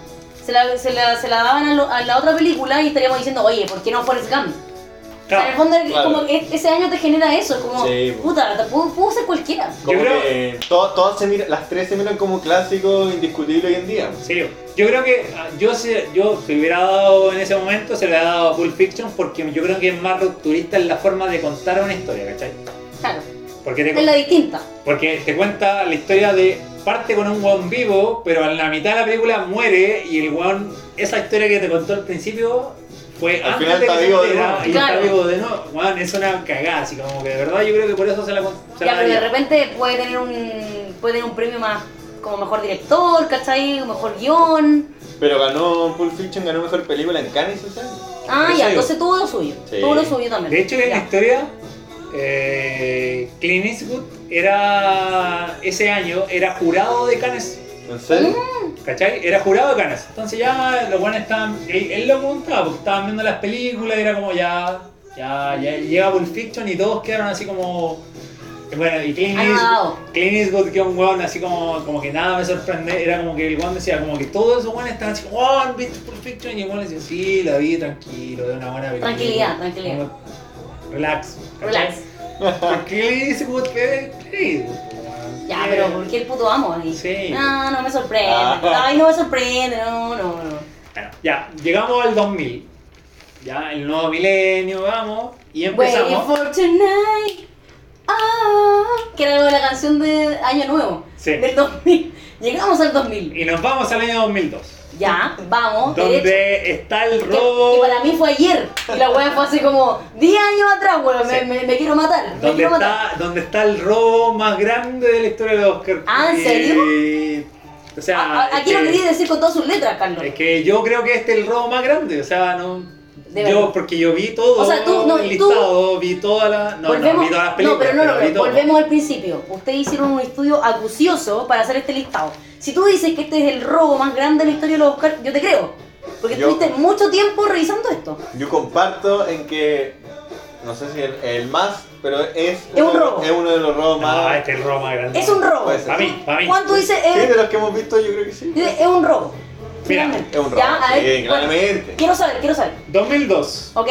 Speaker 1: Se la, se la, se la daban a, lo- a la otra película y estaríamos diciendo, oye, ¿por qué no Forrest Gump? O sea, en el
Speaker 2: Claro,
Speaker 1: fondo, es
Speaker 3: Claro.
Speaker 1: como que ese año te genera eso, es como,
Speaker 3: Sí, po.
Speaker 1: puta, te pudo, pudo ser cualquiera.
Speaker 3: Como
Speaker 2: Yo creo-
Speaker 3: que eh, to- todas se miran- las tres se miran como clásicos indiscutibles hoy en día.
Speaker 2: sí. Yo creo que ah, yo si, yo si hubiera dado en ese momento, se le hubiera dado a Pulp Fiction porque yo creo que es más rupturista en la forma de contar una historia, ¿cachai?
Speaker 1: Claro,
Speaker 2: Porque te,
Speaker 1: es la distinta.
Speaker 2: porque te cuenta la historia de parte con un guan vivo, pero en la mitad de la película muere y el guan, esa historia que te contó al principio fue
Speaker 3: Al
Speaker 2: antes
Speaker 3: final
Speaker 2: de
Speaker 3: está
Speaker 2: que se
Speaker 3: vivo de
Speaker 2: enterara
Speaker 3: nuevo.
Speaker 2: y
Speaker 1: Claro.
Speaker 2: está vivo de nuevo. Guan, es una cagada, así como que de verdad yo creo que por eso se la con- se
Speaker 1: ya,
Speaker 2: la
Speaker 1: pero de
Speaker 2: daría.
Speaker 1: repente puede tener un puede tener un premio más, como mejor director, ¿cachai? Un Mejor guión.
Speaker 3: Pero ganó Pulp Fiction, ganó mejor película en Cannes ese año.
Speaker 1: Ah,
Speaker 2: Eso
Speaker 1: ya,
Speaker 2: digo.
Speaker 1: entonces tuvo lo suyo.
Speaker 3: Sí.
Speaker 1: Tuvo lo suyo también.
Speaker 2: De hecho, este, en la
Speaker 1: Ya.
Speaker 2: historia, eh, Clint Eastwood era ese año era jurado de Cannes,
Speaker 3: ¿En serio?
Speaker 2: ¿cachai? Era jurado de Cannes. Entonces ya los buenos estaban, él, él lo contaba, porque estaban viendo las películas y era como ya, ya, ya llega Pulp Fiction y todos quedaron así como... Bueno, y Clint Eastwood,
Speaker 1: Anodado.
Speaker 2: Clint Eastwood, que un weón así como, como que nada me sorprende, era como que el weón decía, como que todos esos weones estaban así, oh, ¿han visto Pulp Fiction? Y el weón decía, sí, la vi, tranquilo, de una buena película.
Speaker 1: Tranquilidad, tranquilidad.
Speaker 2: Como, Relax. ¿cachai?
Speaker 1: Relax.
Speaker 2: ¿Por qué pues, Eastwood es Clint?
Speaker 1: Ya, pero
Speaker 2: Eh,
Speaker 1: ¿por qué el puto amo ahí?
Speaker 2: Sí.
Speaker 1: No, no me sorprende.
Speaker 3: Ah.
Speaker 1: Ay, no me sorprende, no, no, no.
Speaker 2: Bueno, ya, llegamos al 2000. Ya, el nuevo milenio, vamos. Y
Speaker 1: Waiting
Speaker 2: empezamos.
Speaker 1: for tonight. Ah, que era la canción de Año Nuevo.
Speaker 2: Sí.
Speaker 1: Del 2000. Llegamos al 2000.
Speaker 2: Y nos vamos al año 2002.
Speaker 1: Ya, vamos.
Speaker 2: Donde
Speaker 1: derecho.
Speaker 2: está el
Speaker 1: Que, que
Speaker 2: robo.
Speaker 1: para mí fue ayer. Y la wea fue así como 10 años atrás, weón. Me,
Speaker 2: Sí.
Speaker 1: me- me quiero matar. Me
Speaker 2: Donde
Speaker 1: quiero matar.
Speaker 2: está, donde está el robo más grande de la historia de Oscar.
Speaker 1: Ah, ¿en
Speaker 2: serio? O sea, eh,
Speaker 1: A- a-
Speaker 2: es
Speaker 1: aquí lo
Speaker 2: que-
Speaker 1: quería decir con todas sus letras, Carlos.
Speaker 2: Es que yo creo que este es el robo más grande, o sea, no.
Speaker 1: De verdad.
Speaker 2: yo, porque yo vi todo,
Speaker 1: O sea, tú- no,
Speaker 2: el
Speaker 1: tú-
Speaker 2: listado, vi toda la. No, no, vi todas las películas.
Speaker 1: pero no, no,
Speaker 2: vi
Speaker 1: no,
Speaker 2: todo.
Speaker 1: volvemos al principio. Ustedes hicieron un estudio acucioso para hacer este listado. Si tú dices que este es el robo más grande de la historia de los Oscars, yo te creo. Porque
Speaker 3: Yo-
Speaker 1: tuviste mucho tiempo revisando esto.
Speaker 3: Yo comparto en que, no sé si el, el más, pero es,
Speaker 1: Es un
Speaker 3: uno-
Speaker 1: robo.
Speaker 3: es uno de los robos
Speaker 2: No,
Speaker 3: más...
Speaker 2: este es el robo más grande.
Speaker 1: Es un robo.
Speaker 3: Puede ser.
Speaker 2: Para mí, para mí.
Speaker 1: ¿Cuánto dices
Speaker 3: Sí, de
Speaker 1: es?
Speaker 3: los que hemos visto yo creo que sí.
Speaker 1: Dices, Es un robo.
Speaker 2: Mira,
Speaker 1: Finalmente.
Speaker 3: Es un robo,
Speaker 1: eh, Ya, a
Speaker 3: sí,
Speaker 1: ver, ¿cuál?
Speaker 3: claramente.
Speaker 1: Quiero saber, quiero saber.
Speaker 2: 2002.
Speaker 1: ¿Ok?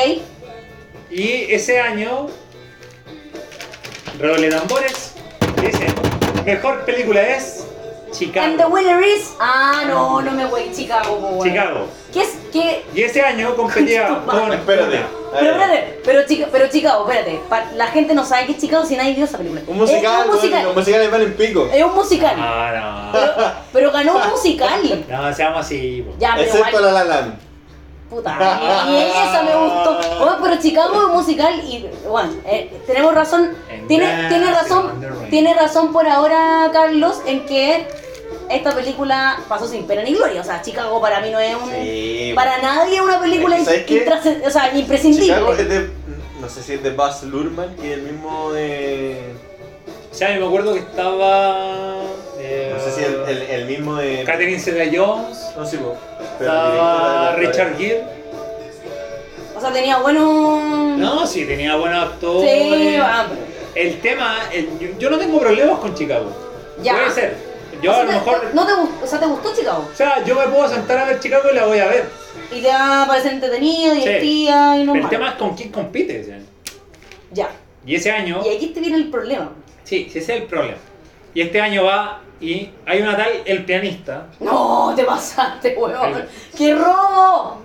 Speaker 2: Y ese año. Redoble de tambores. Dice: Mejor película es.
Speaker 1: And the
Speaker 2: Chicago.
Speaker 1: winner is. Ah, no, no me voy. Chicago, po, weón.
Speaker 2: Chicago.
Speaker 1: ¿Qué es? ¿Qué?
Speaker 2: Y ese año competía
Speaker 1: Concha tu
Speaker 2: con.
Speaker 3: Espérate,
Speaker 1: Pero espérate, pero, Chica- pero Chicago, espérate. pa- la gente no sabe qué es Chicago si nadie vio esa película.
Speaker 3: Un musical,
Speaker 1: Es un
Speaker 3: weón,
Speaker 1: musical. Eh,
Speaker 3: los musicales valen pico.
Speaker 1: Es un musical.
Speaker 2: Ah, no.
Speaker 1: Pero, pero ganó un musical.
Speaker 2: No, seamos así. po.
Speaker 1: Ya, pero
Speaker 3: Excepto
Speaker 1: igual-
Speaker 3: La La Land.
Speaker 1: Puta, y esa me gustó. Bueno, pero Chicago es musical y bueno, eh, tenemos razón,
Speaker 2: And
Speaker 1: tiene,
Speaker 2: that's
Speaker 1: tiene
Speaker 2: on the
Speaker 1: razón,
Speaker 2: rain.
Speaker 1: tiene razón por ahora Carlos en que esta película pasó sin pena ni gloria. O sea, Chicago para mí no es un
Speaker 3: Sí,
Speaker 1: para nadie es una película
Speaker 3: Es que, ¿sabes qué?
Speaker 1: intrascend- o sea, imprescindible.
Speaker 3: Chicago es de, no sé si es de Buzz Luhrmann, que es el mismo de...
Speaker 2: O sea, yo me acuerdo que estaba. eh,
Speaker 3: No sé si el, el, el mismo de...
Speaker 2: Catherine Zeta Jones.
Speaker 3: No sé, po. Pero el director de
Speaker 2: Estaba
Speaker 3: la-
Speaker 2: Richard Gere.
Speaker 1: O sea, tenía buenos
Speaker 2: No, sí, tenía buenos actores.
Speaker 1: Sí, ah, pero-
Speaker 2: El tema, el- yo, yo no tengo problemas con Chicago.
Speaker 1: Ya.
Speaker 2: Puede ser. Yo
Speaker 1: o sea,
Speaker 2: a lo
Speaker 1: te-
Speaker 2: mejor.
Speaker 1: no te gustó, o sea, te gustó Chicago
Speaker 2: O sea, yo me puedo sentar a ver Chicago y la voy a ver.
Speaker 1: y te va a parecer entretenida,
Speaker 2: Sí.
Speaker 1: divertida y
Speaker 2: Pero el
Speaker 1: normal.
Speaker 2: tema es con quién compites. ¿eh?
Speaker 1: Ya.
Speaker 2: Y ese año.
Speaker 1: Y aquí te viene el problema.
Speaker 2: Sí, ese es el problema. Y este año va y hay una tal El Pianista.
Speaker 1: No, te pasaste, huevón.
Speaker 2: Ahí.
Speaker 1: ¡Qué robo!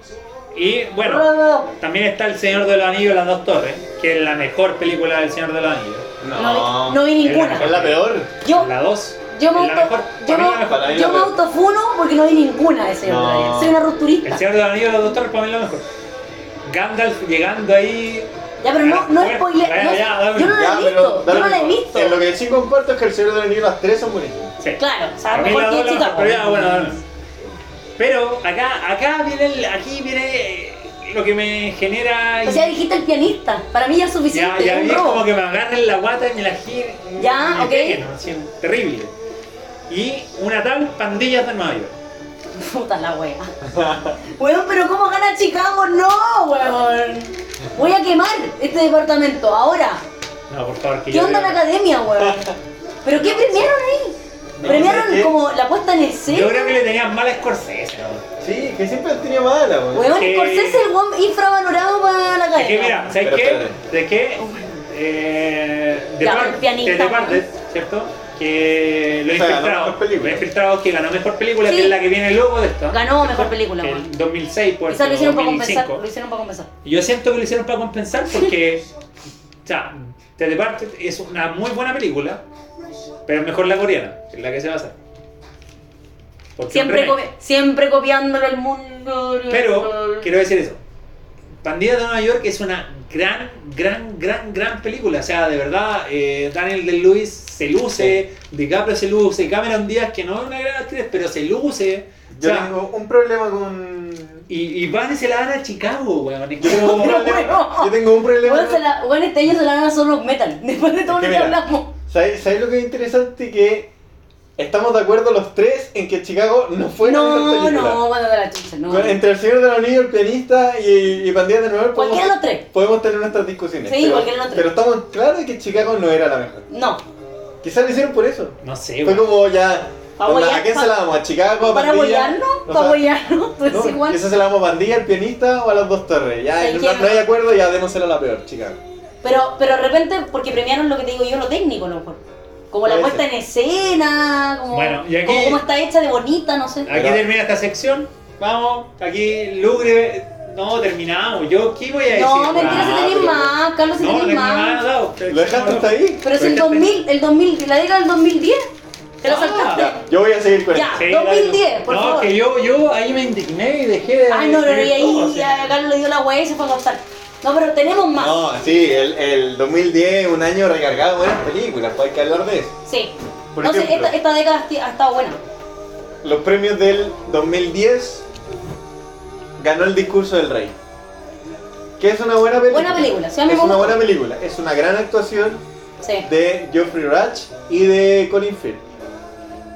Speaker 2: Y bueno,
Speaker 1: ¡Robo!
Speaker 2: también está El Señor de los Anillos, Las Dos Torres, que es la mejor película del Señor de los Anillos.
Speaker 1: No,
Speaker 3: No,
Speaker 1: vi- no vi
Speaker 2: Es la
Speaker 1: ninguna.
Speaker 3: es la peor.
Speaker 1: Yo,
Speaker 2: La 2.
Speaker 1: yo me
Speaker 2: es la
Speaker 1: auto,
Speaker 2: mejor.
Speaker 1: yo
Speaker 2: para
Speaker 1: me,
Speaker 2: mí la mejor.
Speaker 3: Para mí
Speaker 1: yo
Speaker 3: la
Speaker 1: me
Speaker 3: peor.
Speaker 1: autofuno porque no vi ninguna de ese
Speaker 3: No.
Speaker 1: hombre. Soy una
Speaker 2: El
Speaker 1: rupturista.
Speaker 2: Señor de los Anillos, Las Dos Torres, para mí es la mejor. Gandalf llegando ahí.
Speaker 1: Ya, pero no, no
Speaker 2: Bueno,
Speaker 1: spoile-
Speaker 2: ya,
Speaker 1: no-
Speaker 2: ya, dame-
Speaker 1: yo no la he visto.
Speaker 3: da
Speaker 1: Yo
Speaker 3: lo
Speaker 1: Ah, no la he
Speaker 3: mismo.
Speaker 1: visto.
Speaker 3: En lo que sí comparto es que el Señor de los Anillos, las tres son buenísimas.
Speaker 2: Sí.
Speaker 1: Claro, o sea,
Speaker 2: Para mí
Speaker 1: mejor
Speaker 2: la
Speaker 1: que
Speaker 2: dos, la
Speaker 1: Chicago.
Speaker 2: mejor, pero ya, bueno, bueno. Pero acá, acá viene, el- aquí viene eh, lo que me genera.
Speaker 1: O sea, dijiste el pianista. Para mí ya es
Speaker 2: Ya,
Speaker 1: suficiente.
Speaker 2: ya
Speaker 1: un
Speaker 2: vi
Speaker 1: robo.
Speaker 2: como que me agarran la guata y me la giren.
Speaker 1: Ya,
Speaker 2: me
Speaker 1: ok.
Speaker 2: peguen, así, terrible. Y una tal pandilla de Nueva York.
Speaker 1: Puta la wea. Weón, pero ¿cómo gana Chicago? No, weón. Voy a quemar este departamento ahora.
Speaker 2: No, por favor, que
Speaker 1: ¿Qué
Speaker 2: yo
Speaker 1: onda la
Speaker 2: creo-
Speaker 1: academia, weón? ¿Pero qué premiaron ahí?
Speaker 3: No,
Speaker 1: premiaron
Speaker 3: ¿sabes qué?
Speaker 1: como la puesta en
Speaker 2: Yo
Speaker 1: escena.
Speaker 2: creo que le tenían mal a Scorsese. ¿no?
Speaker 3: Sí, que siempre han tenido mala, weón.
Speaker 1: Weón,
Speaker 2: que-
Speaker 1: Scorsese es el weón infravalorado para la
Speaker 2: Es que
Speaker 1: academia.
Speaker 2: mira, ¿sabes
Speaker 3: Pero
Speaker 2: qué?
Speaker 3: espérate.
Speaker 2: ¿De qué? Eh, de
Speaker 1: Ya,
Speaker 2: Par-
Speaker 1: Ah, el pianista, pues.
Speaker 2: de The Departed, ¿cierto? Que lo he
Speaker 3: O sea, ganó mejor
Speaker 2: filtrado.
Speaker 3: película.
Speaker 2: Lo he filtrado que ganó mejor película,
Speaker 1: Sí.
Speaker 2: que es la que viene luego de esta.
Speaker 1: Ganó mejor película, weón.
Speaker 2: En 2006, por
Speaker 1: Quizás lo hicieron para compensar.
Speaker 2: 2005.
Speaker 1: Lo hicieron para compensar.
Speaker 2: Y Yo siento que lo hicieron para compensar porque, o sea, The Departed es una muy buena película, pero mejor la coreana, que es la que se basa. Porque
Speaker 1: Siempre,
Speaker 2: es un remake.
Speaker 1: copi- siempre copiándolo al mundo.
Speaker 2: Pero, quiero decir eso. Pandilla de Nueva York es una gran, gran, gran, gran película. O sea, de verdad, eh, Daniel de Lewis se luce, DiCaprio se luce, Cameron Díaz, que no es una gran actriz, pero se luce. O
Speaker 3: Yo
Speaker 2: sea,
Speaker 3: tengo un problema con.
Speaker 2: y, y van y se la dan a Chicago, weón. Es
Speaker 3: Yo tengo un
Speaker 2: como-
Speaker 3: problema- Yo tengo un problema.
Speaker 1: Weón, se la- weón, este año se la van a solo metal. Después de todo
Speaker 3: Es
Speaker 1: lo
Speaker 3: que
Speaker 1: que
Speaker 3: mira,
Speaker 1: hablamos.
Speaker 3: ¿Sabes, sabes lo que es interesante? Que estamos de acuerdo los tres en que Chicago no fue la mejor
Speaker 1: No,
Speaker 3: película.
Speaker 1: no, bueno, de la chucha, no.
Speaker 3: Con- entre el señor de los anillos, el pianista y, y Pandilla de Nueva York
Speaker 1: Cualquiera de
Speaker 3: podemos,
Speaker 1: los tres.
Speaker 3: podemos tener nuestras discusiones.
Speaker 1: Sí,
Speaker 3: pero,
Speaker 1: cualquiera de los tres.
Speaker 3: pero estamos claros que Chicago no era la mejor.
Speaker 1: No.
Speaker 3: Quizás lo hicieron por eso.
Speaker 2: No sé,
Speaker 3: Fue
Speaker 2: weón.
Speaker 3: como ya.
Speaker 1: ¿Pa
Speaker 3: onda,
Speaker 1: huear?
Speaker 3: ¿A quién
Speaker 1: ¿Pa-
Speaker 3: se la damos? ¿A Chicago? ¿A
Speaker 1: Para
Speaker 3: Pandilla?
Speaker 1: apoyarnos,
Speaker 3: O
Speaker 1: para
Speaker 3: sea,
Speaker 1: apoyarnos, tú
Speaker 3: no,
Speaker 1: es igual.
Speaker 3: ¿Esa se la damos a Pandilla, al pianista o a las dos torres? Ya,
Speaker 1: ¿Sabes
Speaker 3: no,
Speaker 1: quién?
Speaker 3: no hay acuerdo, ya démosela a la peor, Chicago.
Speaker 1: Pero, pero de repente, porque premiaron lo que te digo yo, lo técnico, a lo mejor. Como la
Speaker 3: Puede
Speaker 1: puesta en escena, como,
Speaker 2: Bueno, y aquí-
Speaker 1: como, como está hecha de bonita, no sé.
Speaker 2: Aquí
Speaker 3: Pero-
Speaker 2: termina esta sección. Vamos, aquí Lugre. No, terminamos. Yo aquí voy a decir.
Speaker 1: No, mentira,
Speaker 3: ah,
Speaker 1: si tenés
Speaker 3: pero-
Speaker 1: más, Carlos, si
Speaker 2: No,
Speaker 1: tenés
Speaker 2: tengo
Speaker 1: más.
Speaker 2: nada dado.
Speaker 3: ¿Lo dejaste hasta ahí?
Speaker 1: Pero si el
Speaker 2: Pero es que
Speaker 1: 2000, el 2000, la década del 2010, te la
Speaker 2: Ah,
Speaker 1: saltaste.
Speaker 3: Ya, yo voy a seguir con este.
Speaker 1: Ya.
Speaker 3: esto.
Speaker 2: Sí,
Speaker 1: 2010, por
Speaker 2: no,
Speaker 1: favor.
Speaker 2: que yo, yo ahí me indigné y dejé de.
Speaker 1: Ah, no, eh. no, no, y
Speaker 2: escribir todo,
Speaker 1: ahí
Speaker 2: así.
Speaker 1: ya Carlos le dio la hueá y se fue a acostar. No, pero tenemos más.
Speaker 3: No, sí, el, el 2010 un año recargado de buenas películas, pues hay que hablar de eso.
Speaker 1: Sí.
Speaker 3: Por
Speaker 1: no sé,
Speaker 3: ejemplo.
Speaker 1: esta, esta década ha estado buena.
Speaker 3: Los premios del 2010 ganó el discurso del rey. Que es una buena película.
Speaker 1: Buena película, sí, a mí
Speaker 3: Es
Speaker 1: me
Speaker 3: una
Speaker 1: gustó.
Speaker 3: buena película. Es una gran actuación
Speaker 1: Sí.
Speaker 3: de Geoffrey Rush y de Colin Firth.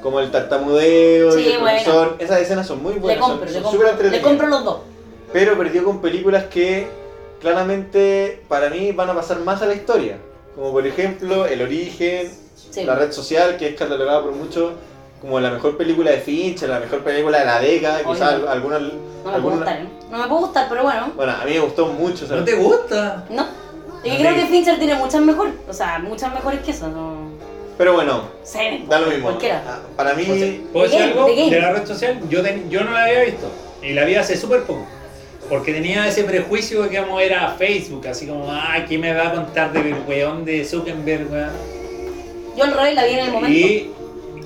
Speaker 3: Como el tartamudeo y
Speaker 1: Sí,
Speaker 3: el
Speaker 1: buena.
Speaker 3: profesor. Esas escenas son muy
Speaker 1: le
Speaker 3: buenas. son-
Speaker 1: compro,
Speaker 3: son
Speaker 1: le
Speaker 3: súper
Speaker 1: compro. Le
Speaker 3: entretenidas.
Speaker 1: compro los dos.
Speaker 3: Pero perdió con películas que claramente para mí van a pasar más a la historia. Como por ejemplo El Origen,
Speaker 1: Sí.
Speaker 3: La Red Social, que es catalogada por muchos como la mejor película de Fincher, la mejor película de la década,
Speaker 1: Oye,
Speaker 3: quizás
Speaker 1: no.
Speaker 3: algunos...
Speaker 1: No me puede gustar, ¿eh? No me puede gustar, pero bueno.
Speaker 3: Bueno, a mí me gustó mucho. o sea,
Speaker 2: ¿No te gusta?
Speaker 1: No. Y
Speaker 2: No
Speaker 1: creo
Speaker 2: te-
Speaker 1: que Fincher tiene muchas mejores. O sea, muchas mejores que eso. No.
Speaker 3: Pero bueno,
Speaker 1: Sé.
Speaker 3: da lo mismo.
Speaker 1: Cualquiera. Pues
Speaker 3: Ah, Para mí...
Speaker 2: ¿Puedo
Speaker 1: The
Speaker 2: decir
Speaker 1: Game,
Speaker 2: algo
Speaker 1: The Game.
Speaker 2: de la red social? Yo, ten- yo no la había visto. Y la vi hace súper poco. Porque tenía ese prejuicio de que como era Facebook, así como, ah, ¿qué me va a contar del weón de Zuckerberg, weón?
Speaker 1: Yo al revés la vi en el momento.
Speaker 2: Y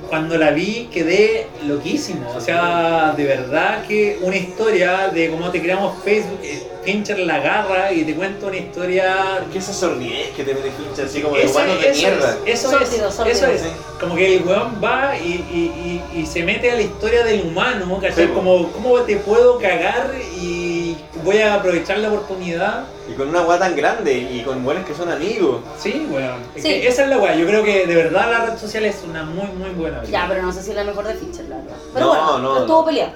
Speaker 2: cuando la vi quedé loquísimo. O sea, de verdad que una historia de cómo te creamos Facebook, eh, Fincher la garra y te cuenta una historia.
Speaker 3: ¿Qué esa sordidez que te metes pinche así como de
Speaker 2: Eso,
Speaker 3: guano de
Speaker 2: es, eso
Speaker 3: mierda?
Speaker 2: es, eso
Speaker 1: Sórdido,
Speaker 2: es,
Speaker 1: sórdido.
Speaker 2: eso es. Como que el weón va y, y- y- y se mete a la historia del humano, ¿cachai?
Speaker 3: Sí, po.
Speaker 2: Como, ¿cómo te puedo cagar y voy a aprovechar la oportunidad?
Speaker 3: Y con una weá tan grande y con buenas que son amigos.
Speaker 2: Sí, weón. Es
Speaker 1: Sí.
Speaker 2: que esa es la weá. Yo creo que de verdad la red social es una muy, muy buena.
Speaker 1: Ya, pero no sé si es la mejor de Fincher, la verdad. Pero
Speaker 3: No,
Speaker 1: bueno,
Speaker 3: no,
Speaker 1: estuvo
Speaker 3: no.
Speaker 1: peleado.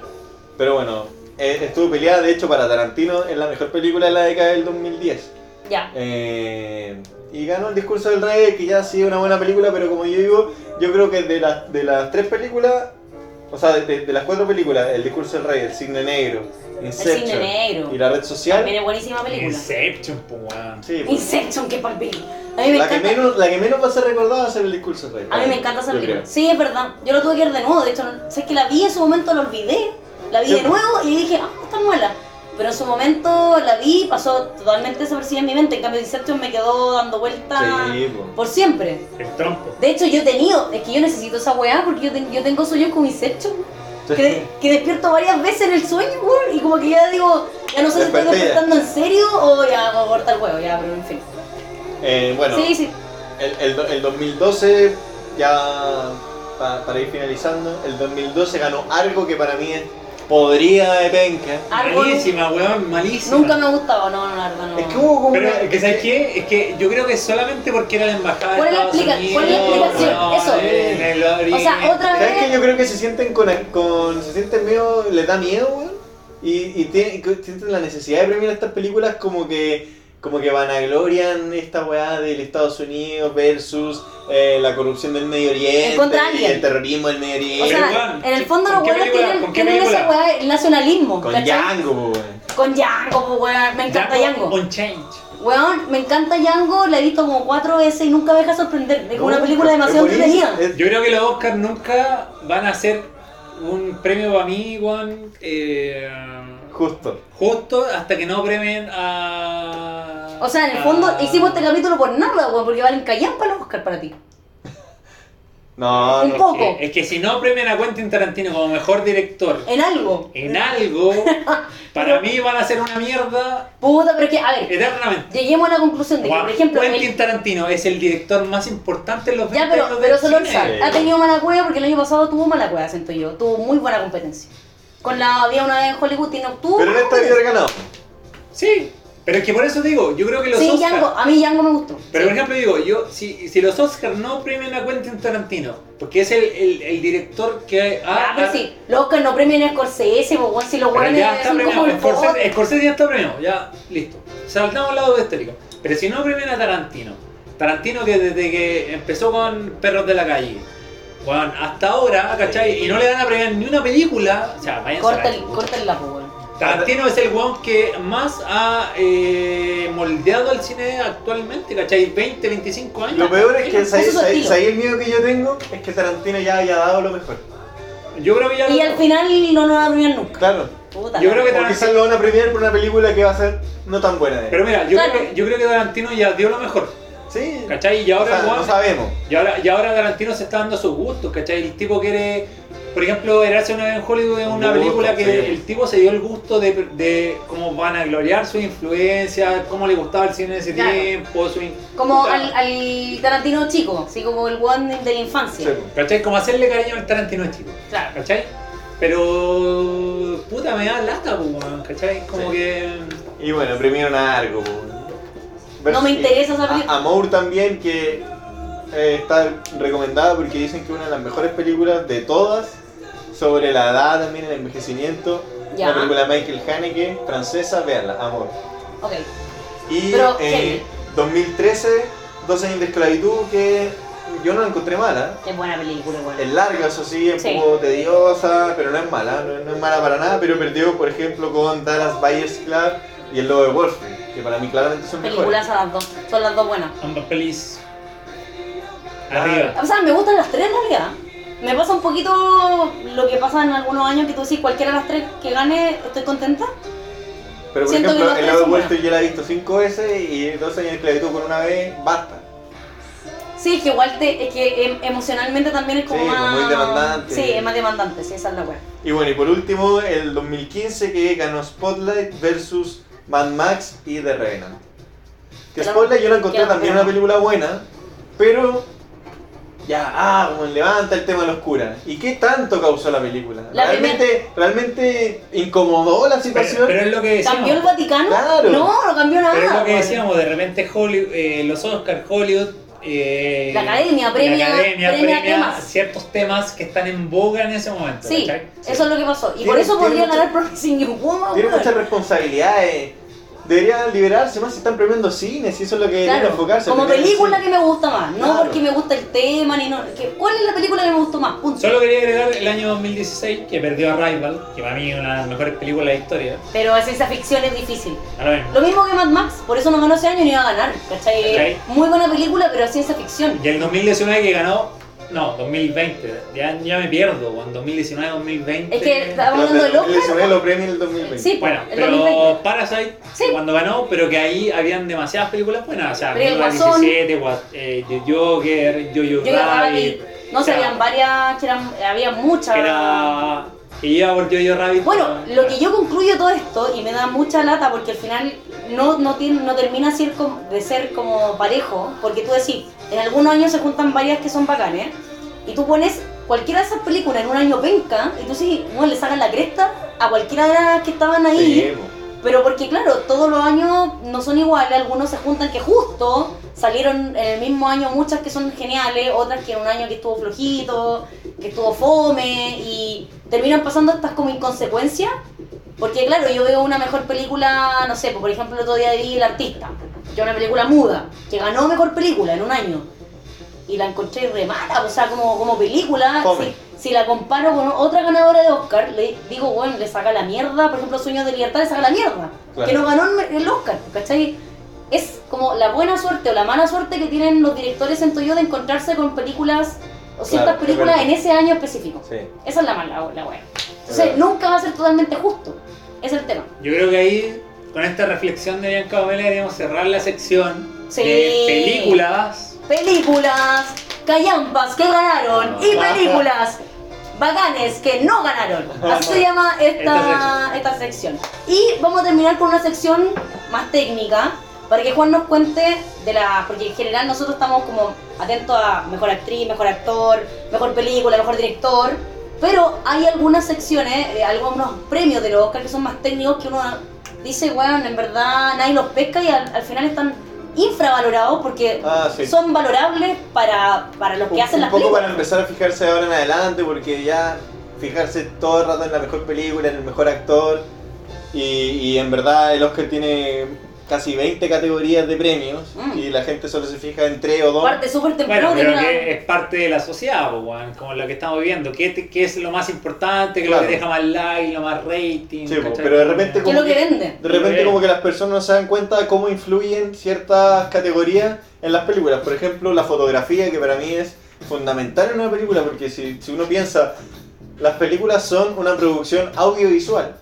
Speaker 3: Pero bueno, eh, estuvo peleada, de hecho, para Tarantino es la mejor película de la década del 2010.
Speaker 1: Ya.
Speaker 3: Eh, y ganó el discurso del rey, que ya ha sido una buena película, pero como yo digo, yo creo que de las, de las tres películas, o sea, de, de- de las cuatro películas, el discurso del rey, el cisne negro, Inception
Speaker 1: El Cisne Negro.
Speaker 3: y la red social,
Speaker 1: También es buenísima película.
Speaker 2: Inception, po, weón.
Speaker 3: sí, pues,
Speaker 1: Inception, qué palpito. A mí me
Speaker 3: la, que
Speaker 1: encanta.
Speaker 3: menos, la que menos va a ser recordada va a ser el discurso del rey.
Speaker 1: A mí me encanta esa
Speaker 3: yo
Speaker 1: película.
Speaker 3: creo.
Speaker 1: Sí, es verdad. Yo la tuve que ver de nuevo. De hecho, no- sé que la vi en su momento, la olvidé. La vi
Speaker 3: Sí.
Speaker 1: de nuevo y dije, ah, está mala. Pero en su momento la vi, pasó totalmente desapercibida en mi mente. En cambio, Inception me quedó dando vuelta
Speaker 3: Sí, pues. po.
Speaker 1: por siempre.
Speaker 2: El trompo.
Speaker 1: De hecho, yo he tenido, es que yo necesito esa weá porque yo, ten- yo tengo sueños con Inception. Que, que despierto varias veces en el sueño, weón, y como que ya digo, ya no sé si estoy
Speaker 3: Desperté ya.
Speaker 1: despertando en serio o ya voy a cortar el huevo, ya, pero en fin.
Speaker 3: Eh, bueno,
Speaker 1: Sí, sí.
Speaker 3: El, el do- el 2012, ya pa- para ir finalizando, el 2012 ganó algo que para mí es podrida de penca.
Speaker 1: Árbol
Speaker 2: Malísima, weón, malísima.
Speaker 1: nunca me ha gustado, no, no, la verdad, no.
Speaker 3: Es que hubo como
Speaker 2: Pero,
Speaker 3: una-
Speaker 2: es que, ¿sabes qué? Es que yo creo que solamente porque era la embajada
Speaker 1: ¿Cuál es
Speaker 2: de
Speaker 1: la
Speaker 2: Estados
Speaker 1: explica- cuál es la
Speaker 2: Unidos,
Speaker 1: explicación?
Speaker 2: weón,
Speaker 1: Eso.
Speaker 2: en el
Speaker 1: O sea,
Speaker 2: origen.
Speaker 1: otra
Speaker 3: ¿Sabes que
Speaker 1: vez.
Speaker 3: yo creo que se sienten con, con se sienten medio, les da miedo, weón? Y, y tienen- que sienten la necesidad de premiar estas películas como que como que vanaglorian esta weá del Estados Unidos versus eh, la corrupción del Medio Oriente
Speaker 1: contra de
Speaker 3: y
Speaker 1: alguien.
Speaker 3: el terrorismo del Medio
Speaker 1: O
Speaker 3: Oriente.
Speaker 1: sea,
Speaker 2: weón,
Speaker 1: en el fondo los
Speaker 2: ¿con qué
Speaker 1: huevos
Speaker 2: película?
Speaker 1: tienen,
Speaker 2: ¿Con qué
Speaker 1: tienen esa
Speaker 2: película?
Speaker 1: weá, el nacionalismo.
Speaker 3: con
Speaker 1: ¿cachai?
Speaker 3: Django, po, weón.
Speaker 1: Con Django, pues, weón. Me encanta
Speaker 2: Django
Speaker 1: Django.
Speaker 2: on Change.
Speaker 1: Weón, me encanta Django, la he visto como cuatro veces y nunca me deja sorprender. Es como una
Speaker 3: No,
Speaker 1: película
Speaker 3: es
Speaker 1: demasiado
Speaker 3: buenísimo.
Speaker 1: entretenida.
Speaker 3: Es-
Speaker 2: Yo creo que los Oscars nunca van a ser un premio para mí, weón, eh,
Speaker 3: Justo.
Speaker 2: justo hasta que no premien a...
Speaker 1: O sea, en el fondo
Speaker 2: a-
Speaker 1: hicimos este capítulo por nada, weón, porque valen callar para los Oscar para ti.
Speaker 3: No,
Speaker 1: Un
Speaker 3: no.
Speaker 1: poco.
Speaker 2: Eh, Es que si no premian a Quentin Tarantino como mejor director
Speaker 1: En algo.
Speaker 2: en algo, para mí van a ser una mierda
Speaker 1: Puta, pero es que, a ver,
Speaker 2: eternamente.
Speaker 1: Lleguemos a la conclusión de que, por ejemplo,
Speaker 2: Quentin
Speaker 1: el-
Speaker 2: Tarantino es el director más importante en los
Speaker 1: ya,
Speaker 2: 20
Speaker 1: pero,
Speaker 2: años
Speaker 1: pero
Speaker 2: del
Speaker 1: solo el
Speaker 2: cine.
Speaker 1: SAR ha tenido mala cueva porque el año pasado tuvo mala cueva, siento yo. Tuvo muy buena competencia. Con la había una vez en Hollywood y no tuvo.
Speaker 3: Pero en
Speaker 1: mala
Speaker 3: esta vida
Speaker 1: competencia.
Speaker 3: ganado.
Speaker 2: Sí, pero es que por eso digo, yo creo que los
Speaker 1: Sí,
Speaker 2: Oscars...
Speaker 1: Django, a mí Django me gustó.
Speaker 2: Pero
Speaker 1: Sí. Ah,
Speaker 2: por ejemplo digo, yo si, si los Oscars no premian a Quentin Tarantino, porque es el, el- el director que ha...
Speaker 1: Ya, pero
Speaker 2: ha-
Speaker 1: Ah, pues sí, los Oscar no premian a Scorsese, po, weón, si los
Speaker 2: Ah, pero ya
Speaker 1: weones
Speaker 2: está
Speaker 1: son como
Speaker 2: premiado,
Speaker 1: el
Speaker 2: Scorsese, Scorsese ya está premiado, ya, listo. Saltamos al lado histórico. Pero si no premian a Tarantino, Tarantino que desde que empezó con Perros de la Calle, bueno, hasta ahora, ¿cachai? Y no le van a premiar ni una película, o sea, váyanse a la
Speaker 1: Corta el,
Speaker 2: chucha.
Speaker 1: corta el lapo, pues, weón.
Speaker 2: Tarantino es el weón que más ha eh, moldeado al cine actualmente, ¿cachai? 20, 25 años.
Speaker 3: Lo peor es que
Speaker 1: Ese es
Speaker 3: ¿sabes-
Speaker 1: su
Speaker 3: sabes-
Speaker 1: estilo.
Speaker 3: sabes el miedo que yo tengo es que Tarantino ya haya dado lo mejor.
Speaker 2: Yo creo que ya
Speaker 1: Y
Speaker 2: lo-
Speaker 1: al final no nos van a premiar nunca.
Speaker 3: Claro.
Speaker 1: Puta,
Speaker 2: Yo
Speaker 1: la-
Speaker 2: creo que
Speaker 3: O quizás
Speaker 2: Tarantino...
Speaker 3: lo van a premiar por una película que va a ser no tan buena de él.
Speaker 2: Pero mira, yo,
Speaker 1: Claro.
Speaker 2: creo que, yo creo que Tarantino ya dio lo mejor,
Speaker 3: Sí.
Speaker 2: ¿cachai? Y
Speaker 3: O
Speaker 2: ahora,
Speaker 3: sea,
Speaker 2: el
Speaker 3: no
Speaker 2: weón-
Speaker 3: sabemos.
Speaker 2: y ahora, y ahora Tarantino se está dando sus gustos, ¿cachai? El tipo quiere... Por ejemplo, Erase una vez en Hollywood es
Speaker 3: Un
Speaker 2: una
Speaker 3: gusto,
Speaker 2: película que
Speaker 3: sí.
Speaker 2: el tipo se dio el gusto de, de cómo van a gloriar su influencia, cómo le gustaba el cine en ese
Speaker 1: Claro.
Speaker 2: tiempo, su... in-
Speaker 1: Como
Speaker 2: Puta.
Speaker 1: al, al Tarantino chico, así como el weón de la infancia.
Speaker 3: Sí.
Speaker 2: ¿Cachai? Como hacerle cariño al Tarantino chico.
Speaker 1: Claro.
Speaker 2: ¿Cachai? Pero puta me da lata, po, weón, ¿cachai? Como
Speaker 3: Sí.
Speaker 2: que.
Speaker 3: Y bueno, premiaron a algo. po.
Speaker 1: No me interesa esa
Speaker 3: A-
Speaker 1: película.
Speaker 3: Amour también, que eh, está recomendada porque dicen que es una de las mejores películas de todas. Sobre la edad también, el envejecimiento.
Speaker 1: Ya.
Speaker 3: La película de Michael Haneke, francesa, véanla, Amor.
Speaker 1: Ok.
Speaker 3: Y
Speaker 1: Pero,
Speaker 3: eh,
Speaker 1: heavy.
Speaker 3: 2013, 12 años de esclavitud, que yo no la encontré mala.
Speaker 1: Qué buena película, weón.
Speaker 3: Es larga, eso sí, es
Speaker 1: Sí.
Speaker 3: un poco tediosa, pero no es mala, no, no es mala para nada, pero perdió, por ejejemplo, con Dallas Buyers Club y El Lobo de Wall Street, que para mí claramente son mejores.
Speaker 1: Películas a las dos, son las dos buenas.
Speaker 2: Ambas pelis.
Speaker 3: Ah.
Speaker 2: Arriba.
Speaker 1: O sea, me gustan las tres en realidad. Me pasa un poquito lo que pasa en algunos años que tú decís, cualquiera de las tres que gane, estoy contenta.
Speaker 3: Pero por
Speaker 1: Siento que
Speaker 3: ejemplo,
Speaker 1: los
Speaker 3: el
Speaker 1: tres
Speaker 3: lado
Speaker 1: son
Speaker 3: opuesto
Speaker 1: buenos.
Speaker 3: yo la he visto cinco veces y dos años de esclavitud con una vez, basta.
Speaker 1: Sí, es que igual te, es que em- emocionalmente también es como
Speaker 3: Sí,
Speaker 1: más.
Speaker 3: muy demandante.
Speaker 1: Sí, es más demandante, sí, esa es la weá.
Speaker 3: Y bueno, y por último, el 2015 que ganó Spotlight versus Mad Max y The Revenant. Que
Speaker 1: Que la-
Speaker 3: Spotlight yo la encontré
Speaker 1: que la-
Speaker 3: también
Speaker 1: que la-
Speaker 3: una película buena, pero ya, ah, como levanta el tema de la oscura. ¿Y qué tanto causó la película?
Speaker 1: La
Speaker 3: ¿Realmente, ¿Realmente incomodó la
Speaker 2: Pero,
Speaker 3: situación?
Speaker 2: pero es lo que decíamos.
Speaker 1: ¿Cambió el Vaticano?
Speaker 3: Claro.
Speaker 1: No, no cambió nada.
Speaker 2: Pero es lo que
Speaker 1: weón.
Speaker 2: decíamos, de repente Hollywood, eh, los Oscars, Hollywood, eh,
Speaker 1: La academia premia- premia temas.
Speaker 2: ciertos temas que están en boga en ese momento.
Speaker 1: Sí,
Speaker 2: ¿cachai?
Speaker 1: eso es lo que pasó. Y
Speaker 3: Tiene-
Speaker 1: por eso
Speaker 3: tiene
Speaker 1: podría
Speaker 3: mucho-
Speaker 1: ganar Promising Young Woman,
Speaker 3: Tiene
Speaker 1: weón.
Speaker 3: muchas responsabilidades. Deberían liberarse más si están premiando cines, si eso es lo que deberían
Speaker 1: Claro,
Speaker 3: enfocarse.
Speaker 1: como
Speaker 3: premiar
Speaker 1: película
Speaker 3: cine.
Speaker 1: que me gusta más, no
Speaker 3: Claro.
Speaker 1: porque me gusta el tema ni no. que- ¿Cuál es la película que me gustó más? Punto.
Speaker 2: Solo quería agregar el año 2016, que perdió a Rival, que para mí es una de las mejores películas de la historia.
Speaker 1: Pero es ciencia ficción es difícil.
Speaker 2: A lo mismo.
Speaker 1: Lo mismo que Mad Max, por eso no ganó ese año ni iba a ganar. ¿Cachai?
Speaker 2: ¿Cachai?
Speaker 1: Muy buena película, pero es ciencia ficción.
Speaker 2: Y el 2019 que ganó, no, 2020, ya, ya me pierdo, en 2019, 2020.
Speaker 1: Es que
Speaker 3: Pero
Speaker 1: estamos hablando del
Speaker 3: el
Speaker 1: Oscar.
Speaker 3: lo premia en el 2020.
Speaker 1: Sí,
Speaker 2: Bueno,
Speaker 1: el
Speaker 2: pero
Speaker 1: 2020.
Speaker 2: Parasite,
Speaker 1: Sí.
Speaker 2: cuando ganó, pero que ahí habían demasiadas películas buenas. O sea,
Speaker 1: Pero el
Speaker 2: 1917, Guas- eh, The Joker, Jojo
Speaker 1: Yo iba a
Speaker 2: Rabbit.
Speaker 1: No
Speaker 2: o
Speaker 1: sé,
Speaker 2: sea,
Speaker 1: habían varias, que eran, había muchas.
Speaker 2: Era... Que iba por Jojo Rabbit.
Speaker 1: Bueno, lo que yo concluyo todo esto, y me da mucha lata porque al final no, no, tiene, no termina ser com- de ser como parejo, porque tú decís, en algunos años se juntan varias que son bacanes, y tú pones cualquiera de esas películas en un año penca, y tú sí, no le sacan la cresta a cualquiera de las que estaban ahí.
Speaker 3: Sí, po.
Speaker 1: Pero porque claro, todos los años no son iguales, algunos se juntan que justo salieron en el mismo año muchas que son geniales, otras que en un año que estuvo flojito, que estuvo fome, y terminan pasando estas como inconsecuencias. Porque claro, yo veo una mejor película, no sé, pues, por ejemplo, el otro día vi El Artista, que es una película muda, que ganó mejor película en un año. Y la encontré re mala, o sea, como, como película.
Speaker 3: Fome.
Speaker 1: Si, si la comparo con otra ganadora de Oscar, le digo, bueno, le saca la mierda. Por ejemplo, Sueños de Libertad le saca la mierda.
Speaker 3: Claro.
Speaker 1: Que no ganó el el Oscar, ¿cachai? Es como la buena suerte o la mala suerte que tienen los directores, siento yo, de encontrarse con películas o ciertas
Speaker 3: Claro, es
Speaker 1: películas
Speaker 3: verdad.
Speaker 1: en ese año específico.
Speaker 3: Sí.
Speaker 1: Esa es la mala, la buena. Entonces,
Speaker 3: Claro.
Speaker 1: nunca va a ser totalmente justo. Es el tema.
Speaker 2: Yo creo que ahí, con esta reflexión de Bianca Omela, deberíamos cerrar la sección
Speaker 1: Sí.
Speaker 2: de películas.
Speaker 1: Películas, callampas que ganaron y películas bacanes que no ganaron. Así se llama esta, esta sección. Y vamos a terminar con una sección más técnica para que Juan nos cuente de la. Porque en general nosotros estamos como atentos a mejor actriz, mejor actor, mejor película, mejor director. Pero hay algunas secciones, eh, algunos premios de los Oscar que son más técnicos que uno dice, bueno, en verdad nadie los pesca y al, al final están infravalorados porque
Speaker 3: Ah, sí.
Speaker 1: son valorables para, para los que
Speaker 3: un,
Speaker 1: hacen
Speaker 3: un
Speaker 1: las
Speaker 3: poco
Speaker 1: películas.
Speaker 3: para empezar a fijarse de ahora en adelante, porque ya fijarse todo el rato en la mejor película, en el mejor actor, y, y en verdad el Oscar tiene casi 20 categorías de premios,
Speaker 1: Mm.
Speaker 3: y la gente solo se fija en 3 o 2.
Speaker 1: Parte súper temprano
Speaker 2: Bueno, pero
Speaker 1: termina-
Speaker 2: que es parte de la sociedad, po, weón, como lo que estamos viviendo. ¿Qué, te- qué es lo más importante? ¿Qué es lo
Speaker 3: Claro.
Speaker 2: que deja más like, lo más rating?
Speaker 3: Sí, po,
Speaker 2: ¿cachai?
Speaker 3: pero de repente
Speaker 1: que es lo
Speaker 3: como
Speaker 1: que
Speaker 3: que-
Speaker 1: vende.
Speaker 3: De repente como que las personas no se dan cuenta de cómo influyen ciertas categorías en las películas. Por ejemplo, la fotografía, que para mí es fundamental en una película, porque si, si uno piensa, las películas son una producción audiovisual.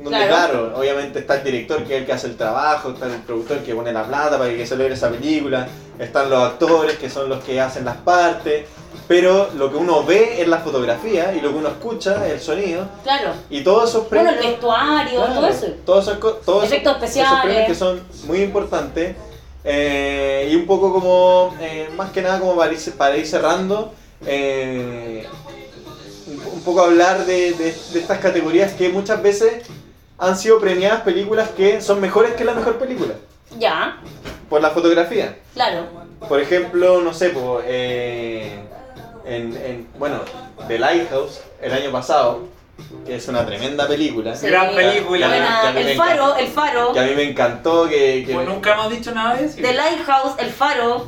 Speaker 3: Donde
Speaker 1: Claro.
Speaker 3: claro. obviamente está el director que es el que hace el trabajo, está el productor que pone la plata para que se logre esa película, están los actores que son los que hacen las partes, pero lo que uno ve es la fotografía y lo que uno escucha es el sonido
Speaker 1: Claro.
Speaker 3: y todos esos
Speaker 1: Bueno,
Speaker 3: premios...
Speaker 1: el vestuario,
Speaker 3: Claro,
Speaker 1: todo eso.
Speaker 3: todas esas co- todos esos-
Speaker 1: Efectos
Speaker 3: esos premios
Speaker 1: especiales.
Speaker 3: que son muy importantes. eh, y un poco como, eh, más que nada como para ir, para ir cerrando, eh, un, po- un poco hablar de, de- de estas categorías que muchas veces han sido premiadas películas que son mejores que la mejor película,
Speaker 1: Ya,
Speaker 3: por la fotografía.
Speaker 1: claro.
Speaker 3: Por ejemplo, no sé, po, eh, en, en- bueno, The Lighthouse, el año pasado, que es una tremenda película.
Speaker 1: Sí.
Speaker 2: Gran película.
Speaker 3: Ya,
Speaker 1: Buena,
Speaker 3: ya me
Speaker 1: el
Speaker 3: venga.
Speaker 1: faro, el faro.
Speaker 3: que a mí me encantó que, que
Speaker 2: Pues nunca hemos dicho nada de eso.
Speaker 1: The Lighthouse, el faro.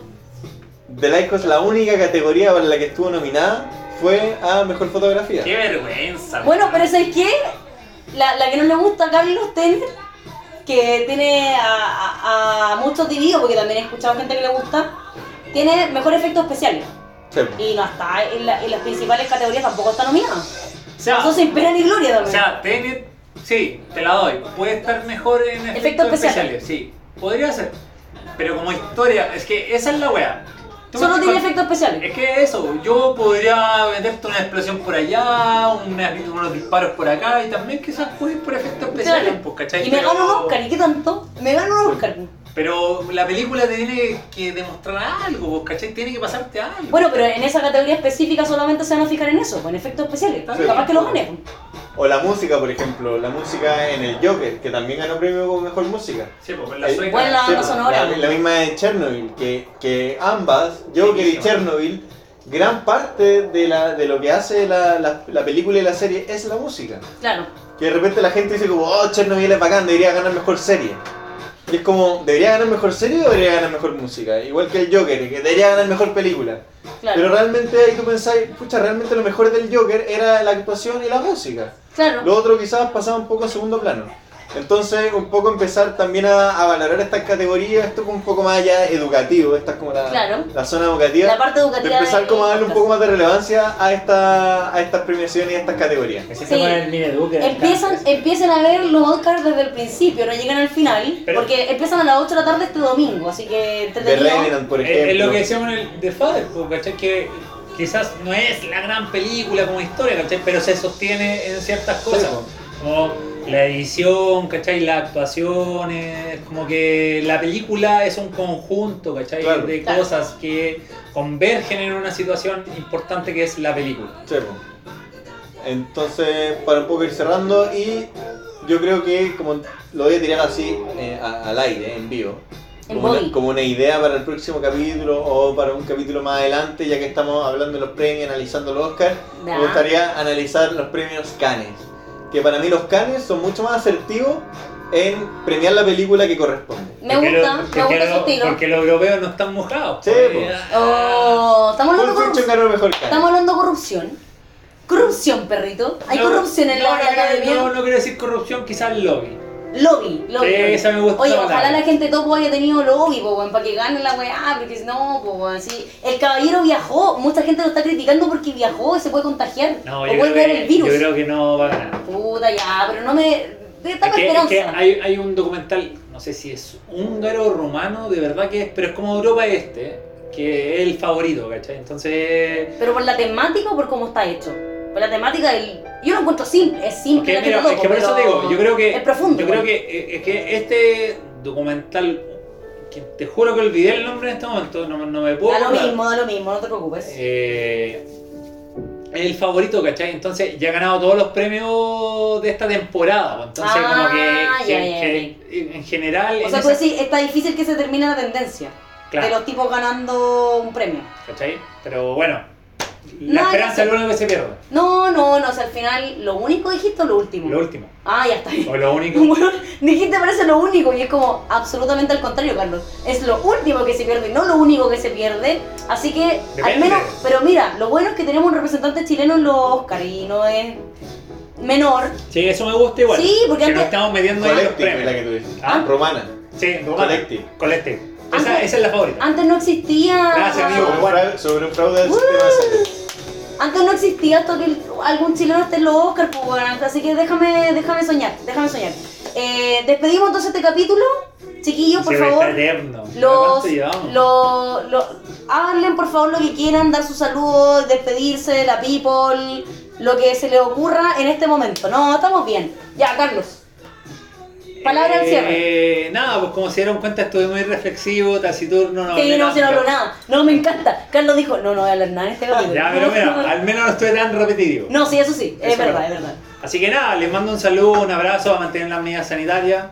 Speaker 3: The Lighthouse la única categoría para la que estuvo nominada fue a mejor fotografía
Speaker 2: Qué vergüenza.
Speaker 1: Bueno,
Speaker 2: weón.
Speaker 1: pero ¿sabes qué? La, la que no le gusta a Carlos Tener, que tiene a, a- a muchos divididos, porque también he escuchado gente que le gusta, tiene mejor efectos especiales.
Speaker 3: Sí.
Speaker 1: Y no está en, la- en las principales categorías, tampoco está nominada.
Speaker 2: O sea,
Speaker 1: Eso sin pena ni gloria
Speaker 2: o
Speaker 1: también.
Speaker 2: sea, Tenet Sí, te la doy. Puede estar mejor en efectos,
Speaker 1: especiales.
Speaker 2: especiales. sí. Podría ser. Pero como historia, es que esa es la wea. Tú
Speaker 1: Solo
Speaker 2: me-
Speaker 1: tiene efectos especiales.
Speaker 2: Es que eso, yo podría meterte una explosión por allá, una- unos disparos por acá y también quizás puede ir por efectos especiales,
Speaker 1: Claro.
Speaker 2: pues,
Speaker 3: Eh,
Speaker 2: ¿cachai?
Speaker 1: Y me
Speaker 2: Pero-
Speaker 1: gano un Oscar, ¿y qué tanto? Me gano un Oscar.
Speaker 2: Pero la película te tiene que demostrar algo, pues, ¿cachai? Tiene que pasarte algo.
Speaker 1: Bueno, pero en esa categoría específica solamente se van a fijar en eso, en efectos especiales.
Speaker 2: Sí.
Speaker 1: Capaz que lo gane.
Speaker 3: O la música, por ejemplo, la música en el Joker, que también ganó premio como mejor música.
Speaker 2: Sí, pues la
Speaker 3: Eh,
Speaker 2: sueca.
Speaker 1: bueno, la-
Speaker 3: Sí,
Speaker 1: banda sonora.
Speaker 3: La, la misma de Chernobyl, que, que ambas, Joker
Speaker 2: Sí,
Speaker 3: y Chernobyl, gran parte de, la, de lo que hace la, la- la película y la serie es la música.
Speaker 1: Claro.
Speaker 3: Que de repente la gente dice como, oh, Chernobyl es bacán, debería ganar mejor serie. Y es como, ¿debería ganar mejor serie o debería ganar mejor música? Igual que el Joker, que debería ganar mejor película.
Speaker 1: Claro.
Speaker 3: Pero realmente ahí tú pensáis, pucha, realmente lo mejor del Joker era la actuación y la música.
Speaker 1: claro.
Speaker 3: Lo otro quizás pasaba un poco a segundo plano. Entonces, un poco empezar también a, a valorar estas categorías, esto como un poco más allá educativo, esta es como la,
Speaker 1: Claro.
Speaker 3: la zona educativa.
Speaker 1: La parte educativa
Speaker 3: De empezar
Speaker 1: del
Speaker 3: como a darle un
Speaker 1: podcast.
Speaker 3: poco más de relevancia a, esta, a estas premiaciones y a estas categorías.
Speaker 4: Me
Speaker 1: Sí.
Speaker 4: siento con el Mineduc.
Speaker 1: Empiezan, empiezan a ver los Oscars desde el principio, no llegan al final,
Speaker 2: Pero-
Speaker 1: porque empiezan a las 8 de la tarde este domingo, así que
Speaker 3: De
Speaker 1: entretenido.
Speaker 3: Revenant, por
Speaker 2: Es-
Speaker 3: ejemplo.
Speaker 2: Es lo que decíamos en el The Father, pues, ¿cachai? Que quizás no es la gran película como historia, ¿cachai? Pero se sostiene en ciertas cosas.
Speaker 3: pues.
Speaker 2: Como la edición, ¿cachai? Las actuaciones, como que la película es un conjunto, ¿cachai?
Speaker 3: Claro.
Speaker 2: De
Speaker 1: Claro.
Speaker 2: cosas que convergen en una situación importante que es la película.
Speaker 3: Sí, po. Entonces, para un poco ir cerrando, y yo creo que como lo voy a tirar así eh, a- al aire, en vivo,
Speaker 1: En
Speaker 3: como una,
Speaker 1: body.
Speaker 3: como una idea para el próximo capítulo o para un capítulo más adelante, ya que estamos hablando de los premios, analizando los Oscars,
Speaker 1: Ya.
Speaker 3: me gustaría analizar los premios Cannes, que para mí los Cannes son mucho más asertivos en premiar la película que corresponde.
Speaker 1: Me
Speaker 2: Porque
Speaker 1: gusta,
Speaker 2: lo-
Speaker 1: me
Speaker 2: porque
Speaker 1: gusta su
Speaker 2: lo-
Speaker 1: estilo.
Speaker 2: Porque los europeos no están mojados.
Speaker 3: Sí,
Speaker 2: pues.
Speaker 3: pues.
Speaker 1: Oh, estamos hablando de
Speaker 3: Pulp Fiction
Speaker 1: corrupción.
Speaker 3: ganó el mejor
Speaker 1: Estamos
Speaker 3: Cannes.
Speaker 1: hablando de corrupción. Corrupción, perrito. Hay
Speaker 2: No,
Speaker 1: corrupción en
Speaker 2: no,
Speaker 1: la,
Speaker 2: no,
Speaker 1: en la
Speaker 2: no,
Speaker 1: academia.
Speaker 2: No, no quiero decir corrupción, quizás lobby.
Speaker 1: Lobby, lobby.
Speaker 2: Eh, esa me gusta
Speaker 1: Oye,
Speaker 2: la
Speaker 1: ojalá
Speaker 2: palabra.
Speaker 1: la gente topo haya tenido lobby, po, weón, para que gane la weá, porque si no, po, weón, sí. El caballero viajó, mucha gente lo está criticando porque viajó y se puede contagiar.
Speaker 2: No,
Speaker 1: o
Speaker 2: yo
Speaker 1: puede
Speaker 2: creo,
Speaker 1: ver
Speaker 2: que,
Speaker 1: el virus.
Speaker 2: yo creo que no va a ganar.
Speaker 1: Puta ya, pero no me. Dame
Speaker 2: Es que, es
Speaker 1: esperanza.
Speaker 2: que hay, hay un documental, no sé si es húngaro o rumano, de verdad que es, pero es como Europa Este, que es el favorito, ¿cachai? Entonces.
Speaker 1: Pero por la temática o por cómo está hecho. Por la temática del. Yo lo encuentro simple, es simple.
Speaker 2: Porque,
Speaker 1: no tiene
Speaker 2: mira, es
Speaker 1: loco,
Speaker 2: que por eso te
Speaker 1: pero
Speaker 2: digo, yo creo que.
Speaker 1: Es profundo. pues.
Speaker 2: Yo creo
Speaker 1: igual.
Speaker 2: que, eh, es que este documental, que te juro que olvidé el nombre en este momento, no, no me puedo.
Speaker 1: Da lo
Speaker 2: acordar.
Speaker 1: mismo, da lo mismo, no te preocupes.
Speaker 2: Eh, es el favorito, ¿cachai? Entonces ya ha ganado todos los premios de esta temporada. pues, Entonces,
Speaker 1: Ah,
Speaker 2: como que,
Speaker 1: ya,
Speaker 2: que-
Speaker 1: ya,
Speaker 2: que en general.
Speaker 1: o
Speaker 2: en
Speaker 1: sea, tú
Speaker 2: eh, esa-
Speaker 1: decís, está difícil que se termine la tendencia
Speaker 2: Claro.
Speaker 1: de los tipos ganando un premio.
Speaker 2: ¿Cachai? Pero bueno,
Speaker 1: No,
Speaker 2: la
Speaker 1: yo sé.
Speaker 2: esperanza es lo único que se pierde.
Speaker 1: No, no, no, o sea, al final, lo único dijiste o lo último.
Speaker 2: Lo último.
Speaker 1: Ah, ya está bien.
Speaker 2: O lo único.
Speaker 1: Bueno, dijiste parece lo único y es como absolutamente al contrario, Carlos. Es lo último que se pierde, no lo único que se pierde. Así que, al
Speaker 2: Depende.
Speaker 1: menos, pero mira, lo bueno es que tenemos un representante chileno en los Oscar y no es menor.
Speaker 2: Sí, eso me gusta igual.
Speaker 1: Sí, porque
Speaker 2: que
Speaker 1: antes-
Speaker 2: nos estamos mediando ahí en los
Speaker 3: Collective es la que
Speaker 2: premios.
Speaker 3: tú dices.
Speaker 2: ¿Ah?
Speaker 3: Romana.
Speaker 2: Sí,
Speaker 3: Collective.
Speaker 2: Collective. Esa,
Speaker 1: Antes-
Speaker 2: esa es la favorita.
Speaker 1: Antes no existía.
Speaker 2: Gracias, amigo.
Speaker 3: Sobre un fraude- Sobre un fraude del sistema de salud.
Speaker 1: Antes no existía esto que el- algún chileno esté en los Oscar, pues, weón. así que déjame, déjame soñar, déjame soñar. Eh, despedimos entonces este capítulo. Chiquillos, por
Speaker 2: Se va a
Speaker 1: favor.
Speaker 2: estar eterno.
Speaker 1: Los,
Speaker 2: ¿Cuánto llevamos?
Speaker 1: lo, lo, hablen por favor lo que quieran, dar sus saludos, despedirse de la people, lo que se les ocurra en este momento. No, estamos bien. Ya, Carlos. palabra al
Speaker 2: Eh, nada, pues como se dieron cuenta, estuve muy reflexivo, taciturno. No
Speaker 1: Sí,
Speaker 2: hablé
Speaker 1: no, si no
Speaker 2: tanto.
Speaker 1: hablo nada. No, me encanta. Carlos dijo, no, no voy a hablar nada en este capítulo.
Speaker 2: Ah, Ya, pero mira, al menos no estuve tan repetitivo.
Speaker 1: No, sí, eso sí, es
Speaker 2: Eso
Speaker 1: verdad, es
Speaker 2: no.
Speaker 1: verdad.
Speaker 2: Así que nada, les mando un saludo, un abrazo, a mantener las medidas sanitarias.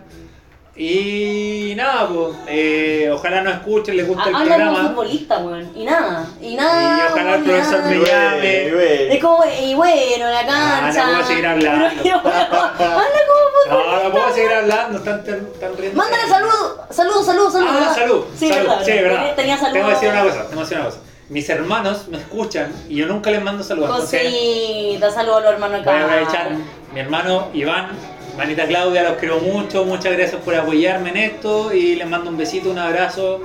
Speaker 2: Y nada, pues, eh, ojalá nos escuchen, les guste el
Speaker 1: Ha- Habla como
Speaker 2: programa.
Speaker 1: futbolista, weón. Y nada, y nada.
Speaker 2: Y ojalá el
Speaker 1: weón,
Speaker 2: profesor
Speaker 1: nada.
Speaker 2: me llame.
Speaker 3: Y ve-
Speaker 1: Es como, y bueno, la cancha.
Speaker 2: no Ah, puedo seguir hablando.
Speaker 1: Pero, habla como
Speaker 2: No, no puedo seguir hablando, están, tan- tan riendo.
Speaker 1: Mándale saludos, saludos, saludos, saludos.
Speaker 2: Ah,
Speaker 1: ¿verdad?
Speaker 2: salud.
Speaker 1: Sí,
Speaker 2: salud.
Speaker 1: verdad.
Speaker 2: Sí, verdad.
Speaker 1: Tenía saludos.
Speaker 2: Tengo que decir una cosa, tengo que decir una cosa. Mis hermanos me escuchan y yo nunca les mando saludos.
Speaker 1: Pues
Speaker 2: entonces
Speaker 1: Cosita, saludos a los hermanos de
Speaker 2: voy a
Speaker 1: cada-
Speaker 2: aprovechar. Mi hermano Iván, manita Claudia, los quiero mucho. Muchas gracias por apoyarme en esto y les mando un besito, un abrazo.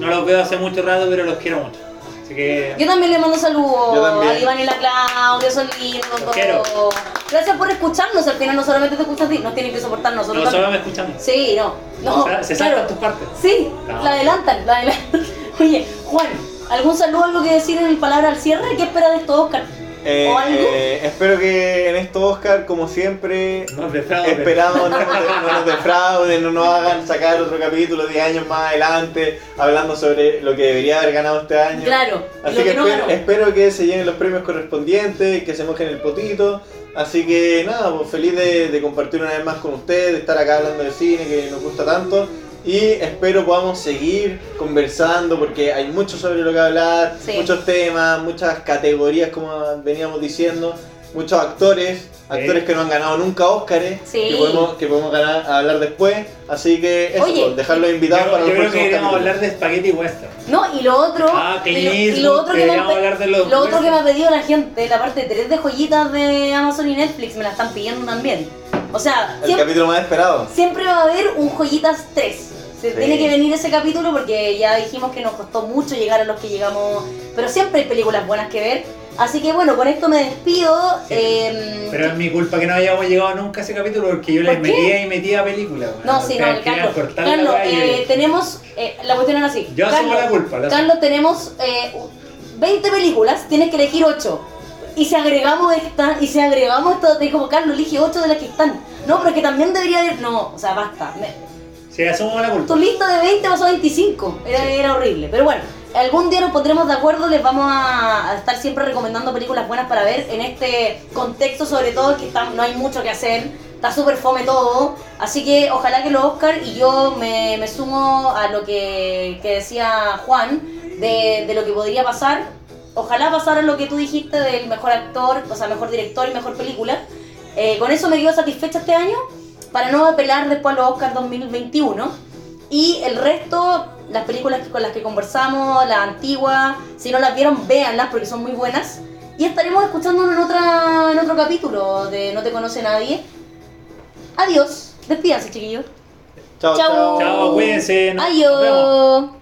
Speaker 2: No los veo hace mucho rato, pero los quiero mucho. Así que.
Speaker 1: Yo también le mando
Speaker 3: Yo
Speaker 1: saludos
Speaker 3: también.
Speaker 1: a Iván y la Claudia, son
Speaker 2: Los quiero.
Speaker 1: lindos. Gracias por escucharnos, al final no solamente te escuchas a ti, nos tienen que soportar nosotros
Speaker 2: No, solo
Speaker 1: también.
Speaker 2: me escuchan.
Speaker 1: Sí, no, no,
Speaker 2: Se- se
Speaker 1: claro.
Speaker 2: saltan tus partes.
Speaker 1: Sí,
Speaker 2: No.
Speaker 1: la adelantan, la adelantan. Oye, Juan, ¿algún saludo, algo que decir en palabra al cierre? ¿Qué espera de esto, Oscar?
Speaker 3: Eh,
Speaker 1: ¿O algo?
Speaker 3: eh, espero que en esto Oscar, como siempre,
Speaker 2: Nos defraudan.
Speaker 3: esperamos no, nos- no nos defrauden, no nos hagan sacar otro capítulo 10 años más adelante, hablando sobre lo que debería haber ganado este año.
Speaker 1: Claro,
Speaker 3: Así
Speaker 1: lo
Speaker 3: que, eh.
Speaker 1: que no
Speaker 3: espero,
Speaker 1: ganó.
Speaker 3: espero que se llenen los premios correspondientes, que se mojen el potito. Así que nada, pues feliz de, de compartir una vez más con ustedes, de estar acá hablando de cine que nos gusta tanto. Y espero podamos seguir conversando porque hay mucho sobre lo que hablar,
Speaker 1: Sí.
Speaker 3: muchos temas, muchas categorías como veníamos diciendo, muchos actores, actores que no han ganado nunca Óscares,
Speaker 1: Sí.
Speaker 3: que podemos, que podemos ganar, hablar después. Así que eso,
Speaker 1: Oye.
Speaker 3: pues, dejarlos
Speaker 2: Yo,
Speaker 3: invitados para
Speaker 2: yo
Speaker 3: los
Speaker 2: creo que
Speaker 3: próximos
Speaker 2: queríamos
Speaker 3: capítulos.
Speaker 2: hablar de Spaghetti Western.
Speaker 1: No, y lo otro,
Speaker 2: Ah, Clint
Speaker 1: y lo- y lo
Speaker 2: Eastwood,
Speaker 1: otro que me han
Speaker 2: deberíamos
Speaker 1: pe-
Speaker 2: hablar de los
Speaker 1: lo otro que me
Speaker 2: jueces.
Speaker 1: ha pedido la gente, la parte 3 de joyitas de Amazon y Netflix, me la están pidiendo también. O sea,
Speaker 3: El
Speaker 1: siempre,
Speaker 3: capítulo más esperado.
Speaker 1: siempre va a haber un joyitas 3. Se
Speaker 3: Sí.
Speaker 1: tiene que venir ese capítulo porque ya dijimos que nos costó mucho llegar a los que llegamos, pero siempre hay películas buenas que ver. Así que bueno, con esto me despido.
Speaker 2: Sí.
Speaker 1: Em,
Speaker 2: Pero es mi culpa que no hayamos llegado nunca a ese capítulo porque yo les
Speaker 1: ¿Por qué?
Speaker 2: metía y metía películas. weón.
Speaker 1: No, sí,
Speaker 2: Ustedes
Speaker 1: no,
Speaker 2: querían
Speaker 1: Carlos.
Speaker 2: cortar la
Speaker 1: Carlos,
Speaker 2: weá y yo-
Speaker 1: eh, tenemos. eh, la cuestión era así.
Speaker 2: Yo asumo
Speaker 1: Carlos,
Speaker 2: la culpa, la asumo.
Speaker 1: Carlos, tenemos eh, 20 películas, tienes que elegir 8. Y si agregamos esta, y si agregamos esto, te digo, Carlos, elige 8 de las que están. No, pero es que también debería haber. No, o sea, basta. Me-
Speaker 2: Sí, asumo la
Speaker 1: tu
Speaker 2: culpa.
Speaker 1: lista de 20 pasó a 25. Era,
Speaker 2: Sí.
Speaker 1: era horrible. Pero bueno, algún día nos pondremos de acuerdo, les vamos a, a estar siempre recomendando películas buenas para ver en este contexto, sobre todo que está- no hay mucho que hacer. Está súper fome todo, así que ojalá que los Oscar y yo me, me sumo a lo que, que decía Juan de, de lo que podría pasar. Ojalá pasara lo que tú dijiste del mejor actor, o sea, mejor director y mejor película. Eh, con eso me quedo satisfecha este año para no apelar después a los Oscar 2021. Y el resto, las películas que- con las que conversamos, las antiguas, si no las vieron, véanlas porque son muy buenas. Y estaremos escuchándonos en, otra, en otro capítulo de No te conoce nadie. Adiós. Despídanse, chiquillos.
Speaker 3: Chao,
Speaker 1: Chao.
Speaker 3: chao.
Speaker 2: Chao, cuídense. nos- nos vemos.
Speaker 1: Adiós.